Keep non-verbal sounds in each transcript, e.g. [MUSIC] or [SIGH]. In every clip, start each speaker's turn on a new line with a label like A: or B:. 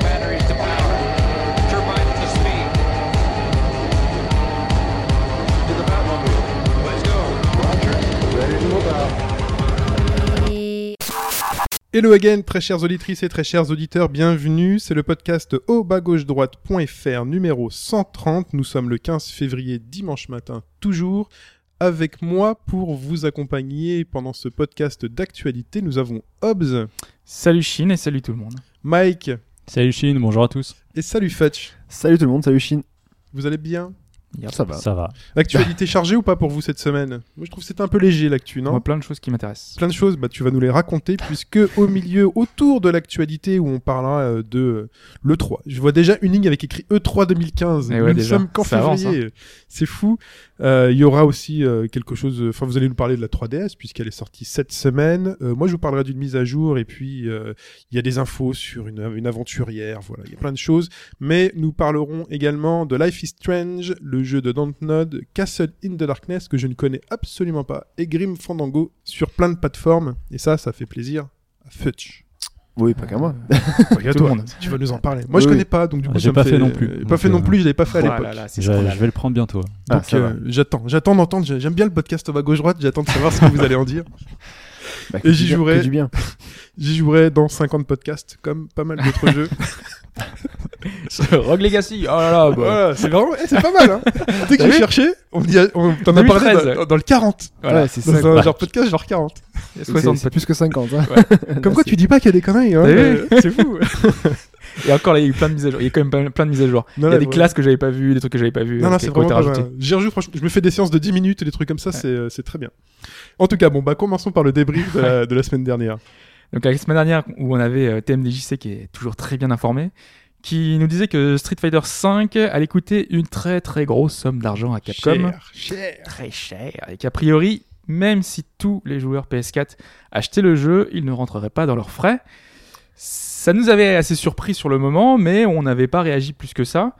A: batteries to power. Turbines to speed. To the Batmobile. Let's go.
B: Hello again, très chères auditrices et très chers auditeurs, bienvenue. C'est le podcast au bas gauche droite.fr numéro 130. Nous sommes le 15 février, dimanche matin, toujours. Avec moi pour vous accompagner pendant ce podcast d'actualité, nous avons Hobbs,
C: Salut Chine et salut tout le monde.
B: Mike
D: Salut Chine, bonjour à tous.
B: et salut Fetch.
E: Salut tout le monde, salut Chine.
B: Vous allez bien
E: Ça va.
D: Ça va.
B: L'actualité chargée ou pas pour vous cette semaine Moi je trouve que c'est un peu léger l'actu, non
C: Moi, plein de choses qui m'intéressent.
B: plein de choses, bah, tu vas nous les raconter, puisque au milieu, autour de l'actualité où on parlera euh, de euh, l'E3, je vois déjà une ligne avec écrit E E3 2015.
C: Eh ouais,
B: nous ne
C: déjà.
B: sommes qu'en
C: Ça avance, hein.
B: février. C'est fou. Euh, Il y aura aussi euh, quelque chose. Enfin, vous allez nous parler de la 3DS, puisqu'elle est sortie cette semaine. Euh, moi, je vous parlerai d'une mise à jour, et puis euh, il y a des infos sur une, une aventurière. Voilà, il y a plein de choses. Mais nous parlerons également de Life is Strange, le jeu de Dontnod, Castle in the Darkness, que je ne connais absolument pas, et Grim Fandango sur plein de plateformes. Et ça, ça fait plaisir à Futch.
E: Oui, pas qu'à
C: Euh,
E: moi.
B: Regarde
C: Tout
B: toi,
C: le monde.
B: tu vas nous en parler. Moi, je
E: Oui,
B: connais pas, donc du coup,
D: J'ai
B: ça me
D: pas fait non plus.
B: euh, Pas
D: Donc,
B: fait non
D: euh,
B: plus, je l'avais pas
C: Ah
B: fait [LAUGHS] à l'époque.
D: Je, je vais le prendre bientôt.
E: Ah,
B: Donc,
E: ça va.
B: euh, j'attends, j'attends d'entendre. j'ai- J'aime bien le podcast au bas gauche-droite, j'attends de savoir ce que vous allez en dire.
E: Bah,
B: Et j'y
E: que du bien-
B: jouerai.
E: que du bien.
B: J'y jouerai dans 50 podcasts, comme pas mal d'autres jeux.
C: [LAUGHS] Rogue Legacy, oh là là,
B: Voilà, c'est vraiment, eh, c'est pas mal. Hein. Dès que j'ai cherché, on, y a- on t'en a parlé
C: 2013.
B: dans, dans le 40.
C: Voilà.
E: Ouais, c'est
B: Dans
E: ça.
B: un
E: quoi.
B: genre podcast, genre 40.
C: il y a
E: C'est-
C: 60
E: C'est plus que 50. hein. [LAUGHS] Là,
B: Comme quoi,
E: c'est-
B: tu dis pas qu'il y a des conneries. Hein,
C: T'as vu
B: Euh, c'est fou.
C: potes. [LAUGHS] Et encore, là, il y a eu plein de mises à jour. Il y a quand même pas- plein de mises à jour.
B: Non,
C: il y
B: là,
C: a des
B: ouais.
C: classes que j'avais pas vues, des trucs que j'avais pas vues.
B: Non,
C: euh,
B: non,
C: qui-
B: c'est
C: qui ont été
B: vraiment pas
C: rajoutés.
B: mal. J'y rejoue, franchement. Je me fais des séances de 10 minutes et des trucs comme ça, c'est, euh, c'est très bien. En tout cas, bon, bah, commençons par le débrief de la, de la semaine dernière.
C: Donc, la semaine dernière, où on avait euh, TMDJC qui est toujours très bien informé, qui nous disait que Street Fighter V allait coûter une très très grosse somme d'argent à Capcom.
B: Cher, cher.
C: très cher et qu'a priori, même si tous les joueurs PS4 achetaient le jeu, ils ne rentreraient pas dans leurs frais. Ça nous avait assez surpris sur le moment, mais on n'avait pas réagi plus que ça.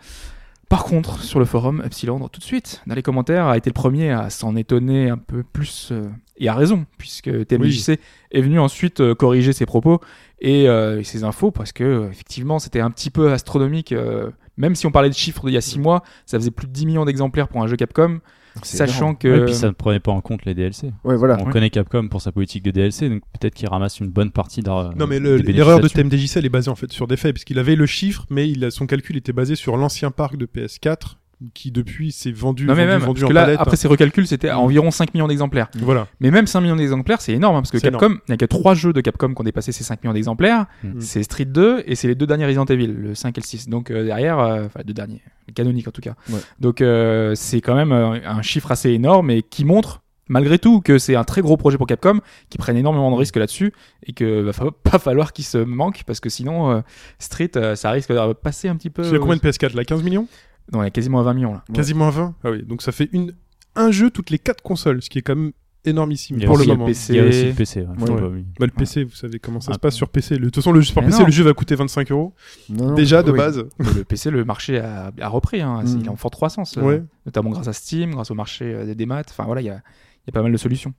C: Par contre, sur le forum, Epsilon, tout de suite, dans les commentaires, a été le premier à s'en étonner un peu plus, euh, et à raison, puisque TMJC est venu ensuite euh, corriger ses propos et euh, ses infos, parce que, euh, effectivement, c'était un petit peu astronomique. euh, même si on parlait de chiffres d'il y a 6 mois, ça faisait plus de 10 millions d'exemplaires pour un jeu Capcom.
E: C'est
C: Sachant
E: énorme.
C: que.
D: Et puis ça ne prenait pas en compte les DLC.
E: Ouais, voilà.
D: On
C: Ouais.
D: connaît Capcom pour sa politique de DLC, donc peut-être qu'il ramasse une bonne partie d'argent.
B: Non mais le- l'erreur de TMDJC elle est basée en fait sur des faits parce qu'il avait le chiffre mais il a- son calcul était basé sur l'ancien parc de PS4 qui depuis s'est vendu
C: Non mais
B: vendu,
C: même,
B: vendu
C: parce
B: en
C: que là,
B: palette. hein. Mm.
C: après ces recalculs, c'était à environ 5 millions d'exemplaires.
B: Voilà.
C: Mais même 5 millions d'exemplaires, c'est énorme, hein, parce que
B: C'est
C: Capcom, il n'y a que 3 jeux de Capcom qui ont dépassé ces 5 millions d'exemplaires.
D: Mm.
C: C'est Street 2 et c'est les deux derniers Resident Evil, le 5 et le 6. Donc euh, derrière, euh, enfin les deux derniers, les canoniques en tout cas.
E: Ouais.
C: Donc euh, c'est quand même euh, un chiffre assez énorme et qui montre... Malgré tout, que c'est un très gros projet pour Capcom, qui prennent énormément de risques là-dessus, et que va fa- [LAUGHS] pas falloir qu'ils se manquent, parce que sinon, euh, Street, euh, ça risque de passer un petit peu.
B: Il y a combien de PS4 là 15 millions
C: Non, il y a quasiment à 20 millions là.
B: [LAUGHS]
E: Ouais.
B: Quasiment à 20. Ah oui, donc ça fait une un jeu toutes les quatre consoles, ce qui est quand même énormissime
D: Il y a
B: pour le
D: aussi le
B: moment.
C: PC.
D: Il y a aussi le PC. ouais, faut
B: Ouais.
D: pas oublier.
B: Bah, le PC, vous savez comment ça
D: Ah.
B: se passe sur PC. Le- De toute façon, le jeu sur
C: Mais
B: PC,
C: non.
B: le jeu va coûter 25 euros
E: Non, non.
B: déjà de
C: Oui.
B: base.
C: Mais le PC, le marché a, a repris. hein.
E: Mm.
C: Il est en forte croissance, euh,
B: Ouais.
C: notamment grâce à Steam, grâce au marché euh, des- des maths. Enfin voilà, il y a, il y a pas mal de solutions.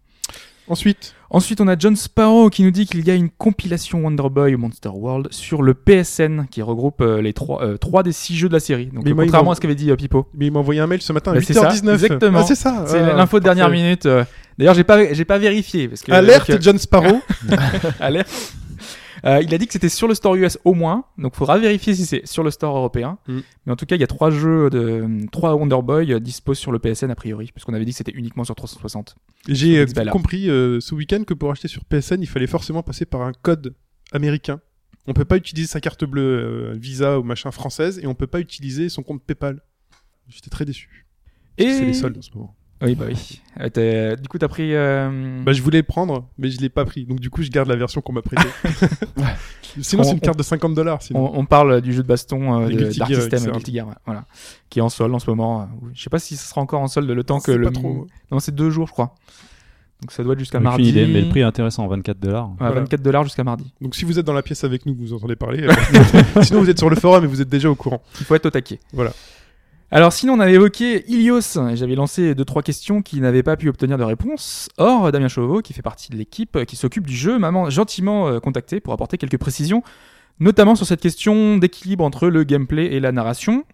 B: Ensuite,
C: Ensuite, on a John Sparrow qui nous dit qu'il y a une compilation Wonder Boy Monster World sur le PSN qui regroupe euh, les trois, euh, trois des six jeux de la série. Donc
B: Mais
C: euh,
B: moi, ils
C: contrairement
B: m'ont-
C: à ce qu'avait dit euh, Pipo.
B: mais il m'a envoyé un mail ce matin à
C: Bah, c'est ça,
B: 8h19.
C: exactement.
B: Ah, c'est ça.
C: C'est
B: Ah,
C: l'info de dernière
B: parfait.
C: minute. euh. D'ailleurs, j'ai pas, j'ai pas vérifié parce que
B: Alerte
C: avec,
B: John Sparrow.
C: euh, alerte. Euh, il a dit que c'était sur le store US au moins, donc faudra vérifier si c'est sur le store européen.
B: Mm.
C: Mais en tout cas, il y a trois jeux de trois Wonder Boy euh, dispo sur le PSN a priori, puisqu'on avait dit que c'était uniquement sur 360.
B: J'ai euh,
C: Xpeller.
B: compris euh, ce week-end que pour acheter sur PSN, il fallait forcément passer par un code américain. On peut pas utiliser sa carte bleue euh, Visa ou machin française et on peut pas utiliser son compte PayPal. J'étais très déçu.
C: Et
B: C'est les soldes en ce moment.
C: Oui, bah oui. Euh, t'as- du coup, t'as pris. euh,
B: Bah, je voulais le prendre, mais je l'ai pas pris. Donc du coup, je garde la version qu'on m'a prêtée.
C: [LAUGHS]
B: [LAUGHS] sinon,
C: On-
B: c'est une
C: on-
B: carte de 50 dollars. Sinon.
C: on, on parle du jeu de baston euh,
B: Les
C: de-
B: Guilty
C: Dark
B: Gear,
C: System,
B: etc.
C: Guilty Gear, ouais, voilà, qui est en solde en ce moment. euh, Je sais pas si ce sera encore en solde le temps que
B: C'est
C: le.
B: pas trop.
C: Non, c'est deux jours, je crois. Donc ça doit être jusqu'à
D: Aucune
C: mardi.
D: idée, mais le prix est intéressant, 24 dollars.
C: Ouais,
B: Voilà.
C: 24 dollars jusqu'à mardi.
B: Donc si vous êtes dans la pièce
C: [LAUGHS]
B: avec nous, que vous entendez parler. euh, sinon, vous êtes sur le forum et vous êtes déjà au courant.
C: Il faut être au taquet.
B: Voilà.
C: Alors sinon, on avait évoqué Ilios, et j'avais lancé deux trois questions qui n'avaient pas pu obtenir de réponse. Or, Damien Chauveau, qui fait partie de l'équipe euh, qui s'occupe du jeu, m'a man- gentiment euh, contacté pour apporter quelques précisions, notamment sur cette question d'équilibre entre le gameplay et la narration.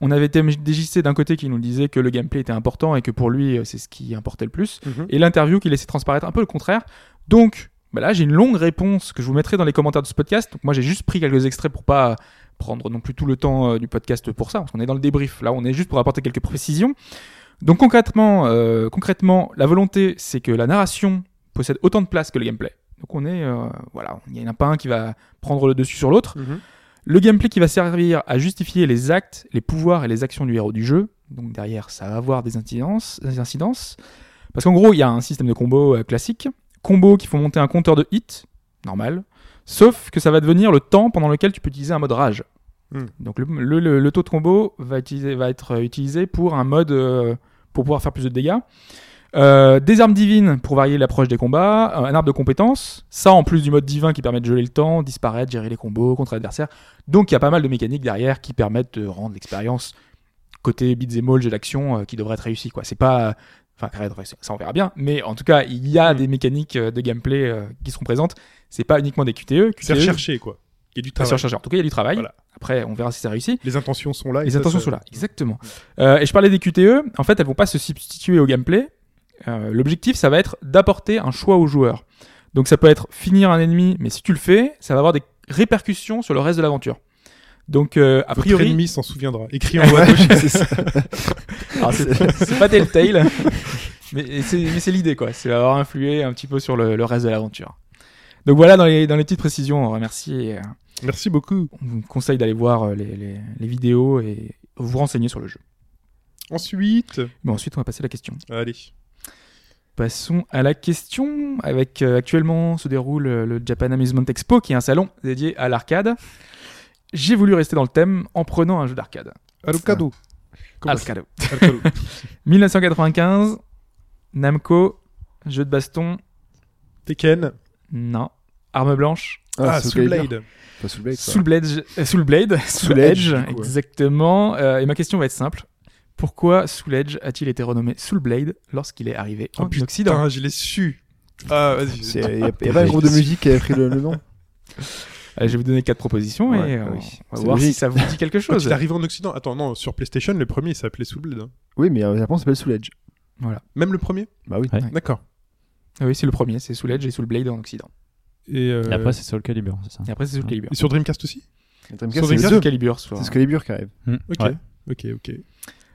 C: On avait TMDJC d'un côté qui nous disait que le gameplay était important et que pour lui, euh, c'est ce qui importait le plus
B: Mhm.
C: et l'interview qui laissait transparaître un peu le contraire. Donc, bah là, j'ai une longue réponse que je vous mettrai dans les commentaires de ce podcast. Donc, moi, j'ai juste pris quelques extraits pour pas prendre non plus tout le temps euh, du podcast pour ça, parce qu'on est dans le débrief. Là, on est juste pour apporter quelques précisions. Donc, concrètement, euh, concrètement la volonté, c'est que la narration possède autant de place que le gameplay. Donc, on est, euh, voilà, il n'y en a pas un qui va prendre le dessus sur l'autre.
B: Mhm.
C: Le gameplay qui va servir à justifier les actes, les pouvoirs et les actions du héros du jeu. Donc derrière, ça va avoir des incidences. Des incidences. Parce qu'en gros, il y a un système de combo euh, classique. Combos qui font monter un compteur de hits, normal. Sauf que ça va devenir le temps pendant lequel tu peux utiliser un mode rage.
B: Hmm.
C: Donc le, le- le- le taux de combo va, utiliser- va être euh, utilisé pour un mode euh, pour pouvoir faire plus de dégâts. Euh, des armes divines pour varier l'approche des combats, euh, un arbre de compétences, ça en plus du mode divin qui permet de geler le temps, disparaître, gérer les combos contre l'adversaire. Donc il y a pas mal de mécaniques derrière qui permettent de rendre l'expérience côté beats et all, jeu d'action euh, qui devrait être réussi quoi. C'est pas enfin carré de réussite, ça on verra bien, mais en tout cas, il y a des mécaniques euh, de gameplay euh, qui seront présentes, c'est pas uniquement des E, QTE,
B: C'est
C: QTE
B: recherché, quoi. Il y a du
C: pas
B: travail.
C: surchargé. En tout cas, il y a du travail.
B: Voilà.
C: Après, on verra si ça réussit.
B: Les intentions sont là. et
C: Les
B: Ah, ça,
C: intentions
B: ça-
C: sont là, exactement. Euh, et je parlais des QTE. En fait, elles vont pas se substituer au gameplay. Euh, L'objectif, ça va être d'apporter un choix au joueur. Donc, ça peut être finir un ennemi, mais si tu le fais, ça va avoir des répercussions sur le reste de l'aventure. Donc, euh, a
B: Votre
C: priori, [LAUGHS]
B: ennemi s'en souviendra. Écrit en haut à gauche.
E: c'est ça.
C: alors, Ah, c'est c'est pas Telltale, [LAUGHS] mais c'est mais c'est l'idée, quoi. C'est avoir influé un petit peu sur le, le reste de l'aventure. Donc voilà, dans les, dans les petites précisions, on remercie euh,
B: Merci beaucoup.
C: on vous conseille d'aller voir euh, les, les- les vidéos et vous renseigner sur le jeu.
B: Ensuite,
C: Bon, ensuite, on va passer à la question.
B: allez.
C: Passons à la question. Avec euh, actuellement se déroule euh, le Japan Amusement Expo, qui est un salon dédié à l'arcade. J'ai voulu rester dans le thème en prenant un jeu d'arcade. Ah,
B: Alocado. Comment ça
C: Arcade.
B: Alocado.
C: 1995, Namco, jeu de baston,
B: Tekken.
C: non. Arme blanche,
B: Ah,
E: Soul
B: Soul
E: Blade.
B: Blade.
E: Pas Soul Blade, ça.
C: Soul Blade, euh, Soul Blade, Soul
E: Edge, du
C: Edge,
E: coup, ouais.
C: exactement. Euh, et ma question va être simple. Pourquoi Soul Edge a-t-il été renommé Soul Blade lorsqu'il est arrivé
B: Oh,
C: en
B: putain,
C: Occident
B: je l'ai su. Ah, vas-y.
E: C'est- y a, y a pas un groupe de musique qui a pris le, le nom
C: Allez, Je vais vous donner quatre propositions
E: Ouais,
C: et euh,
E: ah oui.
C: on va
E: C'est
C: voir si
E: logique.
C: ça vous dit [LAUGHS] quelque
B: Quand il
C: chose.
B: est arrivé en Occident. Attends, non, sur PlayStation, le premier, il s'appelait Soul Blade. hein.
E: Oui, mais au Japon, ça s'appelle Soul Edge.
B: Même le premier
E: Bah oui.
D: Ouais.
B: D'accord.
C: Ah oui, c'est le premier, c'est Soul Edge et Soul Blade en Occident.
B: Et, euh,
D: Et après, c'est Soul Calibur, c'est ça
C: Et après, c'est Soul
D: Ouais.
C: Calibur.
B: et sur Dreamcast aussi
E: Dreamcast,
B: Soul
E: c'est
B: Edge,
E: le
C: Soul
E: deux.
C: Calibur, soit.
E: C'est Excalibur qui arrive.
D: Hmm.
B: Ok.
D: Ouais.
B: Ok, ok.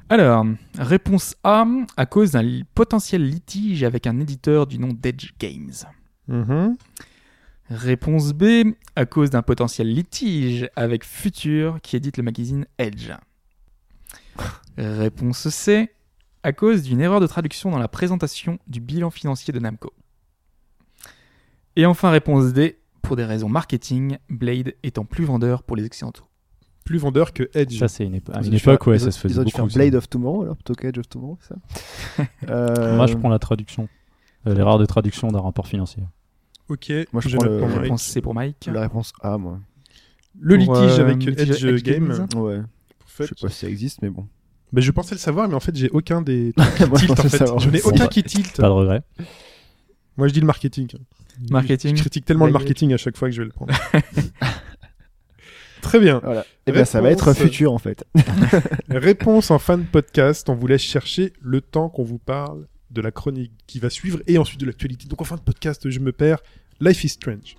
C: Alors, réponse A, à cause d'un li- potentiel litige avec un éditeur du nom d'Edge Games.
E: Mhm.
C: Réponse B, à cause d'un potentiel litige avec Future qui édite le magazine Edge.
D: [LAUGHS]
C: Réponse C, à cause d'une erreur de traduction dans la présentation du bilan financier de Namco. Et enfin réponse D, pour des raisons marketing, Blade étant plus vendeur pour les occidentaux.
B: Plus vendeur que Edge.
D: Ça, c'est une, épo-
E: Ils
D: Ah, une
E: ont dû
D: époque
E: faire-
D: où
E: ils ont-
D: ça se faisait
E: Ils ont dû
D: beaucoup. hein.
E: faire
D: ça.
E: Blade of Tomorrow, alors, plutôt qu'Edge of Tomorrow, c'est ça Euh,
D: Moi, je prends la traduction. Euh, L'erreur de traduction d'un rapport financier.
B: Ok.
E: Moi, je
B: vais
E: prends
B: mettre
E: le-
B: pour
E: je
B: Euh, Mike.
C: Réponse C pour Mike.
E: [LAUGHS] la réponse A, moi.
B: Le
C: pour,
B: litige
C: euh,
B: avec
C: litige
B: Edge,
C: avec Edge
B: Game.
C: Games.
E: Ouais.
B: en
E: Je
B: fait.
E: sais pas si ça existe, mais bon.
B: Ben, je pensais le savoir, mais en fait, j'ai aucun
E: [LAUGHS]
B: des
E: Moi,
B: tilt. en
E: pensais
B: fait.
E: savoir.
B: Je n'ai
D: Bon,
B: aucun
D: bah,
B: qui tilt.
D: Pas de regret.
B: Moi, je dis le marketing.
C: Marketing.
B: Je critique tellement le
C: Blague.
B: marketing à chaque fois que je vais le prendre. [LAUGHS] Très bien.
E: Voilà. Et Eh bien, ça va être
B: Réponse-
E: futur, en fait.
B: Réponse en fin de podcast. On vous laisse chercher le temps qu'on vous parle de la chronique qui va suivre et ensuite de l'actualité. Donc en fin de podcast, je me perds. Life is strange.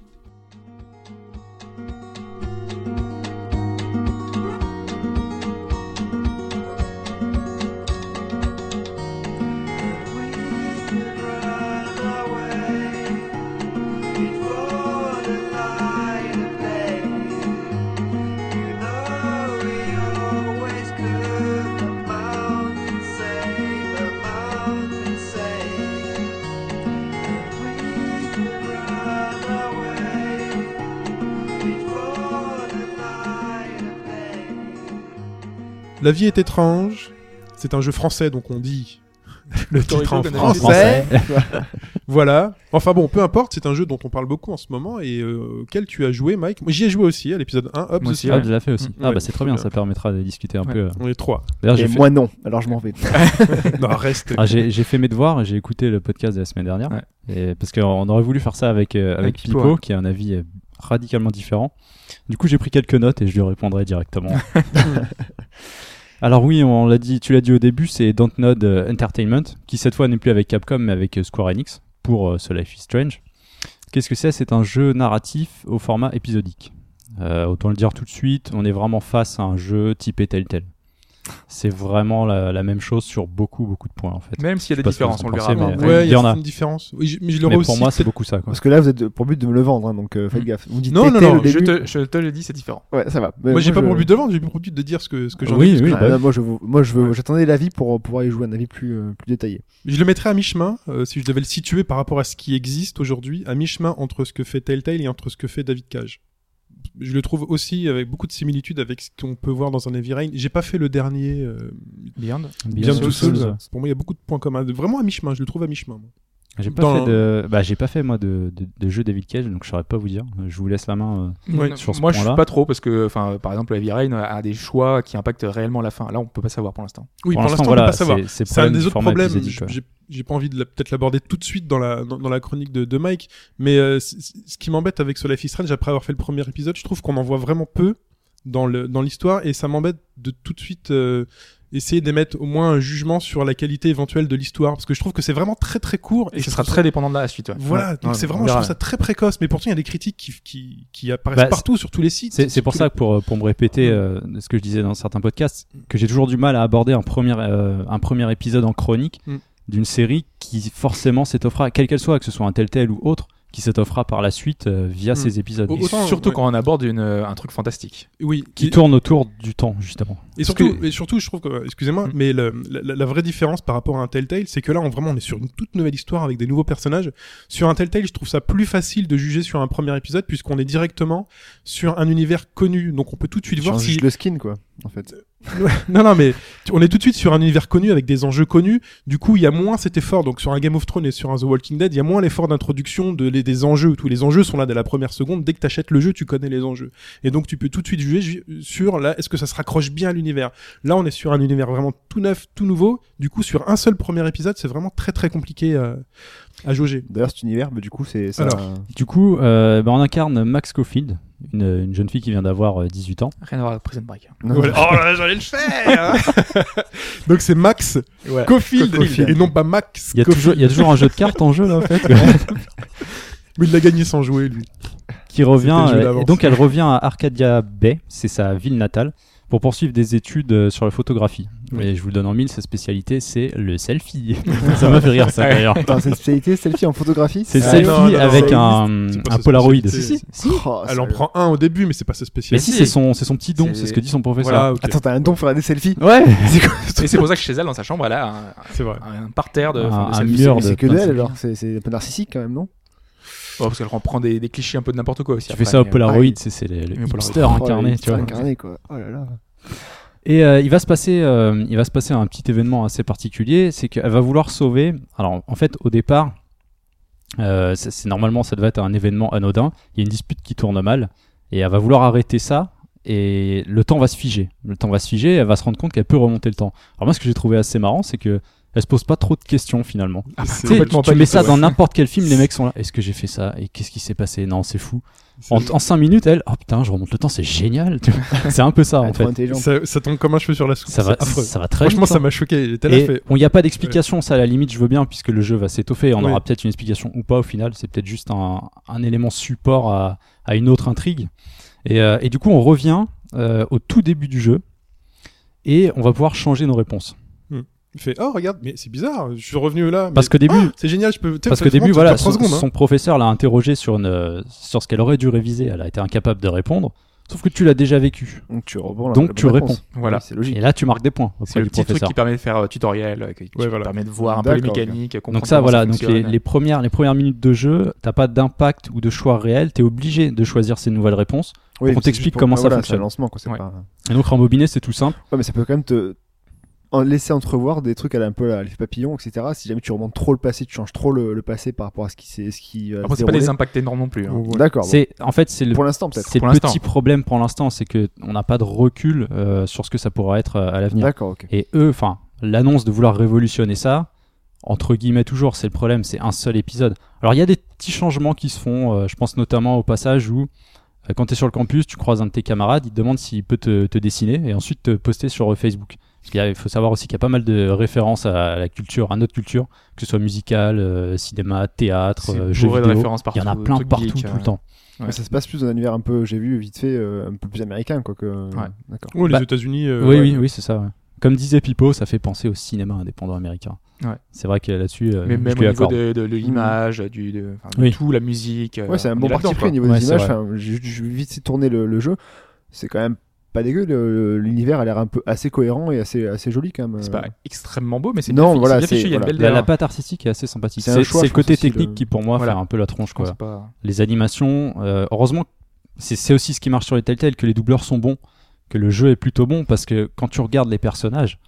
B: La vie est étrange. C'est un jeu français, donc on dit [LAUGHS] le titre en
C: qu'on avait
B: français.
D: Français.
B: Voilà. Enfin bon, peu importe, c'est un jeu dont on parle beaucoup en ce moment et euh, auquel tu as joué, Mike. Moi, J'y ai joué aussi à l'épisode 1, hop,
C: Moi
B: the
C: aussi,
B: Sky.
D: Ah, je l'ai fait aussi.
B: Mm.
D: Ah,
B: Ouais,
D: bah c'est
B: très
D: très bien,
B: bien.
D: ça permettra de discuter un
C: Ouais.
D: peu. euh.
B: On est trois.
D: D'ailleurs,
E: Et
D: j'ai fait...
E: moi non, alors je m'en vais.
B: non, reste.
D: ah, j'ai j'ai fait mes devoirs et j'ai écouté le podcast de la semaine dernière.
C: Ouais.
D: Et... Parce qu'on aurait voulu faire ça avec, euh, avec
C: Avec
D: Pipo,
C: Pipo, hein. ouais.
D: qui a un avis euh, radicalement différent. Du coup, j'ai pris quelques notes et je lui
C: [LAUGHS]
D: répondrai directement. [LAUGHS] Alors oui, on l'a dit, tu l'as dit au début, c'est Dontnod euh, Entertainment, qui cette fois n'est plus avec Capcom mais avec euh, Square Enix pour euh, ce Life is Strange. Qu'est-ce que c'est C'est un jeu narratif au format épisodique. Euh, autant le dire tout de suite, on est vraiment face à un jeu typé Telltale. C'est vraiment la, la même chose sur beaucoup beaucoup de points en fait.
C: Même s'il y a
D: Je
C: des
D: sais pas ce
C: différences,
D: que
C: on
D: vous
C: le
D: en
C: verra.
D: pensez,
C: après.
D: Ah, mais- Ouais,
B: Ouais, il y
D: il y en
B: a
D: a.
B: une différence. Oui, je- mais je l'aurais
D: Mais
B: aussi.
D: pour moi, c'est
B: peut-être-
D: beaucoup ça quoi.
E: Parce que là, vous êtes pour but de me le vendre, hein, donc euh, faites gaffe. Vous me dites
B: Non, non,
E: Telltale
B: non,
E: au
C: Je
E: début.
C: te, je te le dis, c'est différent.
E: Ouais, ça va. Mais
B: Moi, j'ai pas
E: je-
B: pour but de vendre, j'ai pour but de dire ce que, ce que j'en ai.
D: Oui,
B: parce que
D: oui,
E: Ah,
D: bah
E: là, moi, je vous- moi, je veux- j'attendais l'avis pour euh, pouvoir y jouer un avis plus, euh, plus détaillé.
B: Je le mettrais à mi-chemin, euh, si je devais le situer par rapport à ce qui existe aujourd'hui, à mi-chemin entre ce que fait Telltale et entre ce que fait David Cage. Je le trouve aussi avec beaucoup de similitudes avec ce qu'on peut voir dans un Heavy Rain. J'ai pas fait le dernier, euh,
C: Beyond.
B: Beyond
C: Two
B: Two
C: Souls.
B: Souls. Pour moi, il y a beaucoup de points communs. Vraiment à mi-chemin, je le trouve à mi-chemin. moi.
D: J'ai pas
B: Dans-
D: fait de, bah j'ai pas fait moi de, de, de jeu David Cage, donc je saurais pas vous dire. Je vous laisse la main. euh,
B: Ouais,
C: Non,
D: sur ce
C: moi, je suis
D: point-là.
C: pas trop parce que, enfin, par exemple, Heavy Rain a des choix qui impactent réellement la fin. Là, on peut pas savoir pour l'instant.
B: Oui, pour, l'instant, on
D: voilà,
B: peut pas savoir.
D: c'est- C'est
B: C'est un
D: problème
B: des
D: du
B: autres
D: format
B: problèmes.
D: épisodique,
B: J'ai
D: ouais.
B: j'ai pas envie de la- peut-être l'aborder tout de suite dans la, dans, dans la chronique de, de Mike, mais euh, c- c- ce qui m'embête avec ce Life is Strange, après avoir fait le premier épisode, je trouve qu'on en voit vraiment peu dans le- dans l'histoire dans et ça m'embête de tout de suite euh, essayer d'émettre au moins un jugement sur la qualité éventuelle de l'histoire, parce que je trouve que c'est vraiment très très court
C: Et
B: je
C: ce sera
B: trouve
C: très dépendant de la suite. ouais.
B: ça- Voilà,
C: Ouais,
B: donc
C: ouais,
B: c'est
C: on
B: vraiment, je
C: verra.
B: trouve ça très précoce, mais pourtant il y a des critiques qui, qui, qui apparaissent
D: Bah, c'est-
B: partout sur tous les sites.
D: C'est c'est
B: sur
D: pour
B: tous
D: ça
B: les-
D: que pour, pour me répéter euh, ce que je disais dans certains podcasts, que j'ai toujours du mal à aborder un premier, euh, un premier épisode en chronique
B: Mm.
D: d'une série qui forcément s'étoffera, quelle qu'elle soit, que ce soit un tel tel ou autre, qui s'étoffera par la suite euh, via
B: Mm.
D: ces épisodes.
B: Au-
D: Et
C: Et
B: autant,
C: surtout
B: ouais.
C: quand on aborde une, euh, un truc fantastique.
B: Oui,
D: qui
B: et-
D: tourne autour du temps, justement.
B: Et
D: Parce
B: surtout,
D: que-
B: et surtout, je trouve que, euh, excusez-moi,
C: Mm.
B: mais le- la, la vraie différence par rapport à un Telltale, c'est que là, on, vraiment, on est sur une toute nouvelle histoire avec des nouveaux personnages. Sur un Telltale, je trouve ça plus facile de juger sur un premier épisode puisqu'on est directement sur un univers connu. Donc, on peut tout de suite voir
E: Change
B: si...
E: juste le skin, quoi, en fait.
B: Non, non, mais tu- on est tout de suite sur un univers connu avec des enjeux connus. Du coup, il y a moins cet effort. Donc, sur un Game of Thrones et sur un The Walking Dead, il y a moins l'effort d'introduction de, les- des enjeux. Tous les enjeux sont là dès la première seconde. Dès que t'achètes le jeu, tu connais les enjeux. Et donc, tu peux tout de suite juger ju- sur là, est-ce que ça se raccroche bien à l'univers. Là, on est sur un univers vraiment tout neuf, tout nouveau. Du coup, sur un seul premier épisode, c'est vraiment très très compliqué euh, à jauger.
E: D'ailleurs, cet univers, bah, du coup, c'est. ça-
B: Alors.
D: Du coup, euh, bah, on incarne Max Cofield, une, une jeune fille qui vient d'avoir euh, 18 ans.
C: Rien à voir avec Prison Break.
D: Ah.
E: Non,
B: Voilà. Oh là là, j'allais le faire Donc, c'est Max
C: Ouais.
B: Cofield,
E: Cofield.
B: et non pas Max
D: Il y a
B: Cofield.
D: toujours, il y a toujours un jeu de cartes en jeu, là,
B: [LAUGHS]
D: en fait.
B: Mais il l'a gagné sans jouer, lui.
D: qui revient
B: C'était le jeu
D: euh,
B: d'avance.
D: et donc elle revient à Arcadia Bay, c'est sa ville natale, pour poursuivre des études euh, sur la photographie.
B: Oui.
D: Et je vous le donne en mille, sa spécialité c'est le
B: [LAUGHS]
D: selfie. ça m'a fait rire ça d'ailleurs.
E: Attends, cette spécialité, selfie en photographie
D: C'est le
B: Ah,
D: selfie
B: non, non, non,
D: avec
B: c'est-
D: un,
B: c'est pas
D: un
B: sa
D: Polaroid.
B: spécialité.
D: Si, si.
E: Oh,
B: Elle en
E: sérieux.
B: prend un au début, mais c'est pas sa
D: Ah, Mais
B: spécialité.
D: si, c'est son, c'est son petit don, c'est
C: C'est-
D: ce que dit son
B: Voilà,
D: professeur.
B: ok. [LAUGHS]
E: Attends, t'as un don pour faire des selfies
D: Ouais,
C: Et c'est pour ça que chez elle, dans sa chambre, elle a un,
B: c'est vrai.
C: un parterre de,
D: Un-
C: enfin, de
D: un
C: selfies.
D: mur.
E: Mais
D: de-
E: c'est que
D: non,
E: d'elle
D: c'est
E: alors, c'est c'est un peu narcissique quand même, non
C: Oh, parce qu'elle reprend des, des clichés un peu de n'importe quoi aussi.
D: tu
C: après,
D: fais ça au
C: mais, euh,
D: Polaroid,
C: ouais.
D: c'est c'est le, le
C: Oui, au Polaroid.
E: Oh,
D: hipster
B: Oh,
D: incarné, tu vois.
E: Incarné quoi. Oh là là.
D: Et euh, il va se passer, euh, il va se passer un petit événement assez particulier, c'est qu'elle va vouloir sauver. Alors en fait, au départ, euh, c'est c'est- normalement ça devait être un événement anodin. Il y a une dispute qui tourne mal et elle va vouloir arrêter ça. Et le temps va se figer. Le temps va se figer. Elle va se rendre compte qu'elle peut remonter le temps. Alors moi, ce que j'ai trouvé assez marrant, c'est que elle se pose pas trop de questions finalement.
B: Ah,
D: Tu
B: c'est
D: sais,
B: complètement
D: tu
B: pas
D: mets
B: du
D: ça
B: tout,
D: dans
B: ouais.
D: n'importe
B: [LAUGHS]
D: quel film, les mecs sont là. Est-ce que j'ai fait ça Et qu'est-ce qui s'est passé Non, c'est fou. En,
B: C'est-
D: 5 minutes, elle, oh putain, je remonte le temps, c'est génial.
B: [LAUGHS]
D: tu vois. c'est un peu ça
E: Elle
D: Ah, en
E: est trop
D: fait.
E: intelligente.
B: ça, ça tombe comme un cheveu sur la soupe.
D: Ça va,
B: c'est affreux.
D: ça va très
B: Franchement,
D: vite,
B: ça
D: hein.
B: m'a choqué. J'étais là,
D: Et
B: fait.
D: bon, il n'y a pas d'explication, ça à la limite, je veux bien, puisque le jeu va s'étoffer et on
B: Oui.
D: aura peut-être une explication ou pas au final. C'est peut-être juste un, un élément support à, à une autre intrigue. Et, euh, et du coup, on revient euh, au tout début du jeu et on va pouvoir changer nos réponses.
B: Il fait, oh, regarde, mais c'est bizarre, je suis revenu là. mais
D: Parce qu'au début,
B: C'est génial, je peux.
D: parce qu'au début, voilà, son,
B: hein.
D: son professeur l'a interrogé sur, une, euh, sur ce qu'elle aurait dû réviser. Elle a été incapable de répondre. Sauf que tu l'as déjà vécu.
E: Donc tu réponds. la-
D: Donc,
E: la
D: tu
E: bonne
D: réponds.
E: réponse.
C: Voilà.
E: Oui, C'est logique.
D: Et là, tu marques des points
C: C'est
D: auprès
C: le
D: du
C: petit truc
D: professeur.
C: qui permet de faire euh, tutoriel, euh, qui, qui
B: Ouais, voilà.
C: permet de voir un peu les
E: D'accord, ok.
C: mécaniques. comprendre
D: Donc ça,
C: comment
D: voilà, donc les,
C: fonctionne.
D: les premières, les premières minutes de jeu, t'as pas d'impact ou de choix réel, t'es obligé de choisir ces nouvelles réponses.
E: Oui,
D: on
E: c'est
D: t'explique
E: juste pour- ah,
D: comment ça
E: voilà, c'est un
D: fonctionne.
E: lancement quoi, c'est
C: Ouais.
E: pas-
D: Et donc rembobiné, c'est tout simple.
E: Ouais, mais ça peut quand même te en- laisser entrevoir des trucs à la- un peu à l'effet papillon, etc. Si jamais tu remontes trop le passé, tu changes trop le, le passé par rapport à ce qui s'est, ce qui. va
C: Après,
E: se
C: c'est pas des
E: dérouler.
C: impacts énormes non plus. hein.
B: Donc, voilà.
E: D'accord. bon.
D: C'est en fait c'est le
E: Pour l'instant, peut-être.
D: c'est
C: Pour
D: le
C: l'instant.
D: petit problème pour l'instant, c'est que on n'a pas de recul euh, sur ce que ça pourra être euh, à l'avenir.
E: D'accord, ok.
D: Et eux, enfin, l'annonce de vouloir révolutionner ça, entre guillemets toujours, c'est le problème, c'est un seul épisode. Alors il y a des petits changements qui se font, euh, je pense notamment au passage où euh, quand tu es sur le campus, tu croises un de tes camarades, il te demande s'il peut te, te dessiner et ensuite te poster sur euh, Facebook. Parce qu'il y a- il faut savoir aussi qu'il y a pas mal de références à la culture, à notre culture, que ce soit musicale, euh, cinéma, théâtre,
C: C'est
D: euh, jeux
C: bourré de
D: vidéo.
C: références
D: Il y en a
C: partout,
D: plein
C: trucs
D: partout
C: geeks,
D: tout
C: euh.
D: le temps.
C: Ouais.
E: Mais ça se passe plus dans un univers un peu, j'ai vu vite fait, euh, un peu plus américain, quoi. Que...
C: Ouais.
E: D'accord.
B: Oh, les
D: Bah,
B: États-Unis. euh,
D: oui,
B: ouais.
D: oui, oui, c'est ça. ouais. Comme disait Pipo, ça fait penser au cinéma indépendant américain.
C: Ouais.
D: C'est vrai que là-dessus, euh,
C: Mais même
D: je
C: au
D: lui
C: niveau
D: accorde.
C: de, de- de l'image, du, de, enfin, de
D: Oui.
C: tout, la musique. euh,
E: Mmh. Ouais, c'est un
C: on
E: bon
C: est
E: parti
C: là-dedans,
E: pris au
C: quoi.
E: niveau
D: Ouais,
E: des
D: c'est
E: images.
D: vrai.
E: Enfin, j'ai j'ai vite tourné le, le jeu. C'est quand même pas dégueu. le- L'univers a l'air un peu assez cohérent et assez, assez joli quand même.
C: C'est pas extrêmement beau, mais c'est
E: euh. Non,
C: bien, fi-
E: voilà,
C: c'est bien
E: c'est-
C: fichu, il y a une
E: voilà.
C: belle
D: Bah, La, la
C: DA.
D: patte artistique est assez sympathique.
E: C'est un
D: C'est
E: choix,
D: c'est
E: je
D: le côté
E: pense aussi, le-
D: technique qui, pour moi,
C: Voilà.
D: fait un peu la tronche. Quoi.
C: C'est pas-
D: Les animations, euh, heureusement, c'est c'est aussi ce qui marche sur les Telltale, que les doubleurs sont bons, que le jeu est plutôt bon, parce que quand tu regardes les personnages,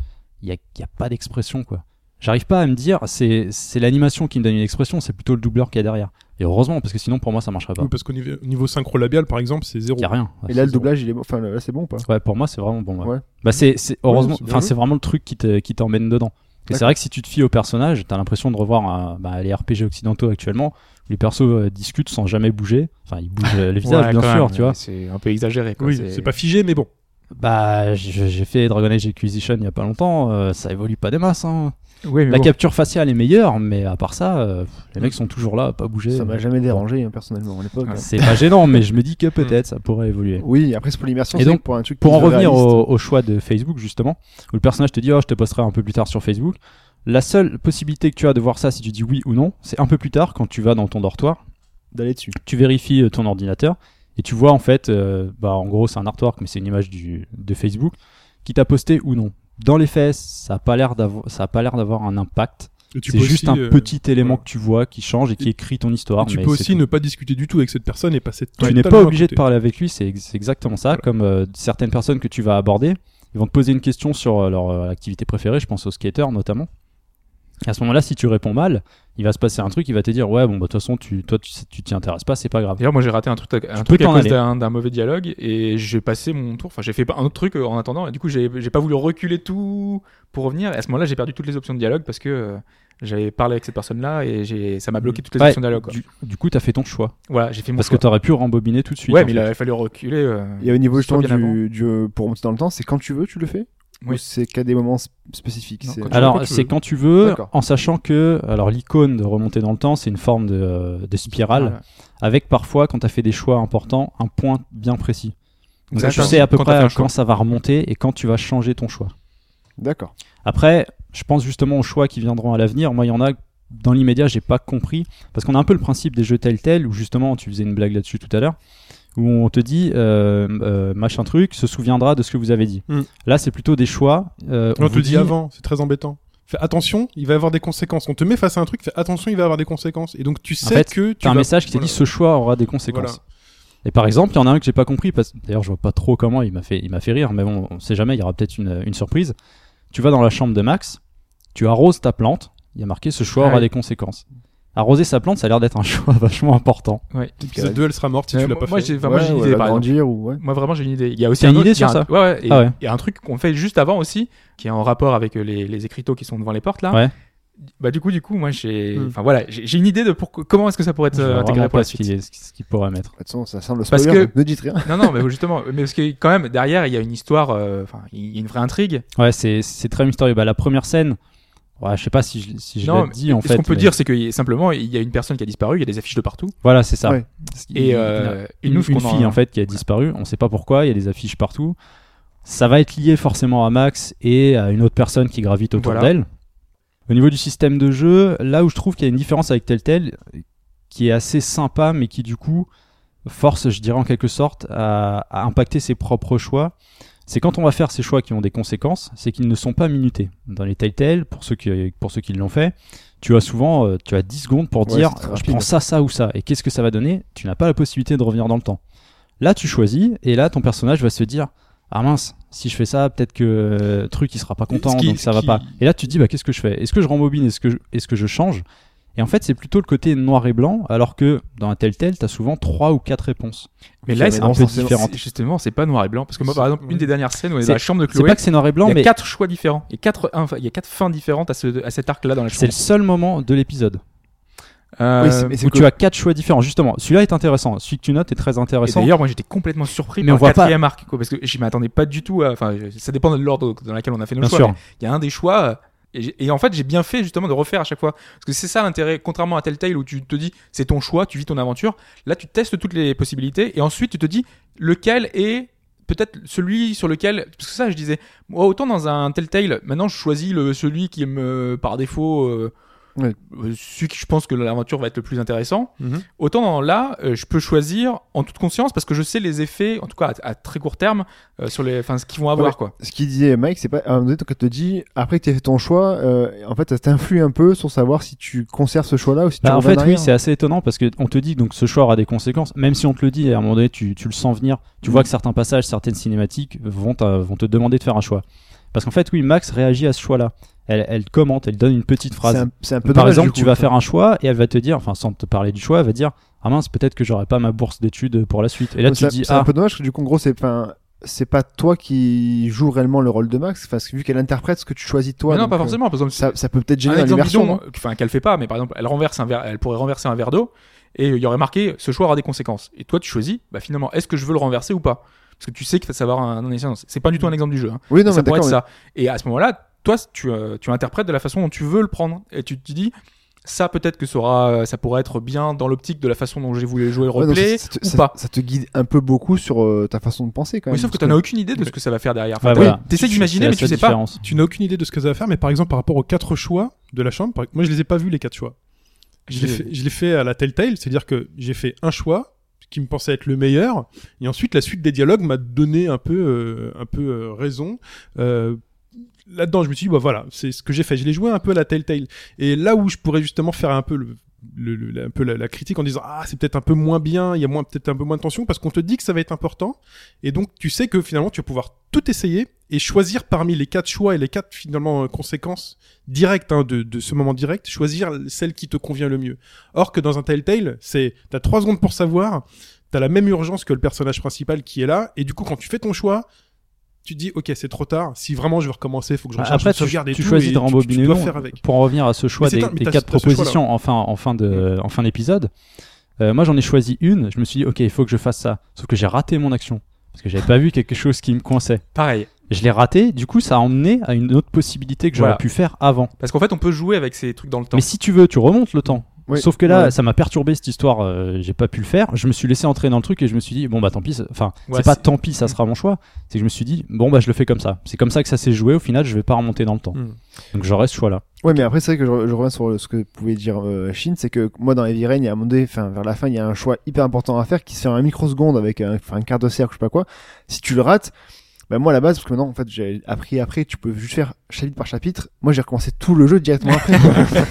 D: il n'y a, il y a pas d'expression. quoi. J'arrive pas à me dire, c'est c'est l'animation qui me donne une expression, c'est plutôt le doubleur qui est derrière. Et heureusement, parce que sinon, pour moi, ça marcherait pas.
B: Oui, parce qu'au niveau, au niveau synchro-labial, par exemple, c'est zéro.
D: Il n'y a rien.
E: Et là, le
D: C'est-
E: doublage, il est bon. Enfin, là, c'est bon ou pas
D: Ouais, pour moi, c'est vraiment bon. ouais.
E: Ouais.
D: Bah, c'est, c'est- heureusement,
B: c'est bien
D: enfin,
B: joué.
D: c'est vraiment le truc qui, te- qui t'emmène dedans. Et c'est
E: D'accord.
D: vrai que si tu te fies au personnage, t'as l'impression de revoir un- bah, les RPG occidentaux actuellement. où Les persos euh, discutent sans jamais bouger. Enfin, ils bougent euh, le visage,
C: Ouais,
D: bien
C: quand
D: sûr,
C: même,
D: tu vois.
C: mais C'est un peu exagéré. quoi,
B: Oui, c'est pas figé, mais bon.
D: Bah, je- j'ai fait Dragon Age Inquisition il y a pas longtemps. euh, ça évolue pas des masses. hein.
C: Oui, mais
D: La
C: bon.
D: capture faciale est meilleure, mais à part ça, euh, pff, les mecs sont toujours là, à pas bouger.
E: Ça m'a jamais dérangé, hein, personnellement, à l'époque.
C: Ouais.
D: C'est pas gênant, mais je me
C: [LAUGHS] Hmm.
D: dis que peut-être ça pourrait évoluer.
E: Oui, après, c'est pour l'immersion.
D: Et
E: c'est
D: donc,
E: pour un truc
D: Pour en
E: plus
D: revenir
E: réaliste.
D: au, au choix de Facebook, justement, où le personnage te dit Oh, je te posterai un peu plus tard sur Facebook. La seule possibilité que tu as de voir ça, si tu dis oui ou non, c'est un peu plus tard, quand tu vas dans ton dortoir,
E: d'aller dessus.
D: tu vérifies euh, ton ordinateur et tu vois en fait, euh, bah, en gros, c'est un artwork, mais c'est une image du, de Facebook qui t'a posté ou non. Dans les faits, ça a pas l'air d'avo- ça a pas l'air d'avoir un impact.
B: Et tu
D: C'est
B: peux
D: juste
B: aussi,
D: un
B: euh,
D: petit élément
B: voilà.
D: que tu vois qui change et qui écrit ton histoire.
B: Et tu
D: mais
B: peux
D: c'est
B: aussi
D: tout.
B: ne pas discuter du tout avec cette personne et passer
D: Tu n'es pas obligé de parler avec lui, c'est ex- c'est exactement ça.
B: Voilà.
D: Comme euh, certaines personnes que tu vas aborder, ils vont te poser une question sur euh, leur euh, activité préférée, je pense aux skateurs notamment. Et à ce moment-là, si tu réponds mal, il va se passer un truc, il va te dire Ouais, bon, bah, de toute façon, tu toi, tu tu t'y intéresses pas, c'est pas grave.
C: D'ailleurs, moi j'ai raté un truc, à- un
D: Tu
C: truc
D: peux
C: à
D: t'en
C: cause
D: aller.
C: d'un d'un mauvais dialogue et j'ai passé mon tour. Enfin, j'ai fait pas- un autre truc euh, en attendant et du coup, j'ai j'ai pas voulu reculer tout pour revenir. Et à ce moment-là, j'ai perdu toutes les options de dialogue parce que euh, j'avais parlé avec cette personne-là et j'ai- ça m'a bloqué toutes les
D: Mmh. Ouais,
C: options de dialogue. quoi.
D: Du, du coup, t'as fait ton choix.
C: Voilà, j'ai fait mon
D: parce
C: choix.
D: que t'aurais pu rembobiner tout de suite.
C: Ouais,
D: en
C: mais il
D: fait.
C: a fallu reculer. euh,
E: Et au niveau
C: que ce soit
E: justement
C: bien avant.
E: du, du- pour remonter dans le temps, c'est quand tu veux, tu le fais
C: Oui.
E: Ou c'est qu'à des moments sp- spécifiques
C: Non,
E: c'est-
C: quand tu
D: Alors,
B: quand tu
D: c'est
B: veux.
D: quand tu veux,
E: D'accord.
D: en sachant que alors l'icône de remonter dans le temps, c'est une forme de, euh, de spirale,
C: Voilà.
D: avec parfois, quand t'as fait des choix importants, un point bien précis. Donc,
C: Exact.
D: tu sais à peu
C: Quand t'as
D: près
C: fait un
D: quand
C: choix.
D: ça va remonter et quand tu vas changer ton choix.
E: D'accord.
D: Après, je pense justement aux choix qui viendront à l'avenir. Moi, il y en a dans l'immédiat, j'ai pas compris parce qu'on a un peu le principe des jeux Telltale où justement tu faisais une blague là-dessus tout à l'heure où on te dit euh, euh, machin truc se souviendra de ce que vous avez dit.
C: Hmm.
B: Mm.
D: Là, c'est plutôt des choix. euh,
B: On, te
D: vous
B: dit, avant, c'est très embêtant. Fais attention, il va y avoir des conséquences. On te met face à un truc, fais attention, il va y avoir des conséquences. Et donc tu sais
D: fait,
B: que tu
D: T'as un
B: vas-
D: message qui te dit
B: voilà.
D: ce choix aura des conséquences.
B: Voilà.
D: Et par exemple, il y en a un que j'ai pas compris parce d'ailleurs je vois pas trop comment il m'a fait il m'a fait rire mais bon, on sait jamais, il y aura peut-être une, une surprise. Tu vas dans la chambre de Max, tu arroses ta plante, il y a marqué ce choix
C: Ah
D: aura
C: oui.
D: des conséquences. Arroser sa plante, ça a l'air d'être un choix [LAUGHS] vachement important.
B: L'épisode 2, elle sera morte si
C: Euh,
B: tu l'as
C: moi,
B: pas
C: moi,
B: fait.
C: j'ai enfin, moi,
E: Ouais,
C: j'ai une
E: ouais,
C: idée, par exemple.
E: agrandir ou ouais.
C: Moi vraiment j'ai une idée. Il y a aussi
D: T'as
C: un
D: une
C: autre-
D: idée
C: il y a
D: sur
C: un-
D: ça
C: Ouais, ouais, et-
D: Ah ouais.
C: Il y a un truc qu'on fait juste avant aussi, qui est en rapport avec euh, les, les écriteaux qui sont devant les portes là.
D: Ouais.
C: Bah du coup, du coup, moi j'ai,
B: Hmm.
C: enfin voilà, j'ai j'ai une idée de pourquoi- comment est-ce que ça pourrait être
D: Je
C: euh,
D: vois
C: intégré
D: vraiment
C: pour
D: pas
C: la
D: ce
C: suite.
D: qu'il ce qu'il pourrait mettre.
E: De toute façon, ça semble
C: Parce
E: spoiler.
C: que-
E: donc Ne dites rien.
C: Non, non, mais justement, mais parce que quand même derrière il y a une histoire, euh, enfin il y a une vraie intrigue.
D: Ouais, c'est c'est très mystérieux. Bah la première scène, ouais, je sais pas si je, si je
C: non,
D: l'ai dit en
C: ce
D: fait.
C: qu'on peut
D: mais-
C: dire, c'est que y- simplement il y a une personne qui a disparu, il y a des affiches de partout,
D: Voilà, c'est ça.
E: Ouais.
D: Il-
C: et
D: il-
C: euh,
D: une,
C: nous, ce
D: une
C: qu'on
D: fille en fait qui a disparu. On sait pas pourquoi. Il y a des affiches partout. Ça va être lié forcément à Max et à une autre personne qui gravite autour
C: Voilà.
D: d'elle. Au niveau du système de jeu, là où je trouve qu'il y a une différence avec Telltale, qui est assez sympa, mais qui du coup force, je dirais en quelque sorte, à, à impacter ses propres choix. C'est quand on va faire ces choix qui ont des conséquences, c'est qu'ils ne sont pas minutés. Dans les Telltale, pour ceux qui, pour ceux qui l'ont fait, tu as souvent euh, tu as 10 secondes pour
E: Ouais,
D: dire
E: c'est très
D: je
E: rapide.
D: prends ça, ça ou ça, et qu'est-ce que ça va donner Tu n'as pas la possibilité de revenir dans le temps. Là, tu choisis, et là, ton personnage va se dire ah mince, si je fais ça, peut-être que euh, truc il sera pas content,
B: Ce qui-
D: donc ça
B: ce
D: va
B: qui-
D: pas. Et là tu te dis bah qu'est-ce que je fais Est-ce que je rembobine Est-ce que je, est-ce que je change Et en fait c'est plutôt le côté noir et blanc, alors que dans un tel tel t'as souvent trois ou quatre réponses.
C: Mais
E: Ok,
C: là,
E: mais
C: c'est
E: non,
C: un peu
E: forcément,
C: différent. Justement, c'est pas noir et blanc. Parce que moi, par exemple,
B: C'est-
C: une des dernières scènes où on est
D: C'est-
C: dans la chambre de
D: C'est
C: Chloé,
D: pas que c'est noir et blanc,
C: il y a
D: mais
C: quatre choix différents. Et quatre, enfin, il y a quatre fins différentes à, ce- à cet arc-là dans la
D: c'est
C: chambre.
D: le seul moment de l'épisode
C: Euh,
E: Oui, c'est- mais c'est
D: où
E: que-
D: tu as quatre choix différents. Justement, celui-là est intéressant, celui que tu notes est très
C: Et
D: intéressant.
C: d'ailleurs, moi j'étais complètement surpris
D: Mais
C: par
D: on
C: le
D: voit pas-
C: quatrième arc, quoi, parce que je m'attendais pas du tout à. Enfin, je- ça dépend de l'ordre dans lequel on a fait nos
D: Bien
C: choix.
D: sûr.
C: mais Il y a un des choix, euh, et, j'ai- et en fait, j'ai bien fait justement de refaire à chaque fois. Parce que c'est ça l'intérêt, contrairement à Telltale où tu te dis c'est ton choix, tu vis ton aventure. Là, tu testes toutes les possibilités et ensuite tu te dis lequel est peut-être celui sur lequel. Parce que ça, je disais, moi, autant dans un Telltale, maintenant je choisis le, celui qui me, par défaut. euh,
E: Ouais.
C: euh, celui qui je pense que l'aventure va être le plus intéressant
B: Mhm.
C: Autant dans- là, euh, je peux choisir en toute conscience parce que je sais les effets, en tout cas à, à très court terme, euh, sur les, enfin, ce qu'ils vont avoir,
E: Ouais.
C: quoi.
E: Ce qu'il disait Mike, c'est pas à un moment donné quand tu te dit après que tu as fait ton choix, euh, en fait ça t'influe un peu sur savoir si tu conserves ce choix-là ou si tu
D: Bah, en
E: reviens
D: fait, oui,
E: arrière.
D: c'est assez étonnant parce que on te dit que donc ce choix aura des conséquences, même si on te le dit et à un moment donné, tu, tu le sens venir.
E: Mm.
D: Tu vois que certains passages, certaines cinématiques vont, t'a- vont te demander de faire un choix. Parce qu'en fait, oui, Max réagit à ce choix-là. Elle, elle commente, elle donne une petite
E: C'est
D: phrase.
E: un, c'est un peu
D: Par
E: dommage,
D: exemple,
E: du coup,
D: tu vas
E: ça.
D: faire un choix et elle va te dire, enfin, sans te parler du choix, elle va dire, ah mince, peut-être que j'aurai pas ma bourse d'études pour la suite. Et là, tu
E: C'est
D: te
E: un-
D: dis,
E: c'est
D: ah,
E: un peu dommage parce que du coup en gros c'est enfin, c'est pas toi qui joue réellement le rôle de Max, enfin, vu qu'elle interprète ce que tu choisis toi.
C: Mais non,
E: donc,
C: pas
E: euh,
C: forcément. Par exemple,
E: Ça, ça peut peut-être
C: un
E: gêner
C: exemple
E: l'immersion.
C: bidon, hein,
E: non
C: enfin, qu'elle fait pas, mais par exemple, elle renverse un verre, elle pourrait renverser un verre d'eau et il y aurait marqué ce choix aura des conséquences. Et toi, tu choisis, bah finalement, est-ce que je veux le renverser ou pas Parce que tu sais que ça va avoir un, un incidence. C'est pas du tout un exemple du jeu. hein.
E: Oui, non,
C: ça
E: mais
C: pourrait
E: d'accord.
C: être ça. Et à ce moment-là, toi, tu, euh, tu interprètes de la façon dont tu veux le prendre. Et tu te dis, ça peut-être que ça, aura- ça pourrait être bien dans l'optique de la façon dont j'ai voulu jouer le
E: mais- ouais, donc,
C: replay
E: ça- ça te-
C: ou
E: ça-
C: pas.
E: Ça te guide un peu beaucoup sur euh, ta façon de penser quand même.
C: Oui, sauf que
E: parce
C: tu n'as aucune idée de ce que ça va faire derrière. Enfin,
D: Ouais,
C: t'as-
D: voilà.
C: T'essaies
D: c'est
C: d'imaginer,
D: la
C: mais tu sais
D: seule
C: pas.
D: différence.
B: Tu n'as aucune idée de ce que ça va faire, mais par exemple, par rapport aux quatre choix de la chambre, par- moi je les ai pas vus les quatre choix. Je l'ai fait, je l'ai fait à la Telltale, c'est-à-dire que j'ai fait un choix qui me pensait être le meilleur, et ensuite la suite des dialogues m'a donné un peu, euh, un peu euh, raison. Euh, Là-dedans, je me suis dit, bah voilà, c'est ce que j'ai fait. Je l'ai joué un peu à la Telltale. Et là où je pourrais justement faire un peu le, le- le- la- un peu la, la critique en disant ah c'est peut-être un peu moins bien il y a moins peut-être un peu moins de tension parce qu'on te dit que ça va être important et donc tu sais que finalement tu vas pouvoir tout essayer et choisir parmi les quatre choix et les quatre finalement euh, conséquences directes hein, de, de ce moment direct choisir celle qui te convient le mieux Or que dans un Telltale, c'est t'as trois secondes pour savoir, t'as la même urgence que le personnage principal qui est là, et du coup quand tu fais ton choix, tu te dis ok c'est trop tard. Si vraiment je veux recommencer, faut que je recherche
D: Bah, Après,
B: une
D: tu,
B: sauvegarde et
D: tu
B: tout,
D: choisis
B: et
D: de rembobiner
B: tu, tu
D: ou
B: dois
D: non.
B: faire avec.
D: Pour en revenir à ce choix
B: Mais c'est
D: des,
B: un- mais
D: des
B: t'as-
D: quatre
B: t'as ce choix-là. Mm.
D: propositions en fin, en fin de, en fin d'épisode, euh, moi j'en ai choisi une. Je me suis dit, ok, il faut que je fasse ça. Sauf que j'ai raté mon action parce que j'avais pas vu quelque chose qui me coinçait.
C: Pareil.
D: Je l'ai raté. Du coup, ça a emmené à une autre possibilité que j'aurais
C: Voilà.
D: pu faire avant.
C: Parce qu'en fait, on peut jouer avec ces trucs dans le temps.
D: Mais si tu veux, tu remontes le temps.
E: Oui.
D: Sauf que là,
E: Ouais.
D: ça m'a perturbé cette histoire. euh, j'ai pas pu le faire. Je me suis laissé entrer dans le truc et je me suis dit, bon bah tant pis. c'est- Enfin,
C: Ouais,
D: c'est pas
C: c'est-
D: tant pis, ça sera mon choix. C'est que je me suis dit, bon bah je le fais comme ça. C'est comme ça que ça s'est joué. Au final, je vais pas remonter dans le temps.
B: Mm.
D: Donc j'aurai ce choix-là.
E: Ouais, mais après, c'est vrai que je, je reviens sur le- ce que pouvait dire euh, Shin, c'est que moi, dans Heavy Rain, il y a un moment donné, enfin, vers la fin, il y a un choix hyper important à faire qui se fait en un microseconde avec un, enfin, un quart de cercle, je sais pas quoi. Si tu le rates, bah, moi, à la base, parce que maintenant, en fait, j'ai appris après, tu peux juste faire chapitre par chapitre. Moi, j'ai recommencé tout le jeu directement
B: [LAUGHS]
E: après.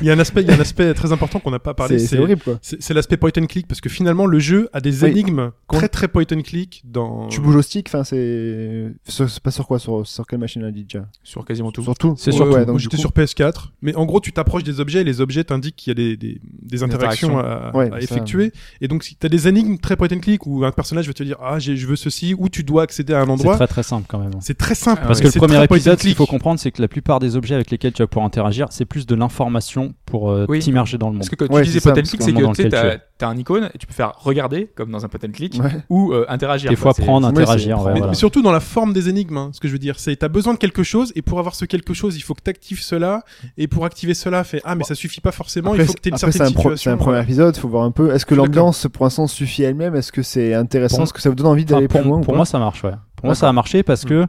B: Il y a un aspect, il y a un aspect très important qu'on n'a pas parlé.
E: c'est c'est horrible, quoi.
B: c'est- c'est l'aspect point and click parce que finalement le jeu a des
E: Oui.
B: énigmes très très point and click dans.
E: Tu bouges au stick, enfin, c'est. sur- C'est pas sur quoi sur, sur quelle machine, là, dit déjà
C: Sur quasiment tout.
E: Sur tout.
D: C'est
E: Ouais,
D: sur
E: ouais,
D: tout.
E: donc,
B: Moi,
E: du
B: j'étais
E: coup-
B: sur PS4, mais en gros, tu t'approches des objets et les objets t'indiquent qu'il y a des, des, des interactions à,
E: Ouais,
B: à
E: ça-
B: effectuer. Et donc, si t'as des énigmes très point and click où un personnage va te dire Ah, j'ai- je veux ceci, ou tu dois accéder à un
D: C'est
B: endroit,
D: très très simple quand même.
B: c'est très simple.
C: Ah
D: Parce
C: ouais,
D: que le
B: C'est
D: premier
B: très point and
D: épisode, ce qu'il
B: click.
D: faut comprendre, c'est que la plupart des objets avec lesquels tu vas pouvoir interagir, c'est plus de l'information pour euh,
C: Oui.
D: t'immerger dans le monde.
C: Parce que quand
E: Ouais,
C: tu disais
E: c'est ça,
C: pot and
E: parce
C: click,
D: qu'on
C: c'est
D: demande dans
C: que tu sais,
D: lequel tu
C: t'as t'as un icône et tu peux faire regarder comme dans un pot and click
E: Ouais.
C: ou euh, interagir.
D: Des
C: quoi.
D: fois,
C: C'est-
D: prendre,
E: oui,
D: interagir.
E: c'est-
D: ouais,
B: Mais,
D: voilà.
B: mais surtout dans la forme des énigmes, hein, ce que je veux dire, c'est t'as besoin de quelque chose et pour avoir ce quelque chose, il faut que t'actives cela et pour activer cela, fait ah mais ça suffit pas forcément,
E: Après,
B: il faut que t'aies une
E: après, c'est
B: certaine
E: un pro- c'est
B: situation.
E: un premier épisode, faut voir un peu. Est-ce que
B: Je suis
E: l'ambiance, pour l'instant, suffit elle-même Est-ce que c'est intéressant
D: Pour-
E: Est-ce que ça vous donne envie
D: Enfin,
E: d'aller
D: pour
E: plus loin ou
D: pour
E: pas
D: moi, ça marche. Ouais. Pour moi, ça a marché parce
C: Mm.
D: que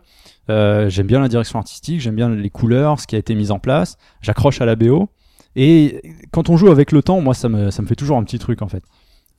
D: euh, j'aime bien la direction artistique, j'aime bien les couleurs, ce qui a été mis en place. J'accroche à la BO. Et quand on joue avec le temps, moi, ça me, ça me fait toujours un petit truc en fait.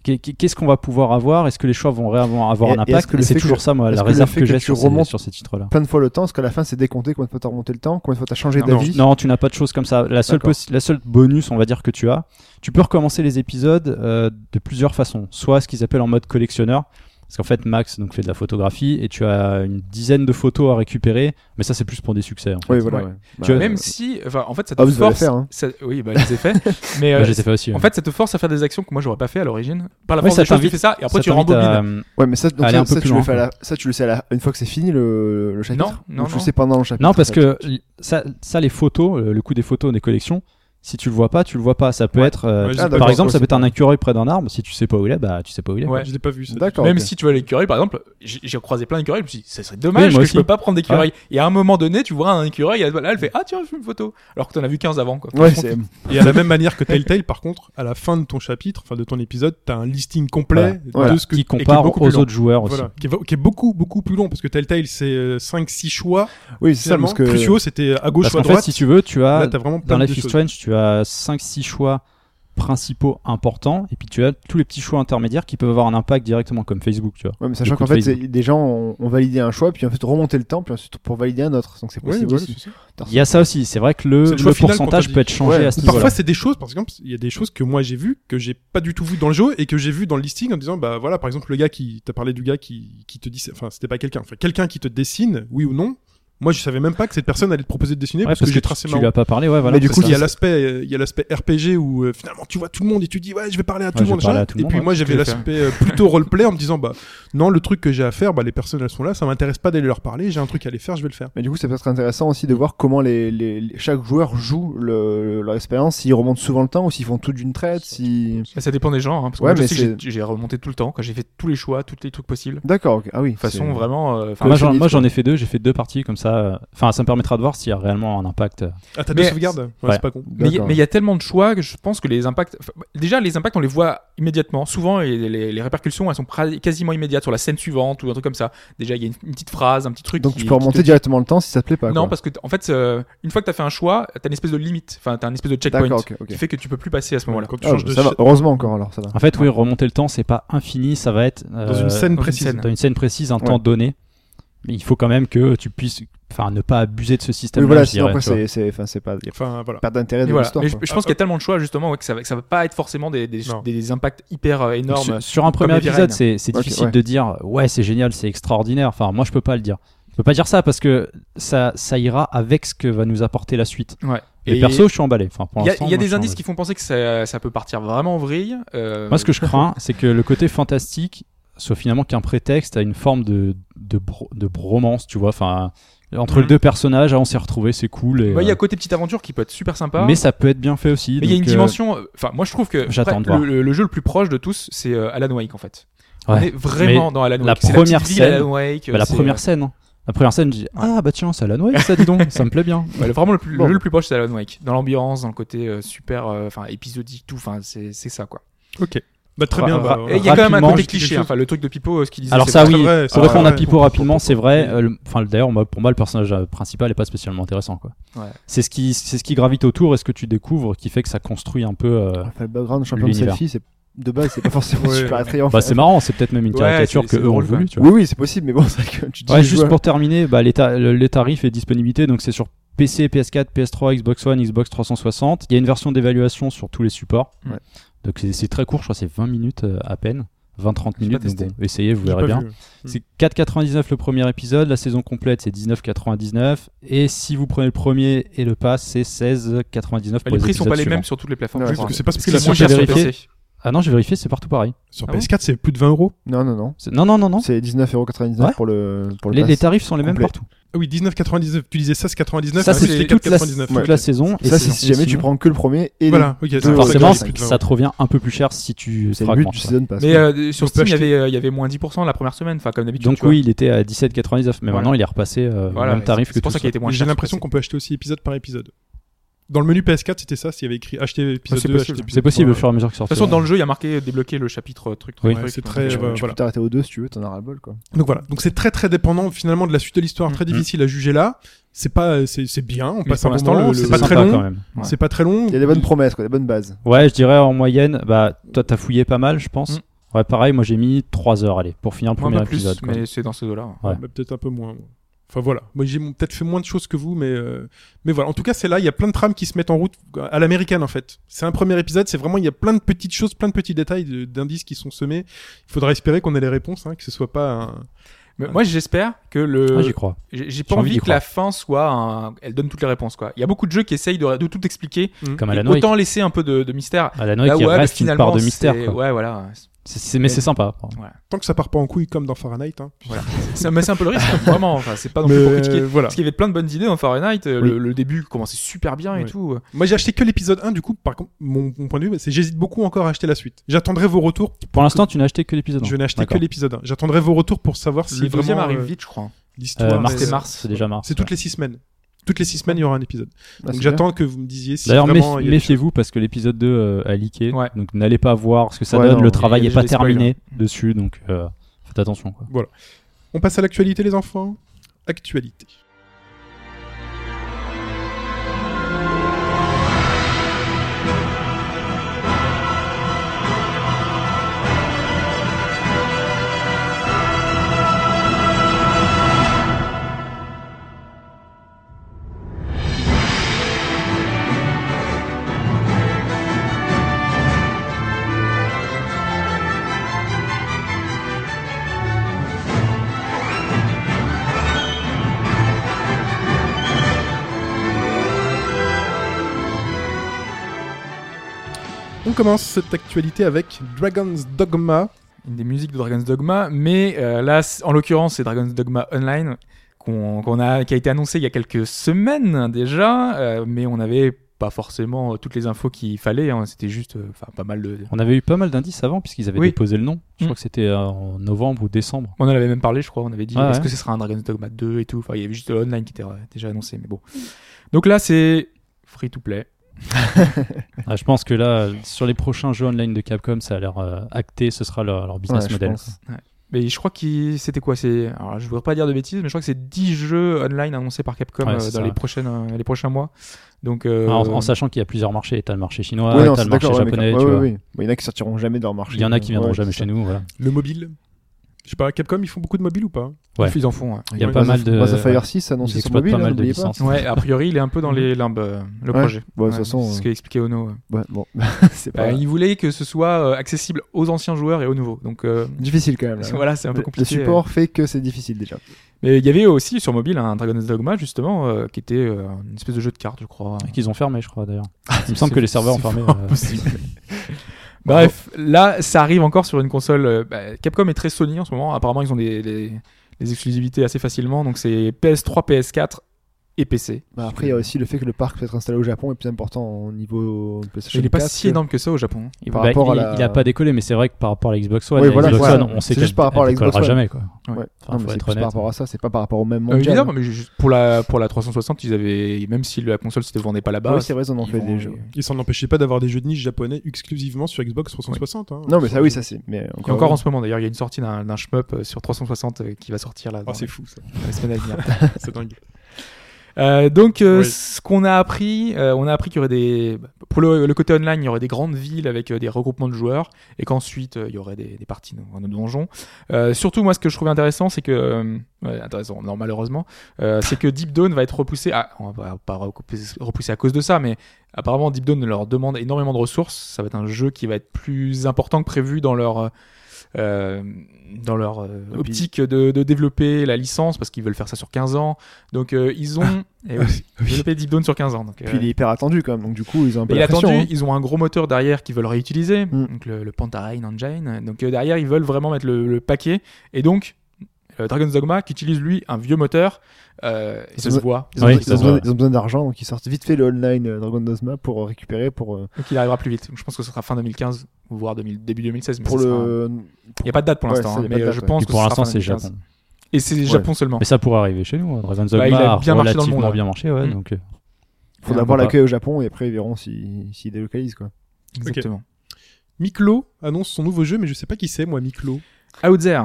D: Qu'est- qu'est- Qu'est-ce qu'on va pouvoir avoir Est-ce que les choix vont réellement avoir
E: Et-
D: un
E: et est-ce
D: impact
E: que le
D: Et C'est
E: fait que-
D: toujours ça, moi,
E: est-ce
D: la
E: que le
D: réserve
E: fait
D: que
E: que
D: j'ai
E: tu
D: sur ces-
E: remontes-
D: sur ces titres-là.
E: plein de fois le temps, parce qu'à la fin c'est décompté combien de fois t'as remonté le temps, combien de fois t'as changé
C: Non,
E: d'avis.
D: Non, tu n'as pas de choses comme ça. La seule,
E: D'accord.
D: possi- la seule bonus, on va dire, que tu as, tu peux recommencer les épisodes euh, de plusieurs façons. Soit ce qu'ils appellent en mode collectionneur, Parce qu'en fait, Max donc, fait de la photographie et tu as une dizaine de photos à récupérer, mais ça, c'est plus pour des succès. En fait.
E: Oui, voilà.
C: Ouais.
E: ouais.
D: Tu
E: Bah,
C: Même
E: euh,
C: si, enfin, en fait, ça te
E: Ah, vous allez
C: force.
E: faire, hein.
C: ça- Oui, bah, je les
E: [LAUGHS]
C: ai fait. mais euh,
D: Bah, je les ai fait aussi.
C: en
D: ouais.
C: fait, ça te force à faire des actions que moi j'aurais pas fait à l'origine. Par la
D: Ouais,
C: force
D: ça
C: des choses, tu
D: t'invite-
C: fais ça et après
D: Ça
C: tu
D: t'invite
C: rembobines.
D: à- euh,
E: Ouais, mais ça, donc
D: Aller
E: ça,
D: un peu
E: ça,
D: plus
E: tu le
D: loin,
E: fais à la- ça, tu le sais à la- une fois que c'est fini le, le chapitre
C: non,
E: Ou tu
C: non.
E: le sais pendant le chapitre
D: Non, parce
E: en fait
D: que ça, ça, les photos, euh, le coût des photos des collections, si tu le vois pas, tu le vois pas. Ça peut être, euh,
B: Ouais, je
E: ah,
B: l'ai pas
D: par
B: vu,
D: exemple,
B: quoi,
D: ça peut
B: c'est
D: être un écureuil près d'un arbre. Si tu sais pas où il est, bah tu sais pas où il est.
C: Ouais.
B: Je l'ai pas vu ça.
E: D'accord.
C: Même
E: ok.
C: si tu vois l'écureuil, par exemple, j'ai j'ai croisé plein d'écureuils, je me suis dit, ça serait dommage
D: Oui,
C: que
D: moi
C: je peux
D: aussi.
C: pas prendre d'écureuil. Et à un moment donné, tu vois un écureuil, et là, elle fait, ah tiens, je fais une photo. Alors que t'en as vu 15 avant, quoi.
E: Ouais, c'est.
B: Et à la même manière que Telltale, par contre, à la fin de ton chapitre, enfin de ton épisode, t'as un listing
D: Voilà.
B: complet
E: Voilà.
B: de ce que et
D: Qui
B: est
D: compare
B: beaucoup plus
D: aux
B: long.
D: autres joueurs aussi.
B: Voilà, qui est, vo- qui est beaucoup beaucoup plus long parce que Telltale c'est 5-6 choix.
E: Oui, c'est ça,
B: finalement.
E: parce que.
B: Crucio c'était à gauche
D: Parce
B: ou à
D: qu'en fait,
B: droite.
D: si tu veux, tu as
B: Là t'as vraiment plein
D: dans
B: de
D: Life is
B: choses.
D: Strange, tu as 5-6 choix principaux importants, et puis tu as tous les petits choix intermédiaires qui peuvent avoir un impact directement, comme Facebook, tu vois.
E: Ouais, mais sachant
D: Le coup
E: qu'en
D: de
E: fait,
D: Facebook.
E: c'est- des gens ont, ont validé un choix, puis en fait remonter le temps, puis ensuite pour valider un autre. Donc c'est
B: Ouais,
E: possible.
B: voilà,
E: aussi.
B: c'est ça.
D: Il y a ça aussi, c'est vrai que le,
B: C'est le choix
D: le
B: final
D: pourcentage
B: qu'on
D: peut être changé
E: Ouais.
D: à ce
B: Ou parfois
D: niveau-là.
B: c'est des choses, par exemple, il y a des choses que moi j'ai vues que j'ai pas du tout vues dans le jeu et que j'ai vues dans le listing en disant bah voilà par exemple le gars qui t'as parlé du gars qui, qui te dit enfin c'était pas quelqu'un enfin quelqu'un qui te dessine oui ou non moi je savais même pas que cette personne allait te proposer de dessiner
D: Ouais,
B: parce, que, j'ai tracé
D: tu,
B: ma
D: tu lui as pas parlé, ouais, voilà.
E: Mais du
D: c'est
B: Parce
E: coup,
D: ça.
B: qu'il y a
E: ça-
B: l'aspect, euh, il y a l'aspect RPG où euh, finalement tu vois tout le monde et tu dis ouais je vais parler à tout
D: Ouais,
B: le
D: je vais
B: monde.
D: parler
B: machin.
D: à tout le
B: et
D: monde,
B: puis
D: ouais.
B: moi j'avais
C: Je vais le
B: l'aspect euh, plutôt roleplay en me disant bah non le truc que j'ai à faire bah les personnes elles sont là ça m'intéresse pas d'aller leur parler j'ai un truc à aller faire je vais le faire.
E: Mais du coup, c'est peut-être intéressant aussi de voir comment les, les- les- chaque joueur joue le- leur expérience, s'ils remontent souvent le temps ou s'ils font tout d'une traite. Si...
C: Mais ça dépend des gens, hein, parce que
E: Ouais,
C: moi, je
E: mais
C: sais que
E: c'est-
C: j'ai- j'ai remonté tout le temps, quand j'ai fait tous les choix, tous les trucs possibles.
E: D'accord, ok. ah oui.
C: De toute façon,
E: c'est-
C: vraiment, euh, enfin,
D: Moi,
E: le
D: j'en-
E: finit,
D: moi,
E: quoi.
D: j'en ai fait deux, j'ai fait deux parties comme ça. euh, Enfin, ça me permettra de voir s'il y a réellement un impact. euh.
B: Ah t'as
C: Mais-
B: deux sauvegardes ouais,
D: ouais.
B: c'est pas con.
C: Mais il y a-
E: D'accord.
C: mais il y a tellement de choix que je pense que les impacts. enfin, Déjà, les impacts, on les voit immédiatement. Souvent, et les, les répercussions, elles sont pra- quasiment immédiates sur la scène suivante ou un truc comme ça. Déjà, il y a une, une petite phrase, un petit truc.
E: Donc
C: qui-
E: tu
C: qui
E: peux
C: te-
E: remonter directement le temps si ça te plaît pas.
C: Non,
E: quoi.
C: parce que, t- en fait, euh, une fois que t'as fait un choix, t'as une espèce de limite. Enfin, t'as une espèce de checkpoint
E: D'accord, ok. ok.
C: qui fait que tu peux plus passer à ce moment-là.
B: Quand tu
E: Ah,
B: changes de
E: ça va.
B: cha-
E: Heureusement encore alors, ça va.
C: Ah,
D: En fait, oui, remonter le temps, c'est pas infini, ça va être euh,
B: dans une scène
C: dans une
B: précise.
C: scène.
D: dans une scène précise, un temps donné. Mais il faut quand même que tu puisses, enfin, ne pas abuser de ce
E: Oui,
D: système.
E: voilà, sinon après, c'est- c'est enfin, c'est pas. Il y a
B: Enfin voilà.
E: pas d'intérêt
C: Mais
E: de
C: voilà.
E: l'histoire.
C: Mais je,
E: quoi.
C: je pense qu'il y a tellement de choix justement ouais, que, ça va, que ça va pas être forcément des, des,
B: Non.
C: des impacts hyper euh,
D: Donc,
C: énormes.
D: sur, sur un premier
C: les virènes.
D: épisode, c'est c'est
E: Ok,
D: difficile
E: ouais.
D: de dire ouais, c'est génial, c'est extraordinaire. Enfin, moi, je peux pas le dire. Je peux pas dire ça parce que ça, ça ira avec ce que va nous apporter la suite.
C: Ouais.
D: Et, perso, je suis emballé. Enfin, pour
C: il y a,
D: l'instant,
C: il y a
D: moi, je
C: des
D: suis
C: indices
D: emballé.
C: qui font penser que ça, ça peut partir vraiment en vrille. euh,
D: Moi, ce que
C: [LAUGHS]
D: je crains, c'est que le côté fantastique soit finalement qu'un prétexte à une forme de de, bro- de bromance, tu vois. Enfin, entre
C: Mhm.
D: les deux personnages, ah, on s'est retrouvés, c'est cool. et,
C: bah, il y a
D: euh,
C: côté petite aventure qui peut être super sympa.
D: mais ça peut être bien fait aussi.
C: mais il y a
D: donc,
C: une
D: euh,
C: dimension. euh, Enfin, moi je trouve que
D: j'attends
C: après,
D: de voir.
C: le, le- le jeu le plus proche de tous, c'est euh, Alan Wake en fait. On
D: Ouais.
C: est vraiment
D: Mais
C: dans Alan Wake.
D: la
C: C'est
D: première
C: petite ville
D: scène-
C: Alan Wake,
D: Bah, la
C: c'est,
D: première
C: euh,
D: scène. hein. La première scène, je dis Ah bah tiens, c'est Alan Wake, ça dis donc, ça me plaît bien.
C: bah, le- vraiment le, plus,
E: Bon.
C: le jeu le plus proche, c'est Alan Wake. Dans l'ambiance, dans le côté euh, super, euh, enfin épisodique, tout. Enfin, c'est c'est ça quoi.
B: Ok. Bah très
D: Ra-
B: bien.
D: ra-
B: bah,
C: Et il y a quand même un
D: Rapidement,
C: côté
B: dis
D: je
B: quelque
C: cliché.
B: chose.
C: Enfin, le truc de Pipo, euh, ce qu'il disait.
D: Alors
C: c'est
D: ça,
C: vrai.
D: oui,
B: vrai, c'est
D: pour répondre
B: vrai.
D: à Pipo rapidement, c'est vrai. euh, le- Enfin, d'ailleurs, moi, pour moi, le personnage euh, principal est pas spécialement intéressant, quoi.
C: Ouais.
D: C'est ce qui, c'est ce qui gravite autour et ce que tu découvres qui fait que ça construit un peu. euh,
E: Enfin, le background champion de
D: L'univers.
E: selfie, c'est de base,
C: [LAUGHS]
E: c'est pas forcément
B: Ouais.
E: super attrayant.
D: Bah, c'est marrant, c'est peut-être même une
C: Ouais,
D: caricature
C: c'est-
D: que
C: c'est
D: eux ont
C: drôle,
D: voulu, tu vois.
E: Oui, oui, c'est possible, mais bon, [LAUGHS] c'est vrai que tu dis.
D: Ouais,
E: je
D: juste
E: vois-
D: pour terminer, bah, les, ta- le- les tarifs et disponibilités, donc c'est sur PC, PS4, PS3, Xbox One, Xbox 360. Il y a une version d'évaluation sur tous les supports.
C: Ouais.
D: Donc c'est- c'est très court, je crois, c'est 20 minutes euh, à peine. 20-30
C: J'ai
D: minutes,
C: pas
D: donc
C: testé.
D: bon, essayez, vous
B: J'ai
D: verrez
B: pas
D: bien.
B: vu.
D: C'est 4,99 le premier épisode, la saison complète c'est 19,99 et si vous prenez le premier et le pass c'est 16,99
C: Bah,
D: pour
C: les prix sont
D: épisodes
C: pas les
D: suivants.
C: mêmes sur toutes les plateformes.
E: Ouais,
B: Parce
C: je crois.
B: que c'est pas ce
C: Parce
D: que
C: que
B: prix-là
C: la
D: c'est
C: moins
D: sur
C: chère sur
D: vérifié.
C: PC.
D: Ah non j'ai vérifié c'est partout pareil.
B: sur
C: Ah bon
B: PS4 c'est plus de 20 euros.
E: Non, non, non.
D: C'est- Non non non non.
E: C'est 19,99€
D: Ouais.
E: pour le. Pour le
D: Les,
E: pass.
D: les tarifs sont les mêmes
E: Complet.
D: partout.
B: Ah oui 19,99. Tu disais 16,99.
D: Ça
C: ouais,
B: plus
D: c'est
C: c'est
D: toute la,
B: 4,99.
D: toute
E: ouais.
D: la saison. et
E: Ça,
D: c'est-
E: c'est si jamais
D: sinon-
E: tu prends que le premier et
B: Voilà. Ok. c'est pour ça que
D: Forcément
B: j'ai dit plus de 20
D: ça te revient un peu plus cher si tu
E: le. C'est le but
D: fragmentes.
E: du
D: quoi.
E: season pass.
C: Mais
E: quoi.
C: euh, sur
B: On peut
C: Steam, il y
B: acheter.
C: avait, euh, il y avait moins 10% la première semaine, enfin comme d'habitude.
D: Donc
C: tu vois.
D: oui il était à 17,99 mais
C: Voilà.
D: maintenant il est repassé euh, au
C: Voilà,
D: même
C: c'est-
D: tarif que
C: c'est pour
D: tous.
C: ça qu'il était moins
B: Mais
C: cher.
B: J'ai l'impression qu'on peut acheter aussi épisode par épisode. Dans le menu PS4, c'était ça, s'il y avait écrit acheter épisode
C: c'est
B: 2,
C: possible.
B: acheter épisode
D: C'est possible au
B: 3,
D: fur et à mesure que
C: De toute
D: sortira.
C: façon, dans le jeu, il y a marqué débloquer le chapitre euh, truc. truc,
D: Oui.
C: truc,
B: Ouais, c'est
C: truc,
B: très,
E: Tu
C: truc.
B: euh,
E: peux tu peux
B: voilà.
E: t'arrêter aux deux si tu veux, t'en as ras le bol quoi.
B: Donc voilà, donc c'est très très dépendant finalement de la suite de l'histoire, très
C: Mm.
B: difficile à juger là. C'est pas, euh, c'est c'est bien, on passe un
C: pour
B: bon
C: l'instant,
B: moment,
C: le-
B: c'est
C: le-
B: pas
D: sympa
B: très
D: quand
B: long,
D: même.
C: Ouais.
B: c'est pas très long.
E: Il y a des bonnes promesses quoi, des bonnes bases.
D: Ouais, je dirais en moyenne, bah toi t'as fouillé pas mal, je pense. Ouais, pareil, moi j'ai mis 3 heures, allez, pour finir le
C: Moi, un
D: premier
C: peu plus,
D: épisode. quoi.
C: mais c'est dans ces eaux-là.
D: Ouais.
B: Bah, peut-être un peu moins. Enfin voilà, moi j'ai mon- peut-être fait moins de choses que vous, mais euh, mais voilà. En tout cas, c'est là, il y a plein de trames qui se mettent en route à l'américaine en fait. C'est un premier épisode, c'est vraiment il y a plein de petites choses, plein de petits détails de- d'indices qui sont semés. Il faudra espérer qu'on ait les réponses, hein, que ce soit pas un...
C: Mais moi, j'espère que le.
D: Ah, j'y crois.
C: j'ai j'ai pas
D: J'ai envie
C: envie,
D: d'y
C: que la fin soit. un- Elle donne toutes les réponses, quoi. Il y a beaucoup de jeux qui essayent de, de tout expliquer.
D: Comme
C: Et
D: Alan Wake.
C: autant laisser un peu de, de mystère.
D: Alan Wake, il
C: ouais,
D: reste une
C: finalement,
D: part de mystère.
C: c'est-
D: quoi.
C: Ouais, voilà.
D: C'est- c'est- mais c'est sympa.
B: tant que ça part pas en couille comme dans Fahrenheit. Hein.
C: Ça me c'est un peu le risque, hein, vraiment. Enfin, c'est pas non
B: Mais,
C: plus pour
B: euh,
C: critiquer.
B: voilà.
C: Parce qu'il y avait plein de bonnes idées dans Fahrenheit. euh,
B: Oui.
C: Le, le début commençait super bien et
B: Oui.
C: tout.
B: Moi j'ai acheté que l'épisode 1 du coup. Par contre, mon, mon point de vue, c'est j'hésite beaucoup encore à acheter la suite. J'attendrai vos retours.
D: Pour l'instant, tu n'as acheté que l'épisode. hein.
B: Je n'ai acheté que
D: D'accord.
B: l'épisode 1. J'attendrai vos retours pour savoir si
C: le deuxième
B: vraiment
C: arrive
B: euh,
C: vite, je crois. hein.
D: Euh,
B: l'histoire.
D: mars,
B: est-
C: c'est mars.
D: C'est déjà mars.
B: C'est toutes les six semaines. Toutes les six semaines, il y aura un épisode.
E: Ah, c'est
B: Donc j'attends que vous me disiez si
D: D'ailleurs,
B: vraiment.
D: méf-
B: il y a des
D: méfiez-vous parce que l'épisode 2 euh, a leaké.
C: Ouais.
D: Donc n'allez pas voir ce que ça
E: Ouais,
D: donne.
E: non,
D: le
E: il y a
D: travail n'est
C: déjà
D: pas
C: des spoilers.
D: terminé dessus. Donc euh, faites attention. Quoi.
B: choses. On passe à l'actualité, les enfants. Actualité. On commence cette actualité avec Dragon's Dogma.
C: une des musiques de Dragon's Dogma, mais euh, là, c- en l'occurrence, c'est Dragon's Dogma Online qu'on qu'on a, qui a été annoncé il y a quelques semaines déjà, euh, mais on n'avait pas forcément euh, toutes les infos qu'il fallait, hein, c'était juste euh, enfin, pas mal de...
D: On avait eu pas mal d'indices avant puisqu'ils avaient
C: Oui.
D: déposé le nom. Je
C: Mm.
D: crois que c'était euh, en novembre ou décembre.
C: On en avait même parlé, je crois, on avait dit,
D: Ouais,
C: est-ce
D: Ah ouais.
C: que ce sera un Dragon's Dogma 2 et tout, enfin, il y avait juste le online qui était euh, déjà annoncé, mais bon. Donc là, c'est free to play.
D: Ah, je pense que là, euh, sur les prochains jeux online de Capcom, ça a l'air euh, acté. Ce sera leur, leur business
E: Ouais, je
D: model.
E: pense.
C: Mais je crois que c'était quoi c'est Alors, je voudrais pas dire de bêtises, mais je crois que c'est 10 jeux online annoncés par Capcom
D: Ouais,
C: euh,
D: c'est
C: dans
D: ça.
C: les, prochaines, euh, les prochains mois. Donc, euh,
D: Ah, En, en sachant qu'il y a plusieurs marchés. T'as le marché chinois,
E: Ouais, non,
D: t'as
E: c'est
D: le marché
E: d'accord, ouais, mais
D: japonais.
E: quand-
D: tu
E: ouais,
D: vois.
E: ouais, ouais. Bon, Il y en a qui sortiront jamais de leur marché.
D: Il y en a qui viendront
E: Ouais,
D: jamais
E: c'est
D: chez nous. Voilà.
B: Le mobile. Je sais pas, Capcom, ils font beaucoup de mobile ou pas
D: Ouais.
C: ils en font. ouais.
E: ça.
D: Il y a
E: Ouais,
D: pas
E: Breath
D: mal
E: of-
D: de-
E: Breath of Fire 6
D: Ils
E: annoncé sur
D: exploitent
E: mobile,
D: pas mal
E: hein,
D: de
E: n'oubliez pas.
D: licences.
C: Ouais, a priori, il est un peu dans les limbes, euh, le
E: Ouais.
C: projet.
E: Bon, de toute
C: Ouais,
E: façon,
C: c'est ce qu'a expliqué Ono. ouais.
E: Ouais, bon, c'est
C: Bah,
E: pas
C: Il voulait que ce soit euh, accessible aux anciens joueurs et aux nouveaux. Donc euh,
E: difficile quand même. là.
C: [LAUGHS] voilà, c'est un peu
E: Le-
C: compliqué.
E: Le support fait que c'est difficile déjà.
C: Mais il y avait aussi sur mobile un Dragon's Dogma, justement, euh, qui était euh, une espèce de jeu de cartes, je crois.
D: Et Qu'ils ont fermé, je crois d'ailleurs. [LAUGHS] Il me
C: C'est-
D: semble que les serveurs ont
C: c'est
D: fermé.
C: fort
E: [LAUGHS]
D: euh,
C: possible. [LAUGHS] Bref, là, ça arrive encore sur une console. euh, bah, Capcom est très Sony en ce moment. Apparemment, ils ont des, des- des exclusivités assez facilement. Donc, c'est PS3, PS4 et PC.
E: Bah, après, il y a aussi le fait que le parc peut être installé au Japon est plus important au niveau PlayStation
C: Il n'est pas
E: 4
C: si
E: que-
C: énorme que ça au Japon.
D: Il,
E: Par
D: bah,
E: rapport
D: il,
E: à la-
D: il a pas décollé, mais c'est vrai que par rapport à la Xbox One,
E: Ouais,
D: la
E: voilà,
D: Xbox
E: c'est
D: One,
E: ça.
D: on sait
E: C'est
D: qu'elle
E: juste par rapport à
D: elle
E: la Xbox
D: décollera
E: One.
D: jamais. Quoi.
E: Ouais.
D: Enfin,
E: Non,
D: faut
E: mais c'est
D: être
E: plus
D: honnête.
E: par rapport à ça, c'est pas par rapport au même
C: Euh,
E: mondial.
C: évidemment, mais juste pour la, pour la 360, ils avaient, même si la console se vendait pas là-bas.
E: Oui, c'est vrai, ils en ont
C: ils
E: fait
C: vont-
E: des jeux.
B: Ils s'en empêchaient pas d'avoir des jeux de niche japonais exclusivement sur Xbox 360. hein.
E: Non, mais ça, oui, ça c'est. Mais
C: Et
E: encore,
C: encore en ce moment, d'ailleurs, il y a une sortie d'un d'un shmup euh, sur 360 euh, qui va sortir là.
B: Ah,
C: dans
B: c'est fou, ça.
C: la semaine à venir.
B: c'est dingue.
C: Euh, donc, euh,
B: Oui.
C: ce qu'on a appris, euh, on a appris qu'il y aurait des. Pour le, le côté online, il y aurait des grandes villes avec euh, des regroupements de joueurs et qu'ensuite, euh, il y aurait des, des parties dans nos donjons. Euh, surtout, moi, ce que je trouvais intéressant, c'est que. euh, ouais, intéressant, non, malheureusement. euh, c'est que Deep Dawn va être repoussé. À, on va pas repousser repousser à cause de ça, mais apparemment, Deep Dawn leur demande énormément de ressources. Ça va être un jeu qui va être plus important que prévu dans leur. euh, euh, dans leur euh, optique de, de développer la licence parce qu'ils veulent faire ça sur 15 ans donc euh, ils ont eh oui, [LAUGHS] développé Deep Dawn sur 15 ans donc, euh,
E: Ah, Puis il est hyper attendu quand même, donc du coup, ils ont un peu
C: et il
E: la
C: a
E: pression.
C: attendu,
E: hein.
C: ils ont un gros moteur derrière qu'ils veulent réutiliser,
E: Mm.
C: donc le, le Pantarain Engine. Donc euh, derrière, ils veulent vraiment mettre le, le paquet. Et donc, euh, Dragon's Dogma, qui utilise lui un vieux moteur, euh, et ça
E: Ils
C: se
E: ont-
C: voit.
E: Ils ont,
D: Oui,
E: besoin-
D: ça
E: ils ont
D: se
E: besoin,
D: voit.
E: ils ont besoin d'argent, donc ils sortent vite fait le online euh, Dragon Dogma pour euh, récupérer pour, euh,
C: Donc il arrivera plus vite. Je pense que ce sera fin 2015, voire 2000 début 2016. mais
E: pour
C: ça sera-
E: le. euh,
C: Il n'y a pas de date pour
E: Ouais,
C: l'instant,
E: ça,
C: hein,
E: il y a pas
C: mais
E: de
C: euh,
E: date,
C: je
E: ouais.
C: pense
D: Et
C: que
D: pour
C: ce sera
D: l'instant,
C: fin
D: c'est
C: 2015.
D: Japon.
C: Et c'est Japon seulement.
D: Mais ça pourrait arriver chez nous. hein. Dragon's
C: Bah,
D: Dogma
C: il a
D: a
C: bien marché dans le monde,
D: relativement
C: hein.
D: bien marché. Ouais,
C: Mm.
D: donc, euh,
E: Il faut
D: on
E: d'abord
D: peut pas.
E: l'accueil au Japon et après ils verront s'ils s'ils délocalisent quoi. [LAUGHS]
C: Exactement.
B: Miklo annonce son nouveau jeu, mais je sais pas qui c'est, moi, Miklo.
C: Outzer,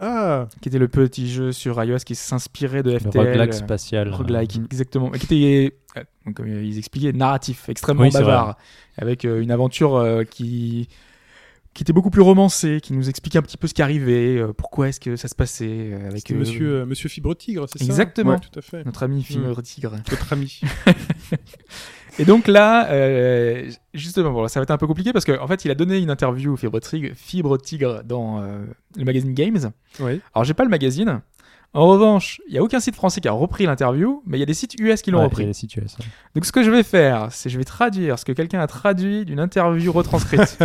B: Ah,
C: qui était le petit jeu sur iOS qui s'inspirait de
D: le
C: FTL.
D: roguelike
C: euh,
D: spatial.
C: Roguelike, Mm. exactement. Et qui était, euh, donc, comme ils expliquaient, narratif, extrêmement
D: Oui, c'est
C: bavard. Avec euh, une aventure euh, qui qui était beaucoup plus romancé, qui nous expliquait un petit peu ce qui arrivait, euh, pourquoi est-ce que ça se passait euh, avec
B: C'était
C: euh,
B: monsieur, euh, monsieur Fibre Tigre, c'est ça
C: Exactement.
B: Ouais, Mm. tout à fait.
C: notre ami Fibre Tigre.
B: Notre
C: [LAUGHS]
B: ami.
C: Et donc là, euh, justement, bon, ça va être un peu compliqué parce qu'en en fait, il a donné une interview Fibre Tigre, Fibre Tigre dans euh, le magazine Games.
B: oui.
C: Alors, j'ai pas le magazine. En revanche, il y a aucun site français qui a repris l'interview, mais il y a des sites US qui l'ont
D: Ouais, il y
C: repris.
D: a des situations.
C: Donc ce que je vais faire, c'est je vais traduire ce que quelqu'un a traduit d'une interview
B: [LAUGHS]
C: retranscrite.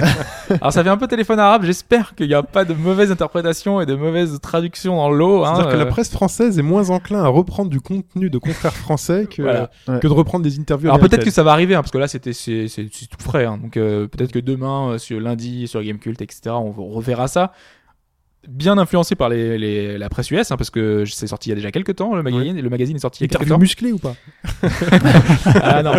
C: Alors ça fait un peu téléphone arabe, j'espère qu'il n'y a pas de mauvaise interprétation et de mauvaise traduction dans l'eau. Hein,
B: C'est-à-dire que
C: euh,
B: la presse française est moins enclin à reprendre du contenu de confrères français que,
C: Voilà.
E: Ouais.
B: que de reprendre des interviews.
C: Alors peut-être que
B: américaines.
C: ça va arriver, hein, parce que là c'était c'est c'est- c'est tout frais. hein. donc euh, peut-être que demain, euh, sur lundi, sur Gamecult, etc., on reverra ça. Bien influencé par les, les- la presse US, hein, parce que c'est sorti il y a déjà quelques temps, le magazine, et le magazine est sorti il y a quelques
B: Interview
C: temps.
B: musclée ou pas
C: Ah non.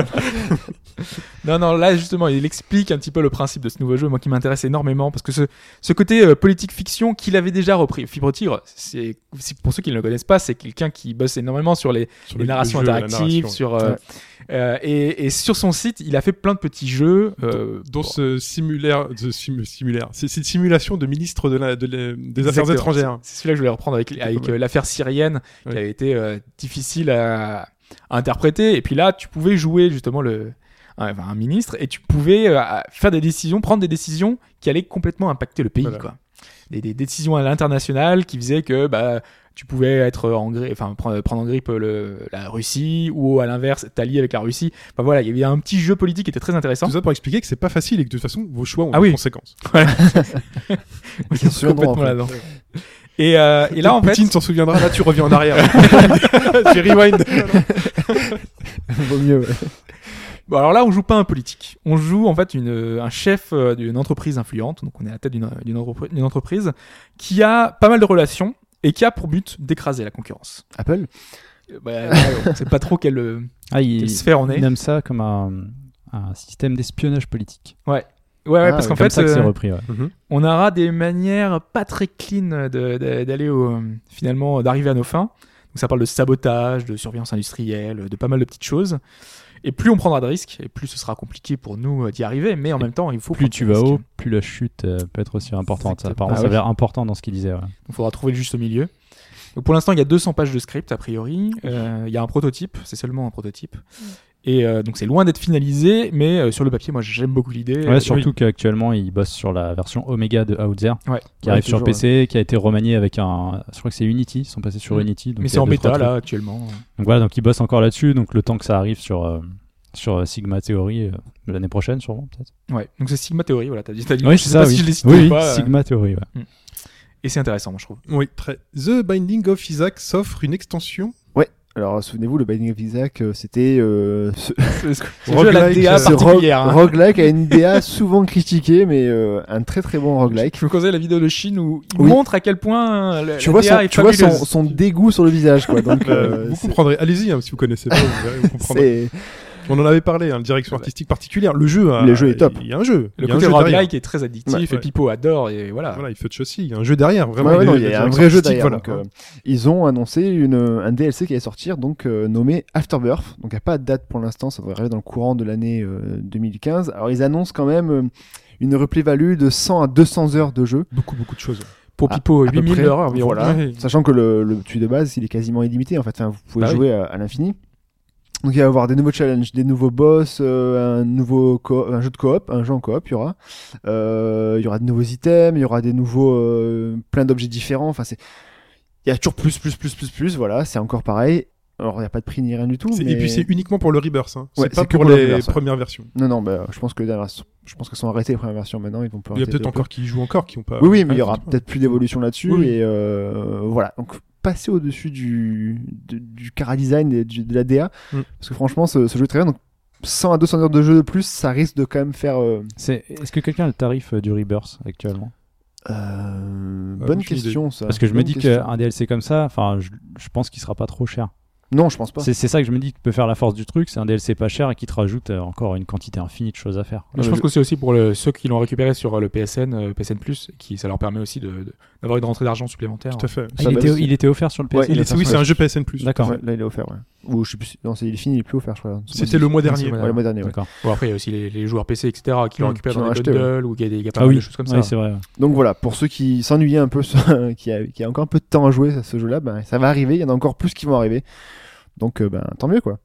C: [LAUGHS] non, non, là justement, il explique un petit peu le principe de ce nouveau jeu, moi qui m'intéresse énormément, parce que ce, ce côté euh, politique fiction qu'il avait déjà repris, Fibre Tigre, c'est, c'est- pour ceux qui ne le connaissent pas, c'est quelqu'un qui bosse énormément sur les,
B: Sur
C: les
B: le- le
C: narrations
B: jeu, la
C: interactives,
B: narration.
C: sur, euh, euh, et, et sur son site, il a fait plein de petits jeux. euh,
B: Dont
C: bon,
B: ce simulaire, de sim- simulaire. C'est c'est une simulation de ministre de la- de la- des Affaires
C: Exactement.
B: étrangères.
C: C'est celui-là que je voulais reprendre avec, avec euh, l'affaire syrienne qui
B: Ouais.
C: a été euh, difficile à, à interpréter. Et puis là, tu pouvais jouer justement le, un, enfin, un ministre et tu pouvais euh, à- faire des décisions, prendre des décisions qui allaient complètement impacter le pays.
B: Voilà.
C: Quoi. Des, des décisions à l'international qui faisaient que bah, tu pouvais être en gri- enfin, pre- prendre en grippe le, la Russie ou à l'inverse t'allier avec la Russie. Enfin voilà, il y avait un petit jeu politique qui était très intéressant.
B: Tout ça pour expliquer que c'est pas facile et que de toute façon vos choix ont
C: Ah
B: des
C: oui.
B: conséquences.
C: Oui,
E: Ils sont
C: [LAUGHS] complètement
E: sûrement, en fait.
C: là-dedans. Et, euh, et là en fait,
B: Poutine s'en souviendra. Là, tu reviens en arrière.
C: [LAUGHS]
B: tu rewind.
E: Vaut mieux. ouais.
C: Bon, alors là, on joue pas un politique. On joue en fait une, euh, un chef euh, d'une entreprise influente. Donc on est à la tête d'une d'une entrepri- d'une entreprise qui a pas mal de relations et qui a pour but d'écraser la concurrence.
E: Apple
C: Euh, bah, là, on sait pas trop quelle, euh,
D: Ah, il,
C: quelle sphère on est.
D: il
C: Ouais,
D: nomme ça comme un, un système d'espionnage politique.
C: ouais,
E: Ah,
C: parce
E: ouais,
C: qu'en
D: Comme
C: fait,
D: ça que c'est
C: euh,
D: repris. ouais.
C: on aura des manières pas très clean de- de- d'aller au- finalement d'arriver à nos fins. Donc ça parle de sabotage, de surveillance industrielle, de pas mal de petites choses. Et plus on prendra de risques, et plus ce sera compliqué pour nous euh, d'y arriver. Mais en
D: Et
C: même temps, il faut
D: Plus
C: prendre
D: tu
C: des
D: vas
C: risques.
D: haut, plus la chute euh, peut être aussi importante. Ça,
C: Exactement.
E: Ah
D: apparemment, ça
E: ouais.
D: avait l'air important dans ce qu'il disait. ouais.
C: Il faudra trouver le juste milieu. Donc pour l'instant, il y a 200 pages de script, a priori. Euh, il y a un prototype, c'est seulement un prototype.
E: Mm.
C: Et euh, donc c'est loin d'être finalisé, mais euh, sur le papier, moi j'aime beaucoup l'idée.
D: Ouais,
C: Euh,
D: surtout qu'actuellement, il bosse sur la version Omega de Outzer,
C: Ouais.
D: qui
E: Ouais,
D: arrive sur
E: toujours,
D: PC, qui a été remanié avec un. Je crois que c'est Unity, ils sont passés sur
C: Mm.
D: Unity. donc
C: mais
D: il y
C: c'est
D: a
C: en
D: deux, trois
C: bêta
D: trucs.
C: là actuellement.
D: Donc voilà, donc il bosse encore là-dessus, donc le temps que ça arrive sur, euh, sur euh, Sigma Theory euh, l'année prochaine, sûrement, peut-être.
C: Ouais, donc c'est Sigma Theory, voilà, t'as dit. t'as dit-
D: Oui,
C: je
D: c'est
C: sais
D: ça.
C: pas
D: oui,
C: si je l'ai cité
D: oui,
C: ou
D: oui,
C: pas, euh,
D: Sigma Theory, ouais.
C: Et c'est intéressant,
E: [LAUGHS]
C: moi je trouve.
B: Oui, très. The Binding of Isaac s'offre une extension.
E: Alors, souvenez-vous, le Binding of Isaac, euh, c'était euh, ce,
C: Ce- ce
B: Roguelike,
C: jeu à la DA
B: Ah,
E: ce rogue-
C: particulière. hein.
E: roguelike à une DA [LAUGHS] souvent critiquée, mais euh, un très très bon roguelike.
C: Je vous conseille la vidéo de Chine où il
E: Oui.
C: montre à quel point euh, la,
E: Tu
C: la
E: vois,
C: DA
E: son,
C: est
E: tu vois son,
C: fabuleuse.
E: son dégoût sur le visage, quoi. Donc,
B: Euh,
E: euh,
B: vous
E: c'est-
B: comprendrez. Allez-y hein, si vous connaissez pas. Vous,
E: [LAUGHS]
B: verrez, vous comprendrez.
E: c'est
B: On en avait parlé, hein, direction artistique particulière. Le jeu, a-
E: Le jeu est top.
B: Il y a un jeu.
C: Le
B: Il y a un
C: côté
B: jeu derrière.
C: roguelike est très addictif
B: Ouais,
C: et
B: ouais.
C: Pipo adore et voilà.
B: Voilà, il fait de chaussille. Il y a un jeu derrière. Vraiment,
E: Ouais, ouais,
B: est-
E: non, il y a un
B: direction
E: vrai jeu
B: artistique,
E: derrière.
B: voilà.
E: donc, euh, ils ont annoncé une, un DLC qui allait sortir, donc euh, nommé Afterbirth. Donc, il n'y a pas de date pour l'instant, ça devrait arriver dans le courant de l'année euh, 2015. Alors, ils annoncent quand même euh, une replay value de 100 à 200 heures de jeu.
B: Beaucoup, beaucoup de choses.
C: Pour
E: Ah,
C: Pipo,
E: à peu
C: 8000
E: près.
B: hein,
C: d'horreur environ.
E: Voilà.
B: Ouais.
E: Sachant que le, le tu de base, il est quasiment illimité. En fait, Enfin, vous pouvez
C: Bah oui.
E: jouer à, à l'infini. Donc, il va y avoir des nouveaux challenges, des nouveaux boss, euh, un nouveau co- un jeu de coop, un jeu en coop, il y aura. Euh, il y aura de nouveaux items, il y aura des nouveaux, euh, plein d'objets différents. Enfin, c'est, il y a toujours plus, plus, plus, plus, plus. Voilà, c'est encore pareil. Alors, il n'y a pas de prix ni rien du tout.
B: C'est-
E: mais...
B: Et puis c'est uniquement pour le Rebirth. Hein.
E: Ouais,
B: c'est pas
E: c'est que
B: pour,
E: pour le
B: les
E: Rebirth, ouais.
B: premières versions.
E: Non, non, bah, je pense que les dernières- je pense qu'elles sont arrêtées les premières versions maintenant. Ils vont pouvoir
B: Il y a
E: arrêter
B: peut-être
E: de-
B: encore qui jouent encore, qui ont pas.
E: Oui, oui, mais il y
B: Ah,
E: aura
B: je sais pas.
E: peut-être plus d'évolution là-dessus.
B: Oui, oui.
E: Et euh, voilà. Donc, passer au-dessus du, de- du cara design et du- de la DA.
B: Mm.
E: Parce que franchement, ce, ce jeu est très bien. Donc, 100 à 200 heures de jeu de plus, ça risque de quand même faire. euh,
D: C'est- Est-ce que quelqu'un a le tarif euh, du Rebirth actuellement
E: euh,
B: aucune
E: bonne question, ça.
D: Parce que je me
E: Bonne
D: dis
E: question.
D: qu'un DLC comme ça, enfin, je, je pense qu'il sera pas trop cher.
E: Non, je pense pas.
D: C'est c'est ça que je me dis que peut faire la force du truc, c'est un DLC pas cher et qui te rajoute euh, encore une quantité infinie de choses à faire.
C: Mais je
E: Euh,
C: pense
E: je-
C: que c'est aussi pour le- ceux qui l'ont récupéré sur euh, le PSN, euh, PSN Plus, qui ça leur permet aussi de- de- d'avoir une rentrée d'argent supplémentaire.
B: Tout à fait.
E: Ça
D: Ah, il,
E: va
D: était,
E: aussi.
D: il était offert sur le PS.
E: Ouais,
B: Il
E: a
B: est-
E: fait
B: oui,
E: ça.
B: c'est un jeu PSN Plus.
D: D'accord.
E: Ouais, là, il est offert, ouais. Ou je sais plus, si- non, c'est, il est fini, il est plus offert, je crois.
B: C'était le mois dernier.
E: Ouais, le mois dernier, ouais.
D: D'accord.
C: Bon, après, il y a aussi les, les joueurs PC, etc., Mmh, qui l'ont
B: Mm,
C: récupéré
E: qui l'ont
C: dans les
E: acheté,
C: bundles ou qu'il y a des, il y a pas
D: Ah
C: mal de
D: oui,
C: choses comme
D: oui,
C: ça.
D: c'est vrai. ouais.
E: Donc voilà, pour ceux qui s'ennuyaient un peu, [LAUGHS] sur- qui, a, qui a encore un peu de temps à jouer à ce jeu-là, ben, ça va arriver, il y en a encore plus qui vont arriver. Donc euh, ben, tant mieux quoi.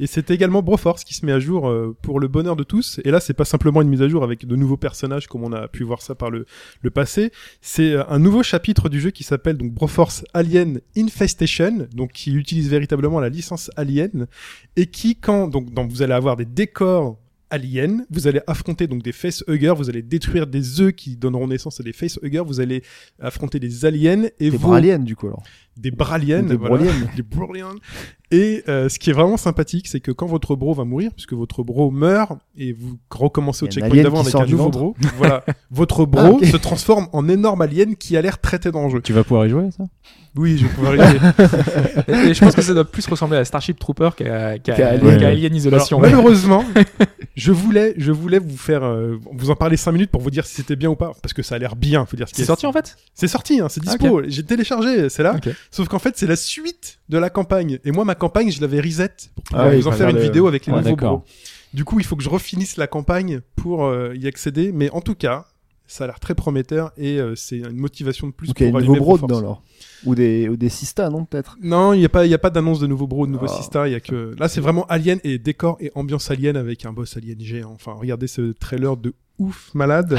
B: Et c'est également Broforce qui se met à jour euh, pour le bonheur de tous. Et là, c'est pas simplement une mise à jour avec de nouveaux personnages comme on a pu voir ça par le, le passé. C'est euh, un nouveau chapitre du jeu qui s'appelle donc Broforce Alien Infestation, donc qui utilise véritablement la licence Alien et qui, quand donc dans- vous allez avoir des décors aliens, vous allez affronter donc des facehuggers, vous allez détruire des œufs qui donneront naissance à des facehuggers, vous allez affronter des aliens et
E: Des
B: vous
E: braliennes du coup alors.
B: des braliennes,
E: Ou des
B: voilà.
E: broliennes.
B: des broliennes. Et euh, ce qui est vraiment sympathique, c'est que quand votre bro va mourir, puisque votre bro meurt et vous recommencez au
E: Il y a un
B: checkpoint
E: alien
B: d'avant
E: qui
B: avec
E: sort
B: un
E: du
B: nouveau
E: ventre.
B: bro,
E: [LAUGHS]
B: voilà, votre bro
E: Ah, ok.
B: se transforme en énorme alien qui a l'air traité dangereux.
D: Tu vas pouvoir y jouer, ça
B: Oui, je vais pouvoir y aller.
E: [LAUGHS]
C: Et je pense que ça doit plus ressembler à Starship Trooper qu'à qu'à-
E: Qu'à
D: Alien.
C: qu'à Alien Isolation.
E: [LAUGHS]
B: Alors, Malheureusement, je voulais, je voulais vous faire, euh, vous en parler cinq minutes pour vous dire si c'était bien ou pas, parce que ça a l'air bien. Faut dire ce qui
C: C'est
B: est
C: sorti en fait
B: C'est sorti, hein, c'est dispo.
E: Ah,
B: J'ai téléchargé, c'est là.
C: Ok.
B: Sauf qu'en fait, c'est la suite de la campagne. Et moi, ma campagne, je l'avais reset pour pouvoir
E: Ah oui,
B: vous en
E: pas
B: faire
E: mal,
B: une
E: euh,
B: vidéo avec les
D: ouais,
B: nouveaux
D: d'accord.
B: bros. Du coup, il faut que je refinisse la campagne pour euh, y accéder. Mais en tout cas, ça a l'air très prometteur et euh, c'est une motivation de plus
E: Donc il y a
B: pour
E: des
B: allumer
E: nouveaux bros
B: Proforce.
E: dedans alors. Ou des, ou des sistas non peut-être.
B: Non, il n'y a pas, il y a pas d'annonce de nouveaux bros, de nouveaux
E: Ah.
B: sistas. Il y a que là, c'est vraiment alien et décor et ambiance alien avec un boss alien géant. Enfin, regardez ce trailer de ouf
E: [LAUGHS]
B: malade.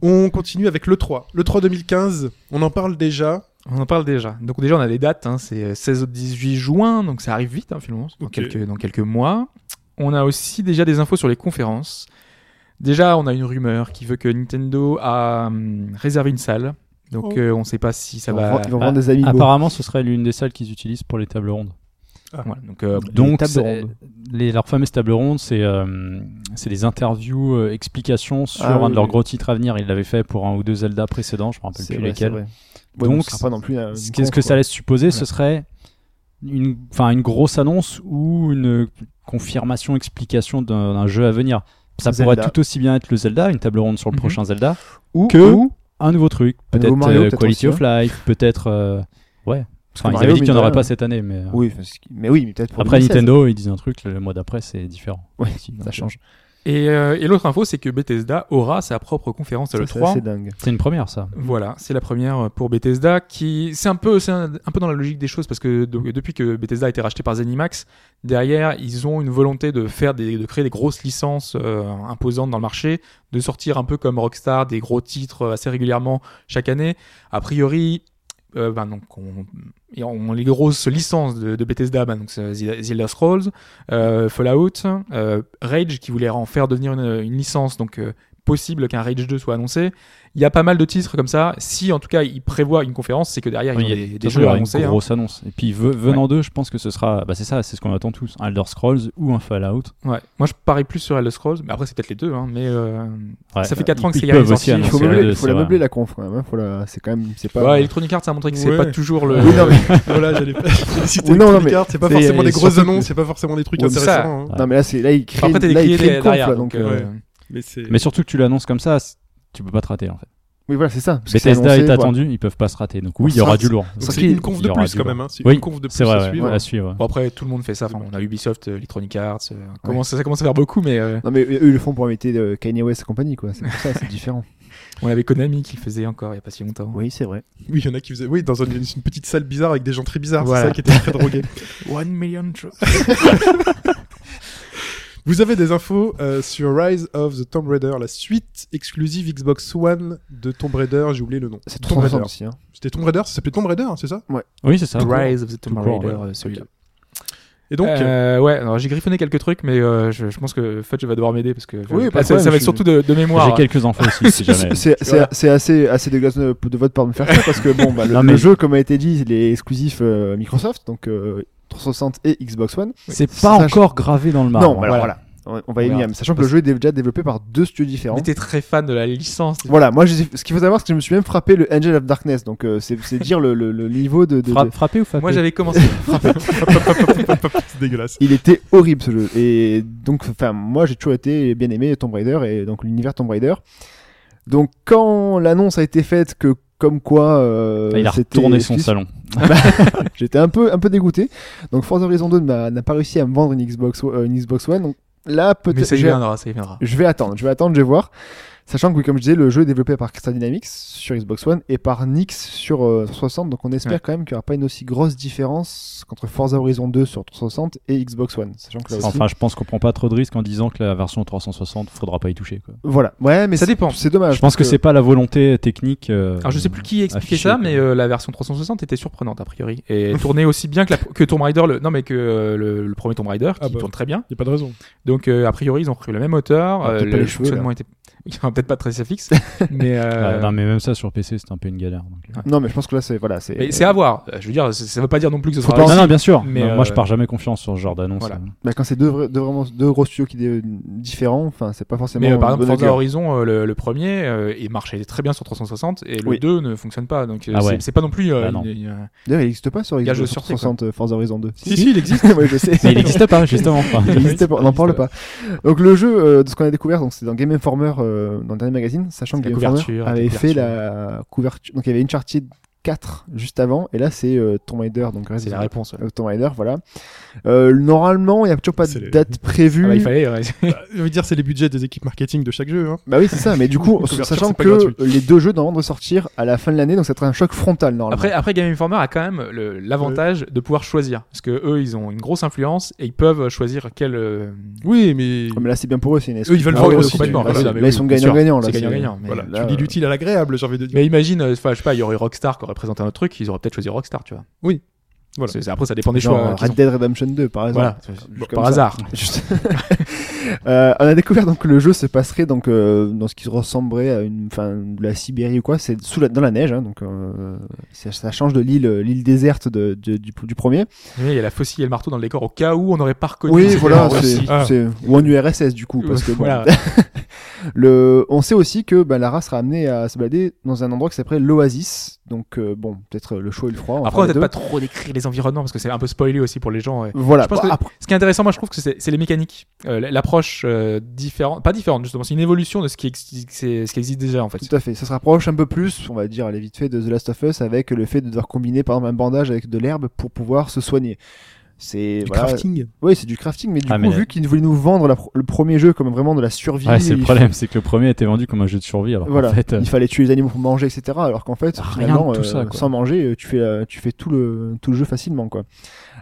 B: On continue avec le 3. Le 3 2015, on en parle déjà.
C: On en parle déjà. Donc déjà on a les dates, hein, c'est euh, 16 au 18 juin, donc ça arrive vite hein, finalement, dans,
B: Ok.
C: quelques, dans quelques mois. On a aussi déjà des infos sur les conférences. Déjà on a une rumeur qui veut que Nintendo a hum, réservé une salle. Donc
B: Oh.
C: euh, on ne sait pas si ça
E: ils vont,
C: va...
E: vendre- ils vont
D: bah,
E: vendre des amis
D: Apparemment, ce serait l'une des salles qu'ils utilisent pour les tables rondes.
C: Voilà, donc, euh,
D: Donc,
E: tables
D: c'est-
E: rondes.
D: les- leurs fameuses tables rondes, c'est euh, c'est des interviews, euh, explications sur
E: Ah
D: un
E: oui,
D: de leurs
E: oui.
D: gros titres à venir. Ils l'avaient fait pour un ou deux Zelda précédents, je me rappelle
E: C'est
D: plus
E: vrai, c'est
D: lesquels.
E: vrai. Ouais,
D: Donc,
E: donc ce sera pas non plus
C: Euh,
E: un- une
D: Ce- Qu'est-ce
E: conf,
D: que ça
E: quoi.
D: laisse supposer Ce serait une, enfin, une grosse annonce ou une confirmation, explication d'un d'un jeu à venir. Ça
E: Zelda.
D: pourrait tout aussi bien être le Zelda, une table ronde sur le
C: Mhm.
D: prochain Zelda,
E: ou,
D: que
E: ou-
D: un nouveau truc,
E: Un nouveau
D: peut-être
E: Mario,
D: euh,
E: peut-être
D: Quality
E: aussi, hein.
D: of Life, peut-être. euh, ouais. Enfin,
E: que
D: ils
E: Mario,
D: avaient dit qu'il n'y en
E: mine de
D: aurait
E: rien.
D: pas cette année, mais euh,
E: oui, parce que- mais oui, mais peut-être pour
D: après
E: 2016.
D: Nintendo, ils disent un truc, le mois d'après c'est différent.
E: Ouais,
D: Aussi, donc,
E: ça
D: euh,
E: change.
C: Et, euh, et l'autre info c'est que Bethesda aura sa propre conférence
E: Ça,
C: le
E: C'est
C: 3.
E: assez dingue.
D: C'est une première, ça.
C: Voilà, c'est la première pour Bethesda qui c'est un peu c'est un, un peu dans la logique des choses parce que donc, depuis que Bethesda a été racheté par ZeniMax, derrière ils ont une volonté de faire des, de créer des grosses licences euh, imposantes dans le marché, de sortir un peu comme Rockstar des gros titres euh, assez régulièrement chaque année. A priori, euh, ben, donc on, et on- les grosses licences de, de Bethesda, ben, donc c'est The The Elder Scrolls, euh, Fallout, euh, Rage qui voulait en faire devenir une, une licence donc euh, possible qu'un Rage 2 soit annoncé. Il y a pas mal de titres comme ça. Si en tout cas ils prévoient une conférence, c'est que derrière ils
D: Oui,
C: ont
D: il y a-
C: des,
D: de toute
C: des
D: façon,
C: jeux
D: il y aura
C: annoncés.
D: une
C: hein.
D: grosse annonce. Et puis ve- venant d'eux, je pense que ce sera, bah c'est ça, c'est ce qu'on attend tous, un Elder Scrolls ou un Fallout.
C: Ouais. Moi je parie plus sur Elder Scrolls, mais après c'est peut-être les deux. hein, mais euh,
D: Ouais.
C: ça fait 4 ans que
D: ils
C: c'est Guerrilla
D: peuvent aussi
C: sorti.
E: Il
D: annoncer
E: faut,
D: c'est
E: meubler,
D: vrai,
E: faut
D: c'est
E: la
D: vrai.
E: meubler la conf quand même. hein, Faut la... C'est quand même, c'est pas.
C: Ouais, Electronic Arts a montré que c'est
B: Ouais.
C: pas toujours le.
E: Oui, non,
C: [LAUGHS]
E: mais-
B: Voilà, j'allais pas [LAUGHS] j'allais citer
E: Oui, non,
B: les
E: non, mais
B: cartes, c'est pas
E: c'est-
B: forcément
E: et
B: des grosses
E: surtout que-
B: annonces, c'est pas forcément des trucs
C: Ouais, mais ça-
B: intéressants. hein.
D: Ouais.
E: Non, mais là, c'est là il crée,
C: Après, t'as des
E: là, il
C: clés
E: crée une conf
C: derrière,
E: là,
C: donc,
E: donc. euh,
C: euh,
B: ouais. Mais c'est
D: Mais surtout que tu l'annonces comme ça, c'est- tu peux pas te rater en fait.
E: Oui, voilà, c'est ça. parce que c'est
D: Bethesda
E: annoncé,
D: est
E: voilà.
D: attendu, ils peuvent pas se rater. Donc oui, il y
B: Ça,
D: aura du lourd.
B: Donc, c'est
D: Oui,
B: une conf
D: il
B: de
D: y aura
B: plus
D: du
B: quand
D: lourd.
B: même. hein, C'est
D: Oui,
B: une conf de plus
D: C'est
B: à
D: vrai, ouais,
B: suivre.
D: à suivre. ouais.
C: Bon après tout le monde fait ça. Enfin, on a Ubisoft, Electronic Arts. euh, comment ça, ça commence à faire beaucoup, mais euh,
E: Non, mais eux, ils le font pour inviter euh, Kanye West et compagnie, quoi. C'est pour ça, c'est différent.
C: on avait Konami qui le faisait encore il y a pas si longtemps.
E: Oui, c'est vrai.
B: Oui, il y en a qui faisaient. Oui, dans une, une petite salle bizarre avec des gens très bizarres,
C: Voilà.
B: c'est ça qui était très drogué.
C: [LAUGHS] One
E: [LAUGHS]
C: million trucs.
B: Vous avez des infos euh, sur Rise of the Tomb Raider, la suite exclusive Xbox One de Tomb Raider, j'ai oublié le nom.
E: C'est
B: Tomb
E: trop
B: Raider.
E: important aussi. hein.
B: C'était Tomb Raider, ça s'appelait Tomb Raider, hein, c'est ça
D: Oui, c'est ça.
C: Rise of the Tomb
D: Tout court,
C: Raider,
D: ouais.
C: euh, celui-là.
B: Et donc, [LAUGHS] euh,
C: Euh, ouais, alors j'ai griffonné quelques trucs, mais euh, je, je pense que Fudge va devoir m'aider parce que je-
E: Oui,
C: ah,
E: pas de
C: ça,
E: problème,
C: ça va être
E: je-
C: surtout de, de
D: J'ai
C: mémoire.
D: quelques infos
E: [LAUGHS]
D: aussi, si jamais.
E: C'est- C'est c'est assez, assez dégueulasse de, de votre part de me faire ça parce que bon, bah, le,
D: Non,
E: le
D: mais-
E: jeu, comme a été dit, il est exclusif euh, Microsoft, donc euh, 360 et Xbox One.
D: C'est
E: Ça,
D: pas
E: je-
D: encore gravé dans le marbre.
E: non, voilà, voilà. On, on va y
C: Voilà.
E: venir, mais sachant que le jeu est déjà développé par deux studios différents.
C: Mais t'es très fan de la licence.
E: Voilà, moi, j'ai- ce qu'il faut savoir, c'est que je me suis même frappé le Angel of Darkness, donc euh, c'est c'est dire le, le- le niveau de. de-
D: Fra-
E: de-
D: Frappé ou frappé
C: Moi
E: [LAUGHS]
C: j'avais commencé. [LAUGHS]
B: c'est dégueulasse.
E: Il était horrible ce jeu. Et donc, enfin, moi, j'ai toujours été bien aimé Tomb Raider et donc l'univers Tomb Raider. Donc, quand l'annonce a été faite que comme quoi euh,
D: Bah, Ah, il a
E: c'était
D: retourné son
E: Xbox.
D: salon.
E: [LAUGHS] J'étais un peu un peu dégoûté. Donc Forza Horizon 2 n'a n'a pas réussi à me vendre une Xbox euh, une Xbox One. Donc là
C: Mais
E: peut-être
C: ça y hein.
E: j'ai-
C: viendra, ça y viendra.
E: je vais attendre, je vais attendre, je vais voir. Sachant que, oui, comme je disais, le jeu est développé par Crystal Dynamics sur Xbox One et par Nix sur euh, 360, donc on espère
C: Ouais.
E: quand même qu'il n'y aura pas une aussi grosse différence entre Forza Horizon 2 sur 360 et Xbox One. Sachant que là aussi-
D: Enfin, je pense qu'on prend pas trop de risques en disant que la version 360, faudra pas y toucher. quoi.
E: Voilà, ouais, mais
C: Ça
E: c'est-
C: dépend.
E: C'est dommage.
D: Je pense que, c'est pas la volonté technique. euh,
B: Ah,
C: Alors Ah, je sais plus qui expliquait
D: affiché,
C: ça,
D: quoi.
C: mais euh, la version 360 était surprenante a priori et tournait aussi bien que, la, que Tomb Raider, le, non mais que euh, le, le premier Tomb Raider qui
B: Ah bah.
C: tourne très bien.
B: Il n'y a pas de raison.
C: Donc euh, a priori ils ont repris la même hauteur,
E: Ah,
C: euh,
E: peut-être pas
C: le
E: les cheveux,
C: fonctionnement était peut-être pas très
D: [LAUGHS]
C: fixe, mais, euh,
D: Ouais, non, mais même ça sur PC, c'était un peu une galère. donc.
E: Non, mais je pense que là, c'est voilà, c'est.
C: mais c'est à voir. Euh, Je veux dire, c'est- ça veut pas dire non plus que ce sera.
D: Non,
C: réussi.
D: non, bien sûr.
C: mais,
D: Non, Moi,
C: euh,
D: je pars jamais confiance sur ce genre d'annonce.
C: voilà.
D: hein.
E: Bah, quand c'est deux, vrais- deux vraiment deux gros studios qui dé- différents, enfin, c'est pas forcément.
C: Mais euh, par
E: une
C: exemple,
E: bonne
C: Forza
E: augure.
C: Horizon, euh, le, le premier, euh, il marchait très bien sur 360 et le
E: Oui.
C: 2 ne fonctionne pas. Donc euh,
D: Ah ouais.
C: c'est- c'est pas non plus. euh,
D: Bah non.
C: une- une-
E: D'ailleurs, il n'existe pas sur
C: Gage de
E: Xbox
C: sûreté,
E: 360 euh, Forza Horizon 2.
B: Si, si,
E: [LAUGHS]
B: il existe.
E: Moi, je sais.
D: Mais il n'existe
B: [LAUGHS]
D: pas, justement. enfin.
E: Il n'existait pas, on n'en parle
C: existe
E: pas. Donc le jeu, euh, de ce qu'on a découvert, donc c'est dans Game Informer, euh, dans le dernier magazine, sachant que
C: La
E: Game Informer
C: couverture, la
E: avait fait
C: couverture.
E: la couverture. Donc il y avait Uncharted 4 juste avant, et là c'est euh, Tomb Raider, donc
C: C'est
E: Resident
C: la réponse. ouais.
E: euh, Tomb Raider, voilà. Euh, normalement, il n'y a toujours pas
B: C'est
E: de
B: les-
E: date prévue.
C: Ah bah,
E: bah,
C: il fallait. euh,
B: Bah, Je veux dire, c'est les budgets des équipes marketing de chaque jeu. Hein.
E: Bah oui, c'est ça, mais du coup,
B: Couverture,
E: sachant
B: c'est pas
E: que
B: gratuit.
E: les deux jeux normalement doivent sortir à la fin de l'année, donc ça sera un choc frontal normalement.
C: Après, après, Game Informer a quand même le- l'avantage de pouvoir choisir. Parce que eux, ils ont une grosse influence et ils peuvent choisir quel. euh,
B: Oui, mais.
E: Ouais, Ah, mais là c'est bien pour eux, c'est une
B: Eux, ils veulent
E: Ah
B: vendre
E: ouais,
B: aussi,
E: complètement.
B: tu vois.
E: Là, c'est-
B: Ah, mais
E: là, ils
B: oui,
E: sont
C: bien sûr.
E: gagnants-gagnants. là,
C: C'est
E: c'est-
C: gagnant-gagnant. Mais,
B: Voilà,
E: là,
B: tu dis l'utile à l'agréable, j'ai envie de dire.
C: mais imagine, euh, enfin, je sais pas, il y aurait Rockstar qui aurait présenté un autre truc, ils auraient peut-être choisi Rockstar, tu vois.
B: Oui. Voilà.
C: C'est- c'est- Après, ça dépend des
E: Genre,
C: choix. euh, qu'ils
E: Red
C: ont.
E: Dead Redemption 2 par exemple.
C: Voilà.
E: Juste
C: Bon,
E: comme
C: Par
E: ça.
C: hasard.
E: [LAUGHS] Juste. Euh, on a découvert donc que le jeu se passerait donc euh, dans ce qui ressemblerait à une fin de la Sibérie ou quoi, c'est sous la, dans la neige hein, donc euh, ça, ça change de l'île euh, l'île déserte de, de- du, du premier.
C: Oui, Il y a la faucille et le marteau dans le décor au cas où on n'aurait pas reconnu.
E: Oui
C: que c'était
E: voilà
C: en Russie.
E: c'est
B: Ah.
E: c'est- ou en URSS du coup parce que bon,
C: Voilà.
E: [LAUGHS] le on sait aussi que bah, Lara sera amenée à se balader dans un endroit qui s'appelle l'Oasis donc euh, bon peut-être le chaud et le froid. on
C: Après, on
E: parle
C: va peut-être
E: des
C: pas
E: deux.
C: trop décrire les environnements parce que c'est un peu spoilé aussi pour les gens. ouais.
E: Voilà.
C: Je pense
E: bah,
C: que-
E: après-
C: Ce qui est intéressant, moi, je trouve que c'est c'est les mécaniques, Euh, l'approche euh, différente, pas différente justement, c'est une évolution de ce qui, exi- c'est- ce qui existe déjà en fait.
E: Tout à fait. Ça se rapproche un peu plus, on va dire, allez vite fait, de The Last of Us avec le fait de devoir combiner par exemple un bandage avec de l'herbe pour pouvoir se soigner. C'est
B: Du
E: voilà.
B: crafting.
E: Oui, c'est du crafting, mais du
D: Ah,
E: coup,
D: mais la-
E: vu qu'ils voulaient nous vendre la pro- le premier jeu comme vraiment de la survie,
D: Ouais, c'est le
E: il-
D: problème, c'est que le premier était vendu comme un jeu de survie. Alors,
E: Voilà,
D: en fait, euh, Ah,
E: il fallait tuer les animaux pour manger, etc. Alors qu'en fait,
D: Rien de
E: finalement,
D: tout
E: euh,
D: ça, quoi.
E: sans manger, euh, tu fais, euh, tu fais tout le tout le jeu facilement, quoi.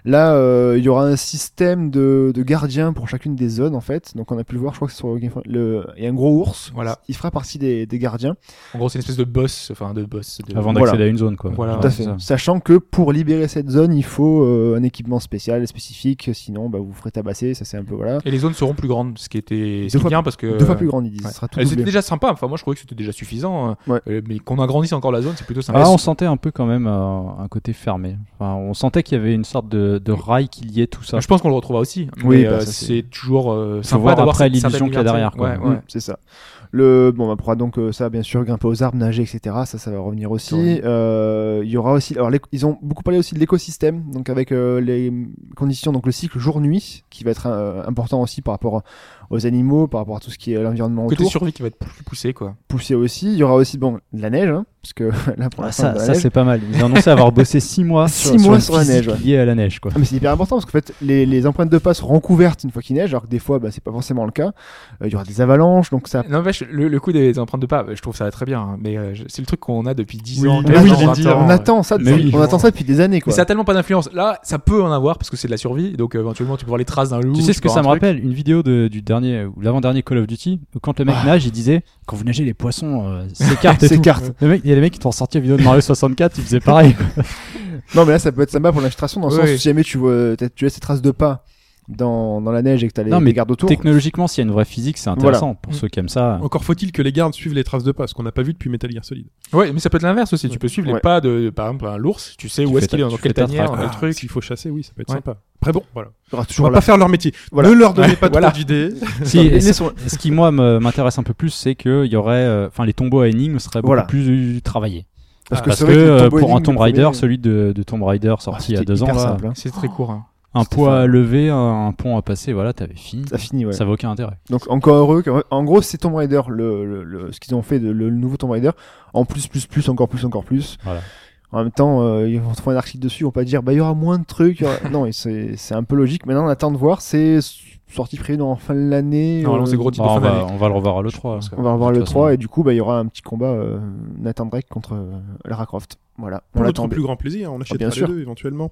E: Là, euh, il y aura un système de, de gardiens pour chacune des zones, en fait. Donc, on a pu le voir, je crois que c'est sur Game Informer, le, il y a un gros ours.
C: Voilà.
E: Il fera partie des, des gardiens.
C: En gros, c'est une espèce de boss, enfin de boss. de-
D: avant
E: Voilà.
D: d'accéder à une zone, quoi.
C: Voilà.
D: Ouais,
E: Tout à
D: c'est
E: fait.
D: ça.
E: Sachant que pour libérer cette zone, il faut euh, un équipement spécial et spécifique, sinon bah, vous vous ferez tabasser, ça c'est un peu voilà.
C: Et les zones seront plus grandes, ce qui était
E: Deux
C: ce qui est
E: fois-
C: bien parce que
E: Deux fois plus grand, ils disent,
C: ouais.
E: ça sera tout
C: Euh, C'était
E: doublé.
C: déjà sympa. Enfin, moi, je croyais que c'était déjà suffisant. euh,
E: Ouais.
C: euh, Mais qu'on agrandisse encore la zone, c'est plutôt sympa.
D: Ah, on sentait un peu quand même euh, un côté fermé. Enfin, on sentait qu'il y avait une sorte de, de rail qui liait tout
E: Ah,
D: ça.
C: Je pense qu'on le retrouvera aussi.
E: Oui,
C: mais
E: bah,
C: euh,
E: ça, c'est-
C: c'est toujours euh, sympa
D: voir
C: d'avoir
D: après
C: cette
D: l'illusion
C: certaine
D: qu'il y a derrière,
C: liberté.
D: quoi.
C: Ouais, ouais.
E: Mm, C'est ça. Le bon, on pourra donc euh, ça bien sûr grimper aux arbres, nager, etc. Ça, ça va revenir aussi.
C: Oui.
E: Euh, Il y aura aussi. Alors, l'éco- ils ont beaucoup parlé aussi de l'écosystème, donc avec euh, les conditions, donc le cycle jour-nuit, qui va être euh, important aussi par rapport aux animaux, par rapport à tout ce qui est l'environnement
C: Côté
E: autour.
C: survie qui va être plus poussé, quoi.
E: Poussé aussi. Il y aura aussi bon de la neige, hein, parce que [LAUGHS] là pour
D: Ah,
E: l'instant,
D: ça,
E: de la
D: ça,
E: neige.
D: c'est pas mal. Ils ont annoncé avoir bossé
E: [LAUGHS]
D: 6 mois,
E: Six
D: sur,
E: mois
D: une
E: sur la
D: physique
E: neige, ouais.
D: liée à la neige, quoi.
E: Ah, mais c'est hyper important parce qu'en fait, les, les empreintes de pas seront recouvertes une fois qu'il neige, alors que des fois, bah, c'est pas forcément le cas. Euh, Il y aura des avalanches, donc ça.
C: Non, vache, le, le coup des empreintes de pas, je trouve ça très bien. hein, Mais euh, je- c'est le truc qu'on a depuis 10
B: Oui,
C: ans.
B: mais
C: 15
B: oui,
C: ans,
B: je l'ai
C: 20
B: dit,
C: ans,
E: on
C: ouais.
E: attend ça.
D: Mais oui,
E: on attend ça depuis des années, quoi.
C: Mais ça a tellement pas d'influence. Là, ça peut en avoir parce que c'est de la survie. Donc euh, éventuellement, tu peux voir les traces d'un loup.
D: Tu sais ce
C: peux
D: que ça me
C: voir un truc.
D: rappelle Une vidéo de- du dernier ou l'avant-dernier Call of Duty où quand le
E: Ah.
D: mec nage, il disait quand vous nagez, les poissons euh,
E: [LAUGHS]
D: s'écartent et tout.
E: S'écartent.
D: Le mec, il y a des mecs qui t'ont sorti la vidéo de Mario 64, ils
E: [LAUGHS]
D: faisaient pareil. quoi.
E: Non, mais là, ça peut être sympa pour l'infiltration dans le
C: Oui,
E: sens
C: oui.
E: où si jamais tu vois, t'as- tu laisses ces traces de pas dans, dans la neige et que t'as les,
D: Non, mais
E: les gardes autour.
D: Technologiquement, s'il y a une vraie physique, c'est intéressant pour ceux qui aiment ça.
B: Encore faut-il que les gardes suivent les traces de pas, ce qu'on n'a pas vu depuis Metal Gear Solid.
C: Ouais, mais ça peut être l'inverse aussi. Tu peux suivre
E: Ouais.
C: les pas de, de- par exemple, un l'ours. Tu sais
D: Tu
C: où
D: fais
C: est-ce qu'il est,
D: ta-
C: dans
D: tu
C: quelle
D: fais ta
C: tanière, dans
D: trappe.
C: quel
B: Ah,
C: truc.
B: S'il faut chasser, oui, ça peut être
C: Ouais.
B: sympa. Après bon, voilà.
E: Il y aura
B: On
D: Ah,
E: toujours
B: va
E: la-
B: pas faire leur métier.
E: Voilà.
B: Ne leur donnez pas
C: Voilà.
B: trop d'idées.
D: Si,
E: les-
D: et
E: les
D: ce, ce qui moi me- m'intéresse un peu plus, c'est que il y aurait, euh, enfin, les tombeaux à énigmes seraient beaucoup
E: Voilà.
D: plus euh, travaillés.
E: Parce
C: Ah,
E: que,
D: Parce
E: c'est
D: que
E: vrai que le
D: euh,
E: Tomb
D: pour un
E: Raider,
D: Tomb
E: le premier,
D: Raider, celui de, de Tomb Raider
E: ah,
D: sorti
E: c'était
D: il y a deux
E: hyper
D: ans, là,
E: simple, hein.
C: C'est très court. hein.
D: un
E: C'était
D: poids
E: ça.
D: à lever, un, un pont à passer, voilà, t'avais fini.
E: Ça finit, ouais.
D: Ça n'a aucun intérêt.
E: Donc encore heureux. que- En gros, c'est Tomb Raider, le, le- le- ce qu'ils ont fait, de, le, le nouveau Tomb Raider, en plus, plus, plus, encore plus, encore plus.
D: Voilà.
E: En même temps, euh, ils vont te faire un article dessus, on va pas dire, bah il y aura moins de trucs. il y
D: [LAUGHS]
E: aura- non, et c'est c'est un peu logique. Maintenant, on attend de voir. C'est sorti prévu en fin de l'année.
C: Normalement,
E: euh,
C: c'est gros titre
D: Bon,
C: de
D: Bah, on,
C: fin d'année.
D: va, on va le revoir à hein. l'E3.
C: Je pense que-
E: On va revoir
D: De
E: le
D: toute
E: 3
D: façon.
E: et du coup, bah il y aura un petit combat euh, Nathan Drake contre euh, Lara Croft. Voilà.
B: Pour
E: on
B: notre
E: l'attend.
B: plus grand plaisir,
D: Ah,
B: on achètera
E: bien
B: les
E: sûr.
B: deux éventuellement.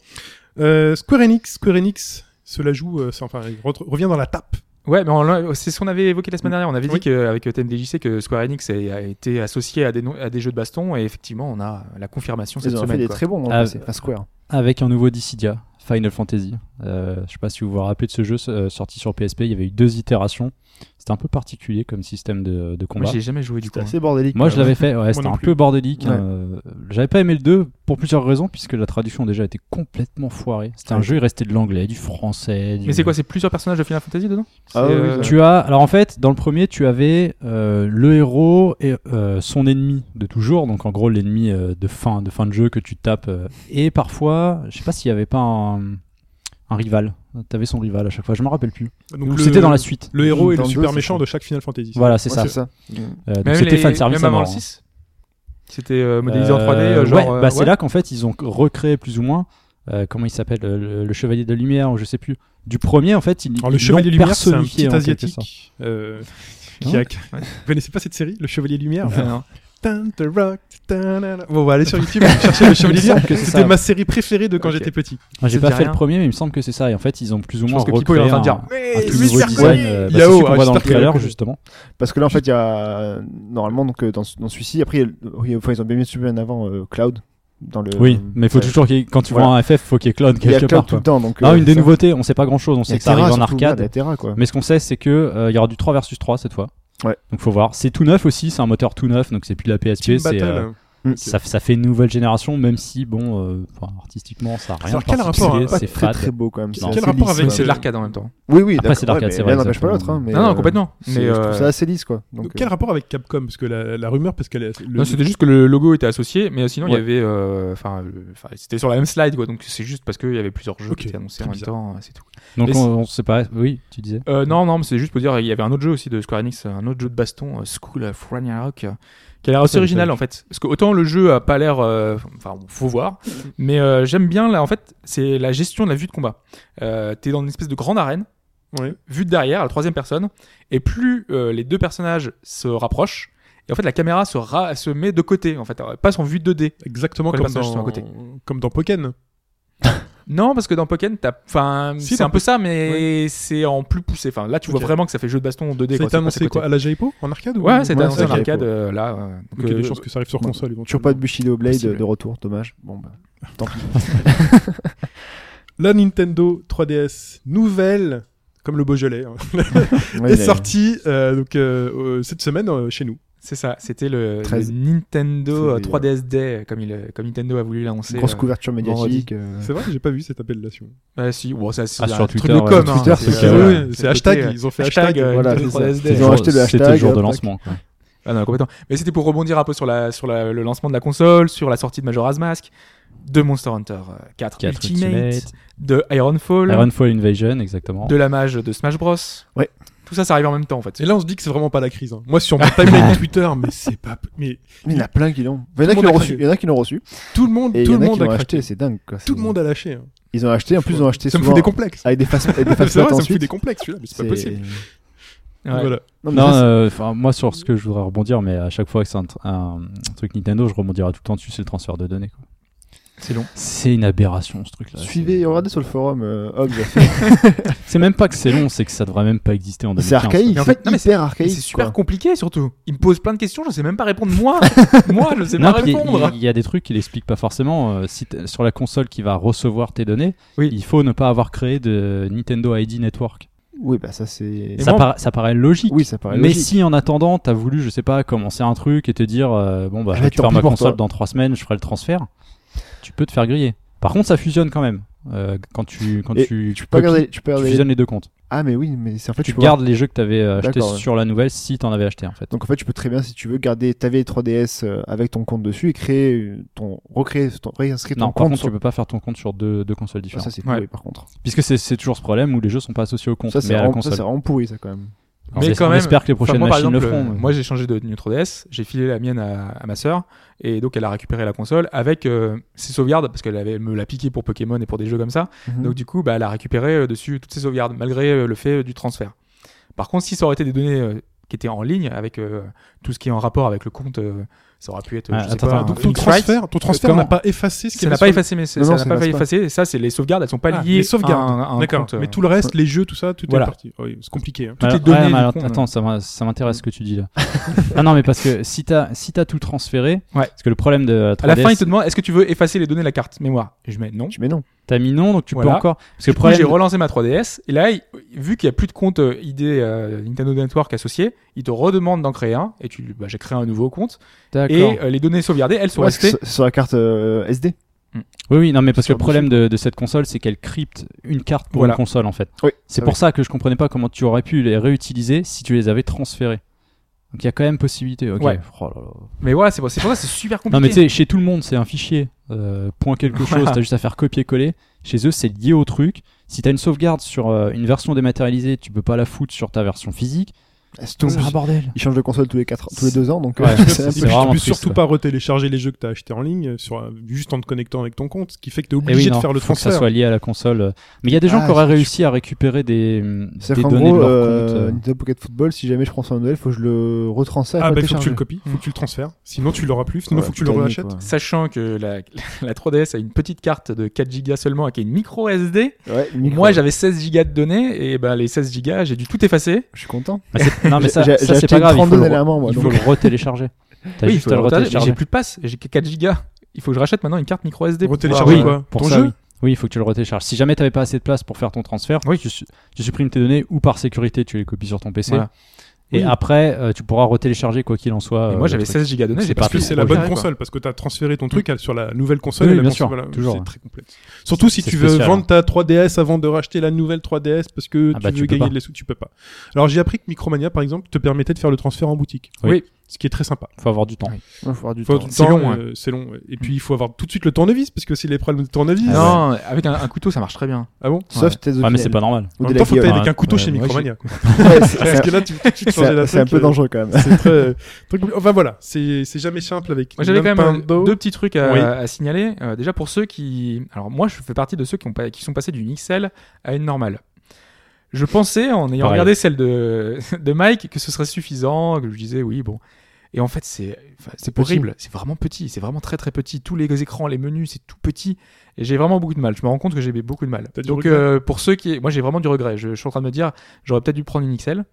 B: Euh, Square Enix, Square Enix, cela joue, euh, c'est- enfin, il re- revient dans la tape.
C: Ouais, mais on l'a- c'est ce qu'on avait évoqué la semaine dernière. On avait
B: Oui.
C: dit qu'avec TMDJC que Square Enix a a été associé à des, no- à des jeux de baston et effectivement on a la confirmation cette
E: Ils ont fait
C: semaine.
E: des
C: quoi.
E: très bons hein, dans le
D: Ah,
E: passé. Enfin, Square.
D: Avec un nouveau Dissidia, Final Fantasy. Euh, je sais pas si vous vous rappelez de ce jeu euh, sorti sur PSP. Il y avait eu deux itérations. C'était un peu particulier comme système de, de
C: Moi
D: combat.
C: j'ai jamais joué du coup. hein.
E: C'était assez bordélique.
D: Moi,
E: quand
D: je
E: même.
D: l'avais fait. Ouais, c'était
B: non
D: un
B: plus.
D: peu bordélique.
E: Ouais.
D: euh, J'avais pas aimé le 2 pour plusieurs raisons, puisque la traduction déjà était complètement foirée. C'était un
E: Ouais.
D: jeu, il restait de l'anglais, du français. du-
C: Mais c'est quoi C'est plusieurs personnages de Final Fantasy dedans
E: Ah
C: C'est,
E: oui, oui,
C: euh,
E: oui.
D: Tu as, alors en fait, dans le premier, tu avais euh, le héros et euh, son ennemi de toujours, donc en gros l'ennemi euh, de fin, de fin de jeu que tu tapes. euh, et parfois, je sais pas s'il y avait pas un, un rival. T'avais son rival à chaque fois. Je me rappelle plus.
B: Donc,
D: Ou
B: le-
D: c'était dans la suite.
B: Le héros et le
E: Dans le
B: super
E: deux,
B: méchant
E: c'est ça.
B: de chaque Final Fantasy.
D: Voilà, c'est
E: Ouais,
D: ça.
E: c'est ça.
D: Euh, donc
C: Même
D: c'était
C: les-
D: fan service
C: même
D: à
C: avant
D: mort.
C: le
D: hein.
C: 6 C'était euh, modélisé en 3D,
D: Euh,
C: euh, genre.
D: ouais,
C: euh,
D: bah, c'est
C: ouais.
D: là qu'en fait ils ont recréé plus ou moins euh, comment il s'appelle euh, le, le chevalier de la lumière ou je sais plus du premier en fait ils
B: Alors,
D: ils
B: le Chevalier
D: l'ont
B: Lumière, c'est un
D: personnifié,
B: petit
D: en quelque sorte.
B: asiatique. euh, qui a... [LAUGHS] Vous connaissez pas cette série, Le Chevalier Lumière
C: Enfin, non.
B: Tan, the rock, tan, na, na. Bon, on va aller sur YouTube
D: [LAUGHS]
B: et chercher Le Chevalier
D: Il me semble
B: Lumière.
D: que c'est
B: C'était
D: ça.
B: ma série préférée de quand
C: Ok.
B: j'étais petit.
D: Moi, j'ai
C: Ça
D: pas
C: dit
D: fait
C: rien.
D: le premier mais il me semble que c'est ça et en fait ils ont plus ou
C: Je
D: moins
C: pense que Pipo est en
D: recréé
C: train
D: un,
C: de dire.
D: un
B: Mais
D: tout nouveau design euh, bah,
B: Yao,
D: c'est ce qu'on
B: ah,
D: voit dans le
B: j'espère que-
D: trailer justement
E: Parce que là, en fait, il y a euh, normalement donc euh, dans, ce- dans celui-ci. Après, il y a- oui, enfin, ils ont bien mis super en avant euh, Cloud dans le.
D: oui mais faut
E: euh,
D: toujours qu'il y ait- quand tu vois
E: voilà.
D: un FF faut qu'il y ait Cloud
E: Il y a
D: quelque
E: Cloud
D: part
E: tout
D: quoi.
E: le temps. Donc.
D: Non,
E: euh,
D: une des
E: ça-
D: nouveautés on sait pas grand chose on
E: Il y a
D: sait que ça arrive
E: Terra,
D: en
E: surtout, merde, il y a
D: arcade
E: Terra, quoi.
D: mais ce qu'on sait c'est que euh, il y aura du 3 versus 3 cette fois
E: Ouais.
D: donc faut voir c'est tout neuf aussi c'est un moteur tout neuf donc c'est plus de la PSP
B: Team
D: c'est
B: Battle.
D: euh, Ça, ça fait une nouvelle génération, même si, bon, euh, enfin, artistiquement, ça n'a rien
B: Alors,
D: de
B: quel rapport,
D: particulier,
B: hein,
E: Pas
D: c'est
E: très
D: fade.
E: très beau quand même.
B: Quel
E: c'est assez
B: rapport
E: lisse,
B: avec-
E: quoi.
C: C'est de l'arcade en même temps.
E: Oui, oui,
D: Après, c'est
E: d'accord,
D: l'arcade,
E: ouais, mais
D: c'est vrai,
E: L'un n'empêche pas
D: exactement.
E: l'autre. hein, mais,
C: Non, non,
E: euh,
C: complètement.
E: c'est-
C: Mais
E: Je trouve
C: euh,
E: ça assez lisse, quoi. Donc,
B: Donc, quel
E: euh,
B: rapport avec Capcom Parce que la, la rumeur, parce qu'elle est. le-
C: Non, c'était juste que le logo était associé, mais euh, sinon il y
E: Ouais.
C: avait, euh, enfin, le- enfin, c'était sur la même slide, quoi. Donc c'est juste parce qu'il y avait plusieurs jeux
B: Ok,
C: qui étaient annoncés
B: très
C: en même
B: bizarre.
C: temps, euh, c'est tout.
D: Donc,
C: Mais
D: on, on sait pas. Oui, tu disais.
C: Euh, non, non, mais c'est juste pour dire, il y avait un autre jeu aussi de Square Enix, un autre jeu de baston, euh, School of Ragnarok, euh, qui a l'air assez
D: Ça,
C: original
D: ça.
C: en fait. Parce que autant le jeu a pas l'air, euh, enfin, faut [LAUGHS] voir, mais euh, j'aime bien là, en fait, c'est la gestion de la vue de combat. Euh, T'es dans une espèce de grande arène,
B: Ouais.
C: vue de derrière, à la troisième personne, et plus euh, les deux personnages se rapprochent, et en fait la caméra se, ra- se met de côté, en fait, elle passe en vue 2D.
B: Exactement
C: Pourquoi
B: comme
C: les personnages sont
B: dans,
C: à côté
B: comme dans Pokémon.
C: Non, parce que dans Pokémon, t'as, enfin,
B: Si,
C: c'est
B: dans
C: un peu ça, mais c'est en plus poussé. Enfin, là, tu
B: Ok.
C: vois vraiment que ça fait jeu de baston en
B: Ça
C: 2D.
B: a
C: quoi,
B: été
C: c'est
B: annoncé
C: passé
B: quoi
C: côté.
B: À la Jaipo En arcade ou-
C: Ouais, c'est
E: Ouais,
C: annoncé
E: ça
C: en
E: a été
C: arcade
E: quoi.
C: euh, là. euh,
B: Donc, il y a
C: euh,
B: des chances que ça arrive sur
E: non.
B: console.
E: Toujours pas de
B: éventuellement.
E: Bushido Blade
C: Possible.
E: de retour, dommage. Bon, bah, tant pis.
B: La Nintendo 3DS nouvelle, comme le Beaujolais, hein,
E: Ouais,
B: est
E: il a-
B: sortie euh, donc, euh, euh, cette semaine euh, chez nous.
C: C'est ça, c'était le,
E: 13.
C: le Nintendo euh,
E: Février,
C: 3DS Day, euh, comme, il, euh, comme Nintendo a voulu l'annoncer.
E: Grosse
C: euh.
E: couverture médiatique. euh,
B: C'est vrai que j'ai pas vu cette appellation.
C: Bah, si, bon, ça, c'est
D: Ah,
C: un
D: sur
C: truc
D: Twitter,
C: de
D: ouais.
C: com.
E: Sur Twitter,
C: c'est
E: c'est
C: euh,
B: oui, c'est
C: le
B: hashtag,
C: côté, euh,
B: ils ont fait hashtag.
C: euh,
E: voilà,
C: Nintendo
E: c'est ça.
C: 3DS
E: Ils
C: Day.
E: ont
D: Genre,
E: acheté le
D: C'était le
E: hashtag, euh,
D: jour de
E: hop,
D: lancement. quoi.
C: Ah non, complètement. Mais c'était pour rebondir un peu sur, la, sur la- le lancement de la console, sur la sortie de Majora's Mask, de Monster Hunter euh, 4,
D: Quatre
C: Ultimate,
D: Ultimate,
C: de Ironfall,
D: Ironfall Invasion, exactement.
C: de la mage de Smash Bros.
E: Ouais.
C: Tout ça, ça arrive en même temps en fait.
B: Et là, on se dit que c'est vraiment pas la crise. hein. Moi, sur mon
E: [LAUGHS]
B: timeline Twitter, mais c'est pas. Mais
E: Mais il y en a plein qui l'ont. Il y en
B: le
E: a qui
B: monde a
E: l'ont reçu.
B: craqué.
E: Il y en a qui l'ont reçu.
B: tout le monde,
E: Et il
B: tout
E: y en a
B: le
E: qui
B: monde a
E: l'ont
B: craqué.
E: acheté. C'est dingue. quoi,
B: Tout
E: c'est-
B: le monde a lâché. hein.
E: Ils ont acheté. En plus, ils ont acheté
B: Ça me fout
E: souvent Ah,
B: des complexes.
E: avec des faces avec des faces
B: [LAUGHS] C'est vrai, ça me fout
E: ensuite.
B: des complexes, celui-là, mais c'est pas possible.
C: Ouais.
B: Voilà.
E: Non, mais
D: Non,
E: ça,
D: euh, enfin, moi, sur ce que je voudrais rebondir, mais à chaque fois que c'est un, un- un truc Nintendo, je rebondirai tout le temps dessus, c'est le transfert de données. quoi.
C: C'est long.
D: C'est une aberration, ce truc-là.
E: c'est- Suivez, regardez sur le forum. euh, Hobbes a fait-
D: C'est- C'est même pas que c'est long, c'est que ça devrait même pas exister en 2015.
E: C'est archaïque.
C: Mais en
E: En
C: fait,
E: fait,
C: non, mais
E: hyper
C: Et
E: archaïque.
C: c'est super
E: quoi.
C: compliqué surtout. Il me pose plein de questions, je sais même pas répondre
D: [LAUGHS]
C: moi. moi, je sais
D: Non,
C: pas
D: puis il y a-
C: répondre.
D: il y, a des trucs qu'il explique pas forcément. euh, si t'es- sur la console qui va recevoir tes données,
C: Oui.
D: il faut ne pas avoir créé de Nintendo ID Network.
E: Oui, bah ça c'est.
D: Ça,
C: moi-
D: para- ça paraît logique.
E: Oui, ça paraît
D: mais
E: logique.
D: si en attendant, t'as voulu, je sais pas, commencer un truc et te dire, euh, bon bah,
E: Ah,
D: je
E: bah,
D: récupère
E: tant
D: ma
E: pis pour
D: console
E: toi.
D: dans trois semaines, je ferai le transfert, tu peux te faire griller. Par contre, ça fusionne quand même. Euh, quand tu, quand
E: Et
D: tu,
E: Tu peux
D: copies,
E: regarder, tu peux
D: tu
E: regarder-
D: fusionnes les deux comptes.
E: Ah, mais oui, mais c'est en fait,
D: tu
E: peux
D: gardes les jeux que tu avais achetés
E: D'accord, ouais.
D: sur la nouvelle si tu en avais acheté en fait.
E: Donc en fait, tu peux très bien, si tu veux, garder ta vieille 3DS euh, avec ton compte dessus et créer euh, ton, recréer, ton, réinscrire ton
D: non, par
E: compte.
D: contre,
E: sur-
D: tu peux pas faire ton compte sur deux, deux consoles
E: Ah,
D: différentes.
E: ça c'est
C: Ouais.
E: pourri par contre.
D: Puisque c'est- c'est toujours ce problème où les jeux sont pas associés au compte,
E: Ça c'est
D: mais à la
E: vraiment, ça,
D: console.
E: c'est vraiment pourri ça quand même.
D: Alors,
C: Mais
D: on
C: quand même,
D: espère que les
C: Enfin,
D: prochaines
C: moi, par
D: machines le
C: exemple,
D: feront.
C: euh,
D: mais-
C: Moi, j'ai changé de Nintendo 3DS, j'ai filé la mienne à, à ma sœur, et donc elle a récupéré la console avec euh, ses sauvegardes, parce qu'elle avait- elle me l'a piqué pour Pokémon et pour des jeux comme ça.
E: Mhm.
D: Mm.
C: Donc du coup, bah, elle a récupéré euh, dessus toutes ses sauvegardes, malgré euh, le fait euh, du transfert. Par contre, si ça aurait été des données euh, qui étaient en ligne avec euh, tout ce qui est en rapport avec le compte, euh, ça aurait pu être. euh,
D: Ah,
C: je sais
D: attends,
C: pas,
D: attends,
C: un
B: Donc ton
C: Phoenix Wright.
B: transfert, ton transfert
C: Comment
B: n'a pas effacé ce qui
C: Ça n'a
B: avait
C: pas
B: sur-
C: effacé, mais ça
E: Non, non,
C: n'a
E: ça
C: pas
E: passe pas.
C: effacé. Et ça, c'est les sauvegardes, elles sont pas
B: Ah,
C: liées.
B: les sauvegardes.
C: à un- à un
B: D'accord.
C: compte, euh,
B: Mais tout le reste, les jeux, tout ça, tout
C: Voilà.
B: est parti. Oui, c'est compliqué. hein.
C: toutes les
D: Alors,
C: données
D: ouais, mais
C: du
D: alors,
C: compte,
D: attends,
C: hein.
D: ça m'in- ça m'intéresse ce que tu dis
C: [LAUGHS]
D: là. ah non, mais parce que si t'as si t'as tout transféré,
C: Ouais.
D: parce que le problème de la
C: À la fin,
D: 3DS,
C: il te demande est-ce que tu veux effacer les données de la carte mémoire Et je mets non.
E: Tu mets non.
D: t'as mis non, donc tu peux
C: Voilà.
D: encore. Parce que le
C: Du coup, j'ai
D: problème,
C: relancé ma 3DS et là, il- vu qu'il n'y a plus de compte euh, ID euh, Nintendo Network associé, il te redemande d'en créer un et tu, bah, j'ai créé un nouveau compte
D: D'accord.
C: et euh, les données sauvegardées, elles sont
E: Ouais,
C: restées.
E: c'est sur la carte euh, SD.
D: Oui, oui, non, mais parce que
E: Sur
D: le problème de, de cette console, c'est qu'elle crypte une carte pour
C: Voilà.
D: une console en fait.
E: Oui.
D: C'est
E: Ah
D: pour ça que je comprenais pas comment tu aurais pu les réutiliser si tu les avais transférés. Donc il y a quand même possibilité. ok.
C: Ouais.
D: Oh là là.
C: Mais voilà, c'est pour c'est pour ça, que c'est super compliqué.
D: Non mais tu sais, chez tout le monde, c'est un fichier euh, point quelque chose. t'as juste à faire copier-coller. Chez eux, c'est lié au truc. Si t'as une sauvegarde sur euh, une version dématérialisée, tu peux pas la foutre sur ta version physique.
E: Stonks.
D: C'est un bordel.
E: Ils changent de console tous les quatre, tous les deux ans, donc euh,
D: Ouais,
E: c'est un
D: [LAUGHS] c'est
E: peu-
D: vraiment
B: tu peux
D: triste,
B: surtout
D: ouais.
B: pas retélécharger les jeux que tu as achetés en ligne euh, sur, un- juste en te connectant avec ton compte, ce qui fait que tu es
D: Eh
B: obligé
D: oui,
B: de
D: non,
B: faire le
D: faut que ça
B: transfert.
D: soit lié à la console. Mais il y a des gens
E: Ah,
D: qui auraient
E: je-
D: réussi à récupérer des, des
E: C'est-à-dire qu'en
D: données de
E: gros,
D: leur
E: euh,
D: compte. euh.
E: Nintendo Pocket Football, si jamais je prends ça en Noël, faut que je le retransfère.
B: Ah,
E: faut
B: bah,
E: le
B: faut que tu le
E: télécharger.
B: copies,
D: Mm.
B: faut que tu le transfères. Sinon, tu l'auras plus, sinon,
E: Ouais,
B: faut que tu le
E: putain,
B: réachètes.
E: quoi.
C: Sachant que la, [LAUGHS] la 3DS a une petite carte de 4 Go seulement et qui est une micro SD,
E: Ouais, le micro,
C: moi j'avais 16 Go de données et bah les 16 Go, j'ai dû tout effacer.
E: je suis content. [LAUGHS]
D: Ah, c'est- non mais ça,
E: J'ai-
D: ça,
E: j'ai
D: c'est
E: acheté
D: pas grave. Il faut
E: 32
D: le,
E: dernièrement, moi,
D: il faut
E: donc.
D: le retélécharger. T'as
C: Oui, il
D: juste
C: faut
D: à le
C: le retarder, mais
D: retélécharger.
C: j'ai plus de passe, j'ai que 4 Go. Il faut que je rachète maintenant une carte micro SD. pour pouvoir-
B: Retélécharger
D: oui,
B: quoi
D: pour
B: Ton
D: ça,
B: jeu
D: oui. Oui, il faut que tu le retélécharges. Si jamais t'avais pas assez de place pour faire ton transfert,
C: Oui.
D: tu, su- tu supprimes tes données ou par sécurité tu les copies sur ton PC.
C: Voilà.
D: Et
C: Oui.
D: après, euh, tu pourras retélécharger quoi qu'il en soit.
C: Et
D: euh,
C: moi
D: le
C: j'avais
D: truc.
C: 16 Go de données,
D: C'est
C: j'ai
D: parce
B: Parce
C: pas
B: que
C: pu
B: c'est la bonne
C: regarder, quoi.
B: console, parce que tu as transféré ton truc à- sur la nouvelle console
D: Mm. Oui,
B: et la
D: bien
B: console,
D: sûr,
B: voilà,
D: toujours,
B: C'est
D: ouais.
B: très complexe. Surtout si
D: C'est
B: tu veux
D: spécial, hein.
B: vendre ta 3DS avant de racheter la nouvelle 3DS parce que
D: Ah
B: tu
D: bah, tu
B: veux
D: peux
B: gagner
D: pas.
B: de la sous, tu peux pas. Alors j'ai appris que Micromania par exemple te permettait de faire le transfert en boutique.
D: Oui.
B: Ce qui est très sympa.
D: Faut avoir du temps.
C: Oui.
E: Il faut avoir du
B: Faut
E: temps.
B: du
C: C'est
B: temps,
C: long, hein.
B: euh, C'est long. ouais. Et puis il faut avoir tout de suite le tournevis parce que c'est les problèmes de tournevis. euh,
D: Ah
C: Non, avec un, un couteau ça marche très bien.
B: Ah bon
E: Sauf si t'es
D: Ouais, mais c'est pas normal.
E: ou
B: En
E: des
B: même temps, faut que
E: lagues-
B: t'ailles
D: ouais.
B: avec un couteau
D: Ouais,
B: chez
D: moi,
B: Micromania. quoi.
E: Ouais, c'est-
B: Parce que là, tu, tu te changes la
E: c'est- c'est un
B: truc,
E: peu
B: euh,
E: dangereux quand même.
B: C'est très, très compliqué. Enfin voilà, c'est c'est jamais simple avec.
C: Moi, j'avais quand même euh,
B: Nintendo.
C: deux petits trucs à,
B: Oui.
C: à signaler. Euh, déjà, pour ceux qui. Alors, moi, je fais partie de ceux qui, ont pas- qui sont passés d'une XL à une normale. Je pensais, en ayant
D: Pareil.
C: regardé celle de, [LAUGHS] de Mike, que ce serait suffisant, que je disais oui, bon. Et en fait, c'est enfin, c'est
E: petit.
C: horrible. C'est vraiment petit. C'est vraiment très, très petit. Tous les écrans, les menus, c'est tout petit. Et j'ai vraiment beaucoup de mal. Je me rends compte que j'ai beaucoup de mal.
B: T'as du
C: Donc,
B: regret
C: euh, pour ceux qui. Moi, j'ai vraiment du regret. Je, je suis en train de me dire, j'aurais peut-être dû prendre une XL.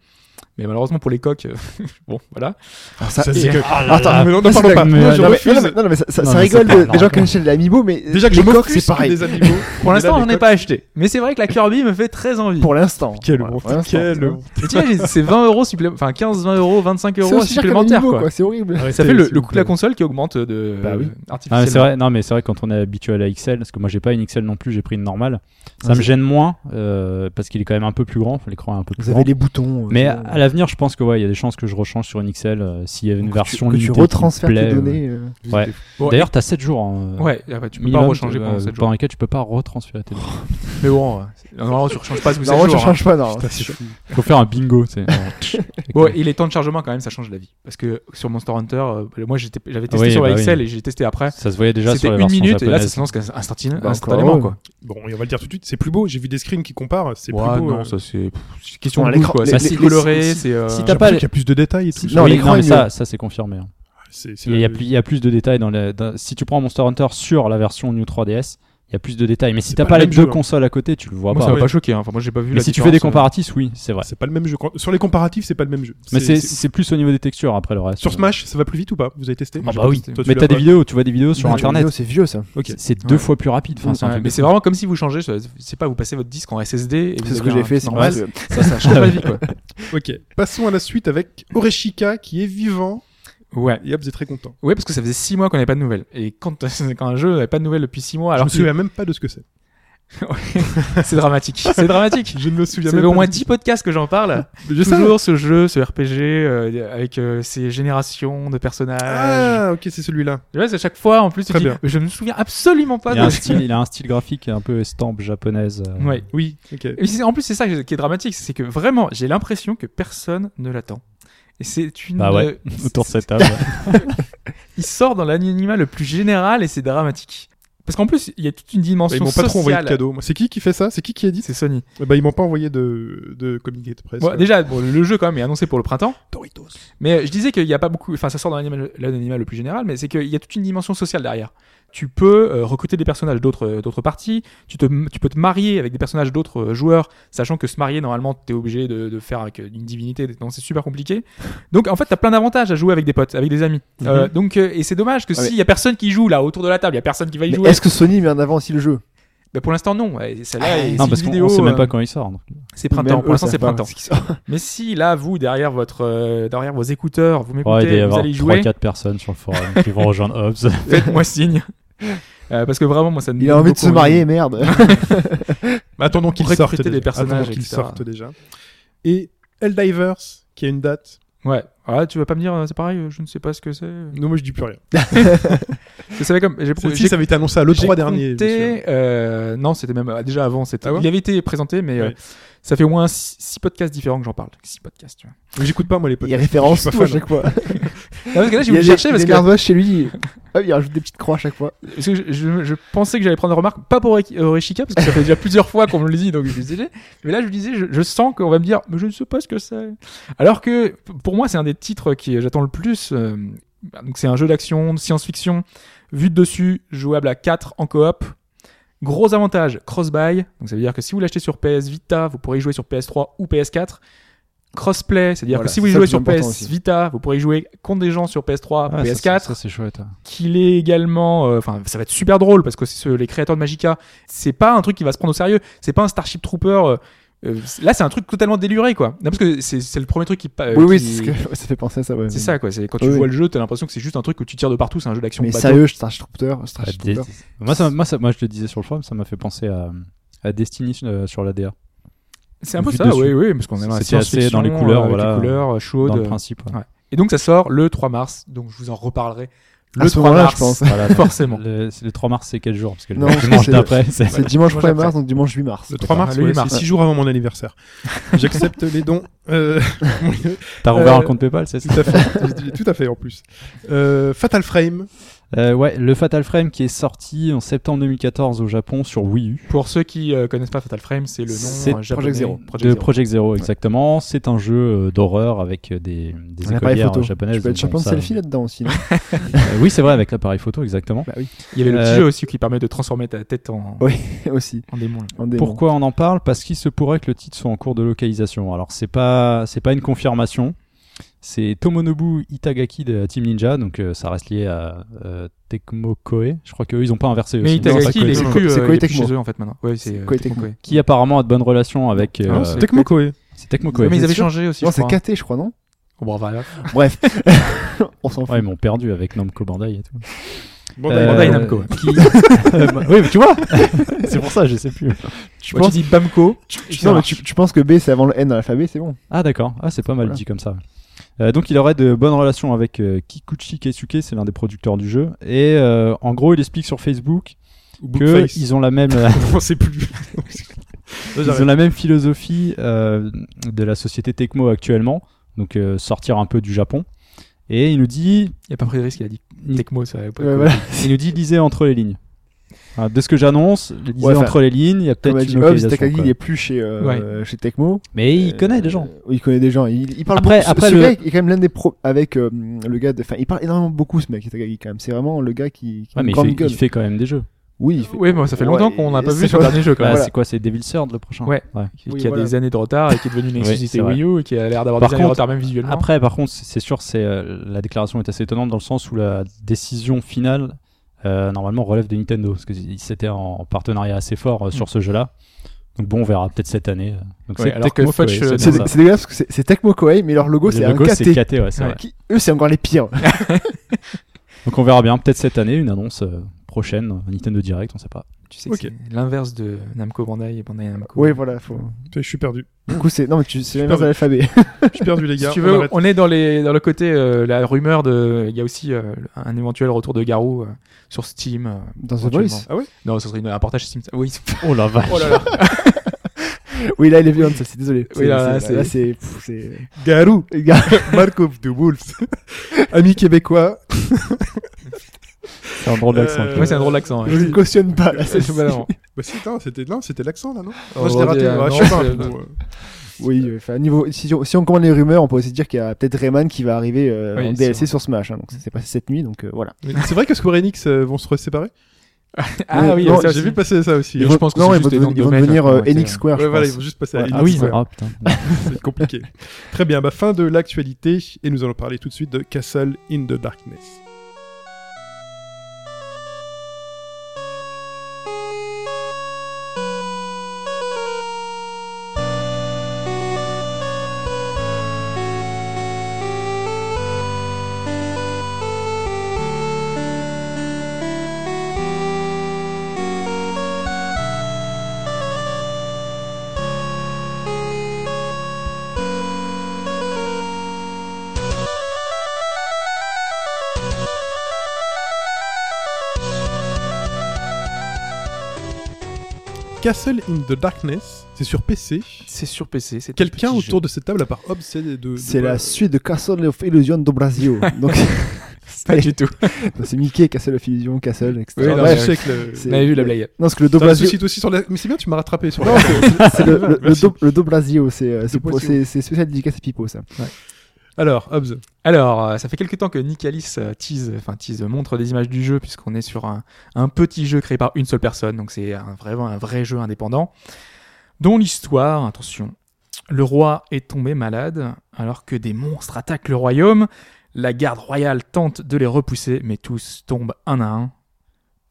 C: Mais malheureusement, pour les coques, [LAUGHS] bon, voilà.
E: Ça,
B: Ça,
E: c'est-
B: c'est que-
E: Attends,
B: mais
E: mais
B: on n'en parle pas.
D: mais-
B: Moi, je
E: non, mais-
B: refuse.
E: non, mais- non, mais ça, ça-
D: Non,
E: ça
D: mais ça
E: rigole
D: part,
E: de-
D: non.
E: des gens qui achètent de l'amiibo, mais
B: Déjà que je
E: les coques,
B: m'offusque
E: c'est pareil.
B: des amiibo.
C: Pour l'instant,
B: là,
C: j'en
B: les
C: ai pas acheté. Mais c'est vrai que la Kirby me fait très envie.
E: Pour l'instant.
B: Quel
E: Voilà,
B: bon.
E: pour l'instant,
B: Quel
E: tu vois.
B: bon.
C: Et tu vois, j'ai- c'est 20 euros supplémentaires, enfin 15, 20 euros, 25
E: C'est
C: euros
E: aussi cher qu'un
C: supplémentaires,
E: amiibo,
C: quoi.
E: C'est horrible.
C: Ça fait le, le coût de la console qui augmente de
E: Bah oui.
C: euh,
D: Ah, mais c'est
C: artificiellement.
D: vrai. Non, mais c'est vrai quand on est habitué à la XL, parce que moi j'ai pas une XL non plus, j'ai pris une normale. Ça
E: Ouais,
D: me
E: c'est-
D: gêne moins euh, parce qu'il est quand même un peu plus grand. L'écran est un peu plus
E: Vous
D: grand.
E: avez les boutons. euh,
D: Mais
E: c'est-
D: à, à l'avenir, je pense que ouais, il y a des chances que je rechange sur une XL euh, s'il y avait une
E: que tu-
D: version
E: que tu
D: limitée. qui me
E: retransfères
D: plaît,
E: tes
D: euh.
E: données. euh.
D: Ouais.
C: Bon,
D: D'ailleurs, t'as 7 jours. hein, euh,
C: Ouais, ah ouais, tu peux
D: minimum,
C: pas rechanger
D: euh,
C: pendant 7
D: pendant
C: jours.
D: lesquels tu peux pas retransférer tes données.
C: Mais bon, euh, normalement tu rechanges pas tous les 7
E: Non, moi je
C: jours. hein.
E: change pas, non.
D: Faut faire un bingo, [LAUGHS] tu sais.
C: Bon, et les temps de chargement quand même, ça change la vie. Parce que sur Monster Hunter, euh, moi j'étais- j'avais testé
D: Oui,
C: sur la
D: bah oui.
C: XL et j'ai testé après.
D: Ça se voyait déjà
C: C'était
D: sur la
C: une
D: version
C: minute et là ça
D: japonaise.
C: se lance qu'un- instantané-
E: Bah,
C: instantanément,
E: encore,
C: quoi.
B: Bon, et on va le dire tout de suite, c'est plus beau. J'ai vu des screens qui comparent, c'est
C: Ouais,
B: plus beau.
C: non,
B: euh.
C: ça c'est pff, c'est question
E: Bon,
C: de
E: à
C: goût,
E: l'écran-
C: quoi.
E: les-
C: C'est
E: les-
C: plus coloré,
E: si-
C: c'est. euh,
D: si
B: J'ai
D: t'as
B: l'impression
D: pas
B: qu'il
D: les-
B: y a plus de détails et tout.
D: non,
E: Non,
D: oui,
E: l'écran
D: non, mais
E: est
D: ça,
E: mieux.
D: ça c'est confirmé. hein.
B: C'est- c'est
D: Il y, a
B: le-
D: plus, il y a plus de détails dans le. dans- si tu prends Monster Hunter sur la version New 3DS, il y a plus de détails. Mais si
B: C'est
D: t'as
B: pas
D: pas
B: le
D: les
B: même
D: deux
B: jeu, hein.
D: consoles à côté, tu le vois
C: Moi ça
D: pas.
C: m'a pas choqué, hein. enfin moi j'ai pas vu
D: Ah, bah, Mais
C: la
D: si tu fais des
C: différence, euh,
D: comparatifs, oui, c'est vrai.
B: C'est pas le même jeu. Quand- Sur les comparatifs, c'est pas le même jeu.
D: Mais c'est
B: c'est-
D: c'est plus au niveau des textures après le reste.
B: Sur Smash, ça va plus vite ou pas Vous avez testé
C: Ah
B: Moi, j'ai
C: bah
B: pas
C: oui.
B: testé. Toi, tu
D: Mais
B: l'as
D: t'as des
B: pas.
D: vidéos, tu vois des vidéos sur
E: Les
D: internet.
E: vidéos, C'est vieux ça.
B: Ok.
D: C'est deux
C: Ouais.
D: fois plus rapide. Enfin, c'est un
C: ouais,
D: truc
C: mais
D: de
C: c'est
D: fou.
C: vraiment comme si vous changez, c'est pas vous passez votre disque en SSD. et vous
E: C'est ce
C: avez
E: que
C: un
E: j'ai fait,
C: disque
E: c'est
C: normal.
E: normal.
C: Ça, ça change la vie, quoi. [LAUGHS]
B: Ok. Passons à la suite avec Oreshika qui est vivant.
C: Ouais.
B: Et hop, vous êtes très content.
C: Ouais, parce que ça faisait 6 mois qu'on n'avait pas de nouvelles. Et quand, [LAUGHS] quand un jeu n'avait pas de nouvelles depuis 6 mois,
B: Alors
C: alors
B: je me
C: que
B: souviens même pas de ce que c'est.
C: c'est dramatique. [LAUGHS] C'est dramatique.
B: Je ne me souviens
C: Ça
B: même
C: fait
B: pas.
C: au moins
B: de-
C: 10 podcasts que j'en [LAUGHS] parle.
B: Je sais.
C: Toujours ce jeu, ce RPG, euh, avec euh, ces générations de personnages.
B: Ah, ok, c'est celui-là.
C: Ouais, c'est à chaque fois, en plus, tu
B: Très
C: dis,
B: bien.
C: mais je me souviens absolument pas
D: Il a
C: de
D: un style, il a un style graphique un peu estampe japonaise. euh,
C: [LAUGHS] Ouais.
B: Oui, ok.
C: Et c'est- en plus, c'est ça que- qui est dramatique, c'est que vraiment, j'ai l'impression que personne ne l'attend. Et c'est une. [LAUGHS]
D: Bah ouais,
C: euh,
D: autour de cette table.
C: Il sort dans l'anonymat le plus général et c'est dramatique. Parce qu'en plus, il y a toute une dimension
B: Bah, Ils m'ont pas
C: sociale.
B: trop envoyé de cadeau. Moi, C'est qui qui fait ça C'est qui qui a dit ça
C: C'est Sony.
B: Eh ben, Ils m'ont pas envoyé de, de communiqué de presse.
C: Bon,
B: Ouais.
C: déjà, bon, le jeu quand même est annoncé pour le printemps.
B: Doritos.
C: Mais euh, je disais qu'il n'y a pas beaucoup, enfin ça sort dans l'anima- l'anonymat le plus général, mais c'est qu'il y a toute une dimension sociale derrière. Tu peux euh, recruter des personnages d'autres euh, d'autres parties, tu, te, tu peux te marier avec des personnages d'autres euh, joueurs, sachant que se marier normalement t'es obligé de, de faire avec euh, une divinité, donc c'est super compliqué. Donc en fait t'as plein d'avantages à jouer avec des potes, avec des amis.
B: Mhm.
C: Euh, donc euh, et c'est dommage que
B: Ah,
E: Ouais,
C: s'il y a personne qui joue là autour de la table, il y a personne qui va y
E: Mais
C: jouer.
E: est-ce que Sony met en avant aussi le jeu
C: Bah, pour l'instant non, Ouais, ça, là, c'est
D: Ah, non,
C: une
D: parce qu'on
C: vidéo,
D: on sait même
C: euh,
D: pas quand il sort. donc.
C: c'est printemps.
E: Même
C: Pour
E: eux
C: l'instant
E: savent
C: c'est
E: pas
C: printemps.
E: ce qui sort.
C: Mais si là vous derrière votre euh, derrière vos écouteurs, vous m'écoutez,
D: Ouais, il doit y
C: vous
D: avoir
C: allez y jouer.
D: 3-4 personnes sur le forum qui vont
E: [LAUGHS]
D: rejoindre Hobbs.
C: faites-moi signe. Euh, parce que vraiment, moi, ça me
E: Il
C: donne
E: a envie de
C: beaucoup
E: se marier, merde.
B: Mais attendons qu'ils
C: Recruter
B: sortent.
C: des
B: déjà.
C: personnages,
B: Attendons qu'ils
C: etc.
B: sortent déjà. Et Helldivers, qui a une date.
C: Ouais. Ah, tu vas pas me dire, euh, c'est pareil, euh, je ne sais pas ce que c'est.
B: Non, moi je dis plus rien.
C: Ça savait comme. J'ai
B: Celle-ci, ça avait été annoncé à
C: j'ai
B: l'E3 dernier. je me souviens.
C: compté, euh, non, c'était même euh, déjà avant. C'était,
B: Ah ouais
C: il avait été présenté, mais euh,
B: Ouais.
C: ça fait au moins 6 podcasts différents que j'en parle. 6 podcasts, tu vois.
B: Donc, J'écoute pas, moi, les
E: Il y a
B: podcasts.
E: référence
B: Je suis
E: tout
B: pas
E: à
B: fan.
E: chaque fois.
C: Non, parce que là, j'ai
E: Il y a
C: voulu
E: des-
C: chercher
E: il y a
C: parce
E: des
C: que,
E: nerveux chez lui. Hop, il rajoute des petites croix à chaque fois.
C: parce que je, je- je pensais que j'allais prendre remarque, pas pour Ori- euh, Orishika, parce que ça fait déjà plusieurs fois qu'on me le dit, donc je disais. Mais là, je disais, je, je sens qu'on va me dire, mais je ne sais pas ce que c'est. Alors que, p- pour moi, c'est un des titres qui j'attends le plus. euh, donc c'est un jeu d'action, de science-fiction, vu de dessus, jouable à 4 en coop. Gros avantage, cross-buy. Donc ça veut dire que si vous l'achetez sur PS Vita, vous pourrez y jouer sur PS3 ou PS4. Crossplay, c'est-à-dire
E: Voilà,
C: que si vous
E: c'est
C: y
E: ça le
C: jouez
E: plus
C: sur PS
E: important aussi.
C: Vita, vous pourrez y jouer contre des gens sur PS3,
D: Ah, ça,
C: PS4
D: ça, ça, c'est chouette. ouais.
E: Ah,
C: qu'il est également euh, enfin ça va être super drôle parce que c'est ce- les créateurs de Magica c'est pas un truc qui va se prendre au sérieux c'est pas un Starship Trooper euh, euh, c'est- là c'est un truc totalement déluré quoi non, parce que c'est c'est le premier truc qui pa- euh,
E: oui, oui,
C: qui-
E: c'est ce que- ouais, ça fait penser à ça, ouais.
C: c'est ça quoi c'est quand tu
E: Oui,
C: vois
E: oui.
C: le jeu t'as l'impression que c'est juste un truc où tu tires de partout c'est un jeu d'action
E: Mais
C: bateau.
E: sérieux, Starshooter,
D: Ah, des-
E: Starshooter.
D: Moi, ça, moi, ça- moi, je le disais sur le forum, ça m'a fait penser à, à Destiny euh, sur la DA.
C: c'est un peu
D: Vu
C: ça
D: dessus.
C: oui oui parce qu'on aime la
D: C'était assez
C: science-fiction,
D: dans les couleurs,
C: euh, avec
D: voilà,
C: les couleurs euh, chaudes
D: Dans le
C: euh.
D: principe.
E: ah,
D: ouais.
C: Ouais. et donc ça sort le 3 mars donc je vous en reparlerai le
E: À ce
C: 3
E: moment-là,
C: mars
E: je pense.
D: Voilà,
C: forcément
D: le, c'est le 3 mars, c'est quel jour Parce que
E: Non,
D: le dimanche
E: c'est-
D: d'après, [LAUGHS] c'est.
E: C'est dimanche
C: Moi, j'ai
E: 1er mars, donc dimanche 8 mars.
B: Le 3 mars,
C: Le huit
B: ouais,
C: mars,
B: c'est
C: ouais.
B: 6 jours avant mon
C: [LAUGHS]
B: anniversaire. J'accepte les dons. Euh, [LAUGHS]
D: T'as rouvert
B: Euh,
D: un compte PayPal, c'est ça
E: [LAUGHS]
B: tout à [LAUGHS] fait, tout à fait en plus. Euh, Fatal Frame,
D: Euh, Ouais, le Fatal Frame qui est sorti en septembre 2014 au Japon sur Wii U.
C: pour ceux qui euh, connaissent pas Fatal Frame c'est le
D: C'est
C: nom euh, japonais
E: Project Zero.
C: Project
D: de
C: Zero.
D: Project Zero, exactement. C'est un jeu euh, d'horreur avec euh, des, des
E: Un appareil
D: écolières
E: photo.
D: japonaises.
E: Tu peux être
D: Bon,
E: champion de
D: ça-
E: selfie là-dedans aussi. non
D: Euh, oui, c'est vrai, avec l'appareil photo, exactement.
E: Bah oui,
C: il y avait le petit
D: Euh,
C: jeu aussi qui permet de transformer ta tête en,
E: aussi.
C: en démon là.
E: En démon.
D: Pourquoi on en parle Parce qu'il se pourrait que le titre soit en cours de localisation. Alors c'est pas c'est pas une confirmation. C'est Tomonobu Itagaki de Team Ninja, donc euh, ça reste lié à euh, Tecmo Koei. Je crois qu'eux ils ont pas inversé.
C: Mais
D: aussi.
C: Itagaki, il est
B: Koei
E: Tecmo.
C: plus, euh,
E: C'est Koei
C: il est plus
E: Tecmo.
C: chez eux en fait maintenant. Ouais, c'est euh,
E: Koei
C: Tecmo
E: Tecmo.
C: Koei.
D: Qui apparemment a de bonnes relations avec. euh,
C: non,
B: c'est
C: c'est
B: Tecmo Koei.
D: c'est Tecmo
C: Ouais,
D: Koei.
C: mais ils
E: c'est
C: avaient
E: sûr.
C: changé aussi.
E: Non,
C: je
E: c'est
C: crois.
E: KT, je crois, non
C: Bon, voilà.
E: Bref, on s'en fout.
D: Ouais, ils m'ont perdu avec Namco Bandai et tout.
B: Bandai
D: Euh,
C: Bandai Namco.
D: qui- bah, oui, mais tu vois, c'est pour ça, je sais plus.
C: Tu, penses... tu dis Bamco.
E: Tu- non, mais tu, tu penses que B c'est avant le N dans l'alphabet, c'est bon.
D: Ah d'accord, ah, c'est pas mal
E: Voilà.
D: dit comme ça. Euh, donc il aurait de bonnes relations avec euh, Kikuchi Keisuke, c'est l'un des producteurs du jeu, et euh, en gros il explique sur Facebook
B: ou
D: que
B: Bookface.
D: ils ont
E: [LAUGHS]
D: la même
B: [LAUGHS]
D: euh,
B: On sait
C: [LAUGHS]
B: plus. Là,
D: ils
B: j'arrête.
D: ont la même philosophie euh, de la société Tecmo actuellement, donc euh, sortir un peu du Japon. Et il nous dit,
C: Il n'y a pas pris de risque, il a dit Tecmo. Ça, avait pas-
E: Ouais, Euh, voilà.
D: il nous dit lisez entre les lignes. Ah, de ce que j'annonce, lisez
E: Ouais, enfin,
D: entre les lignes, il y a
E: Comme a
D: peut-être
E: dit
D: une
E: Hobbs,
D: localisation.
E: Takagi,
D: quoi.
E: il est plus chez, euh, chez Tecmo.
D: Mais il
E: Euh,
D: connaît des gens.
E: euh, oui, il connaît des gens. Il, il parle
D: Après-
E: beaucoup. Ce-
D: après
E: ce
D: le-
E: gars est quand même l'un des pros avec euh, le gars. de- Enfin, il parle énormément beaucoup ce mec, Takagi quand même. C'est vraiment le gars qui. qui a
D: Ouais,
E: une
D: mais il
E: grande
D: fait,
E: gueule.
D: il fait quand même des jeux.
E: Oui, il fait.
C: Ouais, bon, ça fait longtemps
E: Ouais,
C: qu'on n'a pas
E: c'est
C: vu son
E: vrai.
C: dernier jeu quand
D: Bah,
C: même.
E: Voilà.
D: C'est quoi, c'est Devil Third le prochain
C: Ouais. Qui
E: Oui,
C: qui a
E: voilà.
C: des années de retard et qui est devenu une
D: Oui,
C: exclusivité
D: c'est vrai.
C: Wii U et qui a l'air d'avoir
D: Par
C: des années de
D: contre,
C: retard même visuellement.
D: Après, par contre, c'est c'est sûr, c'est euh, la déclaration est assez étonnante dans le sens où la décision finale euh, normalement relève de Nintendo parce que c'était en partenariat assez fort euh, sur ce jeu-là. Donc bon, on verra peut-être cette année. euh, Donc
C: Ouais,
D: c'est
C: alors que
D: Tecmo
C: Fudge,
D: Koei,
C: euh,
D: c'est
E: C'est
D: bien ça.
E: c'est dégueulasse parce que c'est- c'est Tecmo Koei, mais leur logo, c'est
D: Le
E: un
D: logo, c'est
E: KT.
D: KT, ouais, c'est
C: Ouais.
D: vrai.
E: Qui, eux, c'est encore les pires.
D: Donc on verra bien, peut-être cette année, une annonce euh, prochaine, un Nintendo Direct, on sait pas.
C: Tu sais que
B: Ok.
C: c'est l'inverse de Namco Bandai et Bandai Namco.
E: oui, voilà. Faut...
B: Je suis perdu.
E: Du coup, c'est. Non, mais tu... c'est
B: Super.
E: l'inverse de l'alphabet.
B: Je suis perdu, les
C: Si
B: gars.
C: tu
B: on
C: veux, on,
B: arrête.
C: est dans, les, dans le côté, euh, la rumeur de. Il y a aussi euh, un éventuel retour de Garou euh, sur Steam. euh,
E: Dans The
C: éventuellement.
E: Voice
B: Ah ouais
C: Non, ce serait une- un portage Steam. Oui,
D: Oh la vache
C: oh là là.
E: Oui, là, il est violent, celle-ci, désolé.
C: Oui, là,
E: C'est- là, c'est. pff, c'est- [LAUGHS]
B: Garou,
E: Les gars,
B: Markov
E: [LAUGHS]
B: de Wolves. Ami québécois,
D: C'est un drôle d'accent.
B: Euh,
C: Ouais, c'est un drôle d'accent.
E: je ne cautionne pas, [LAUGHS] là,
C: C'est
E: celle-ci.
B: Bah si, attends, c'était non, c'était l'accent là, non
C: Oh,
B: Moi je
C: on
B: l'ai raté,
C: dit,
B: ouais, je
C: euh, non,
B: sais pas.
C: [LAUGHS] c'est-
B: bon, euh,
E: Oui, euh, enfin, niveau, si, on- si on commande les rumeurs, on peut aussi dire qu'il y a peut-être Rayman qui va arriver euh,
C: Oui,
E: en
C: c'est
E: DLC
C: vrai.
E: sur Smash. hein, donc, ça s'est passé cette nuit, donc euh, voilà.
B: mais C'est vrai que Square Enix euh, vont se reséparer
C: Ah oui,
E: Non,
C: ça
B: J'ai
C: aussi.
B: vu passer ça aussi.
C: Et
E: Ils
C: je
E: vont-
C: pense que
E: non,
C: c'est
E: ils vont
C: juste les
E: devenir-
C: noms de
E: ils vont
C: domaines,
E: devenir
C: quoi,
E: euh,
C: qui ont été,
E: Enix Square.
B: Ouais,
E: je
B: voilà, ils
E: pense.
B: vont juste passer à
E: Ouais.
B: Enix.
D: Ah oui,
B: ouais.
D: ah putain.
B: c'est compliqué. Très bien, bah, fin de l'actualité et nous allons parler tout de suite de Castle in the Darkness. Castle in the Darkness, c'est sur PC.
C: C'est sur PC. c'est un
B: Quelqu'un
C: petit jeu.
B: autour de cette table, à part Hobbs, c'est de. de-
E: C'est
B: de-
E: la suite de Castle of Illusion do Brasil. donc,
C: Pas du tout.
E: c'est Mickey, Castle of Illusion, Castle, etc.
C: Oui,
B: Ah,
C: non,
E: Bref,
B: je sais que [LAUGHS] le-
E: c'est-
C: On avait vu la blague.
E: non, parce que le do
B: T'as un
E: Brasil.
B: souci, toi aussi sur la. Mais c'est bien, tu m'as rattrapé sur la.
E: Non, c'est- c'est- c'est le, le, le
B: Merci.
E: do, le do Blasio, c'est euh, c'est
B: Do
E: pour-
B: Blasio.
E: c'est- c'est spécial dédicace à Pipo, ça.
B: [LAUGHS] Alors, Hobbs,
C: Alors, euh, ça fait quelques temps que Nicalis euh, tease, enfin tease, euh, montre des images du jeu puisqu'on est sur un, un petit jeu créé par une seule personne, donc c'est un- vraiment un vrai jeu indépendant, dont l'histoire, attention, le roi est tombé malade alors que des monstres attaquent le royaume, la garde royale tente de les repousser, mais tous tombent un à un,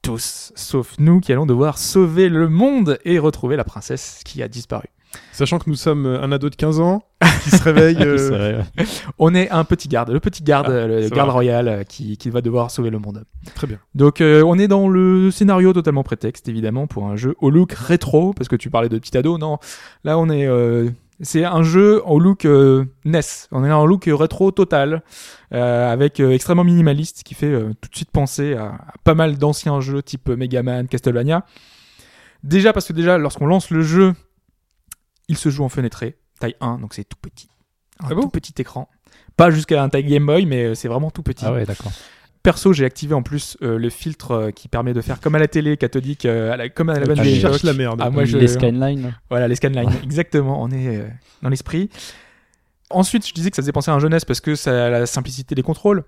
C: tous, sauf nous qui allons devoir sauver le monde et retrouver la princesse qui a disparu.
B: sachant que nous sommes euh, un ado de 15 ans qui se [LAUGHS] réveille. euh,
D: C'est vrai, ouais.
C: On est un petit garde, le petit garde, euh, le
B: Ah, c'est
C: garde
B: vrai.
C: royal euh, qui- qui va devoir sauver le monde.
B: Très bien.
C: Donc euh, on est dans le scénario totalement prétexte évidemment pour un jeu au look rétro parce que tu parlais de petit ado non là on est euh, c'est un jeu au look euh, NES on est en look rétro total euh, avec euh, extrêmement minimaliste qui fait euh, tout de suite penser à, à pas mal d'anciens jeux type Mega Man Castlevania déjà parce que déjà lorsqu'on lance le jeu il se joue en fenêtré taille 1 donc c'est tout petit un
B: Ah bon
C: tout petit écran pas jusqu'à un taille Game Boy mais euh, c'est vraiment tout petit
D: Ah ouais, d'accord.
C: Perso, j'ai activé en plus euh, le filtre euh, qui permet de faire comme à la télé cathodique, euh, à la- comme à la bonne
B: Tu
D: Ah,
C: vieille
D: les-
B: cherches
C: époque.
B: la merde.
C: Ah, moi, je-
D: Les Skylines.
C: Voilà, les scanlines, exactement, on est euh, dans l'esprit. Ensuite, je disais que ça faisait penser à un jeunesse parce que ça a la simplicité des contrôles.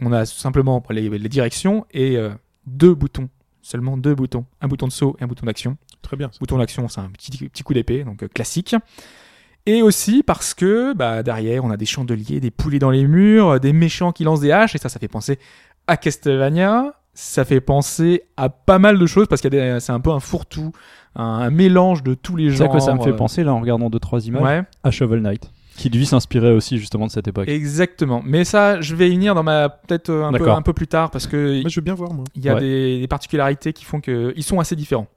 C: On a simplement les, les directions et euh, deux boutons, seulement deux boutons, un bouton de saut et un bouton d'action.
B: Très bien. ça.
C: Bouton d'action, c'est un petit, petit coup d'épée, donc euh, classique. Et aussi parce que bah, derrière, on a des chandeliers, des poulets dans les murs, euh, des méchants qui lancent des haches, et ça, ça fait penser à Castlevania. Ça fait penser à pas mal de choses parce qu'il y a des- c'est un peu un fourre-tout, un, un mélange de tous les
D: C'est à
C: genres.
D: quoi ça me fait
C: euh,
D: penser, là, en regardant deux trois images
C: Ouais,
D: À Shovel Knight, qui lui s'inspirait aussi justement de cette époque.
C: exactement. Mais ça, je vais y venir dans ma peut-être euh, un peu,
D: D'accord.
C: un peu plus tard parce que
B: Moi, je veux bien voir, moi.
C: il y a
D: Ouais.
C: des, des particularités qui font que ils sont assez différents.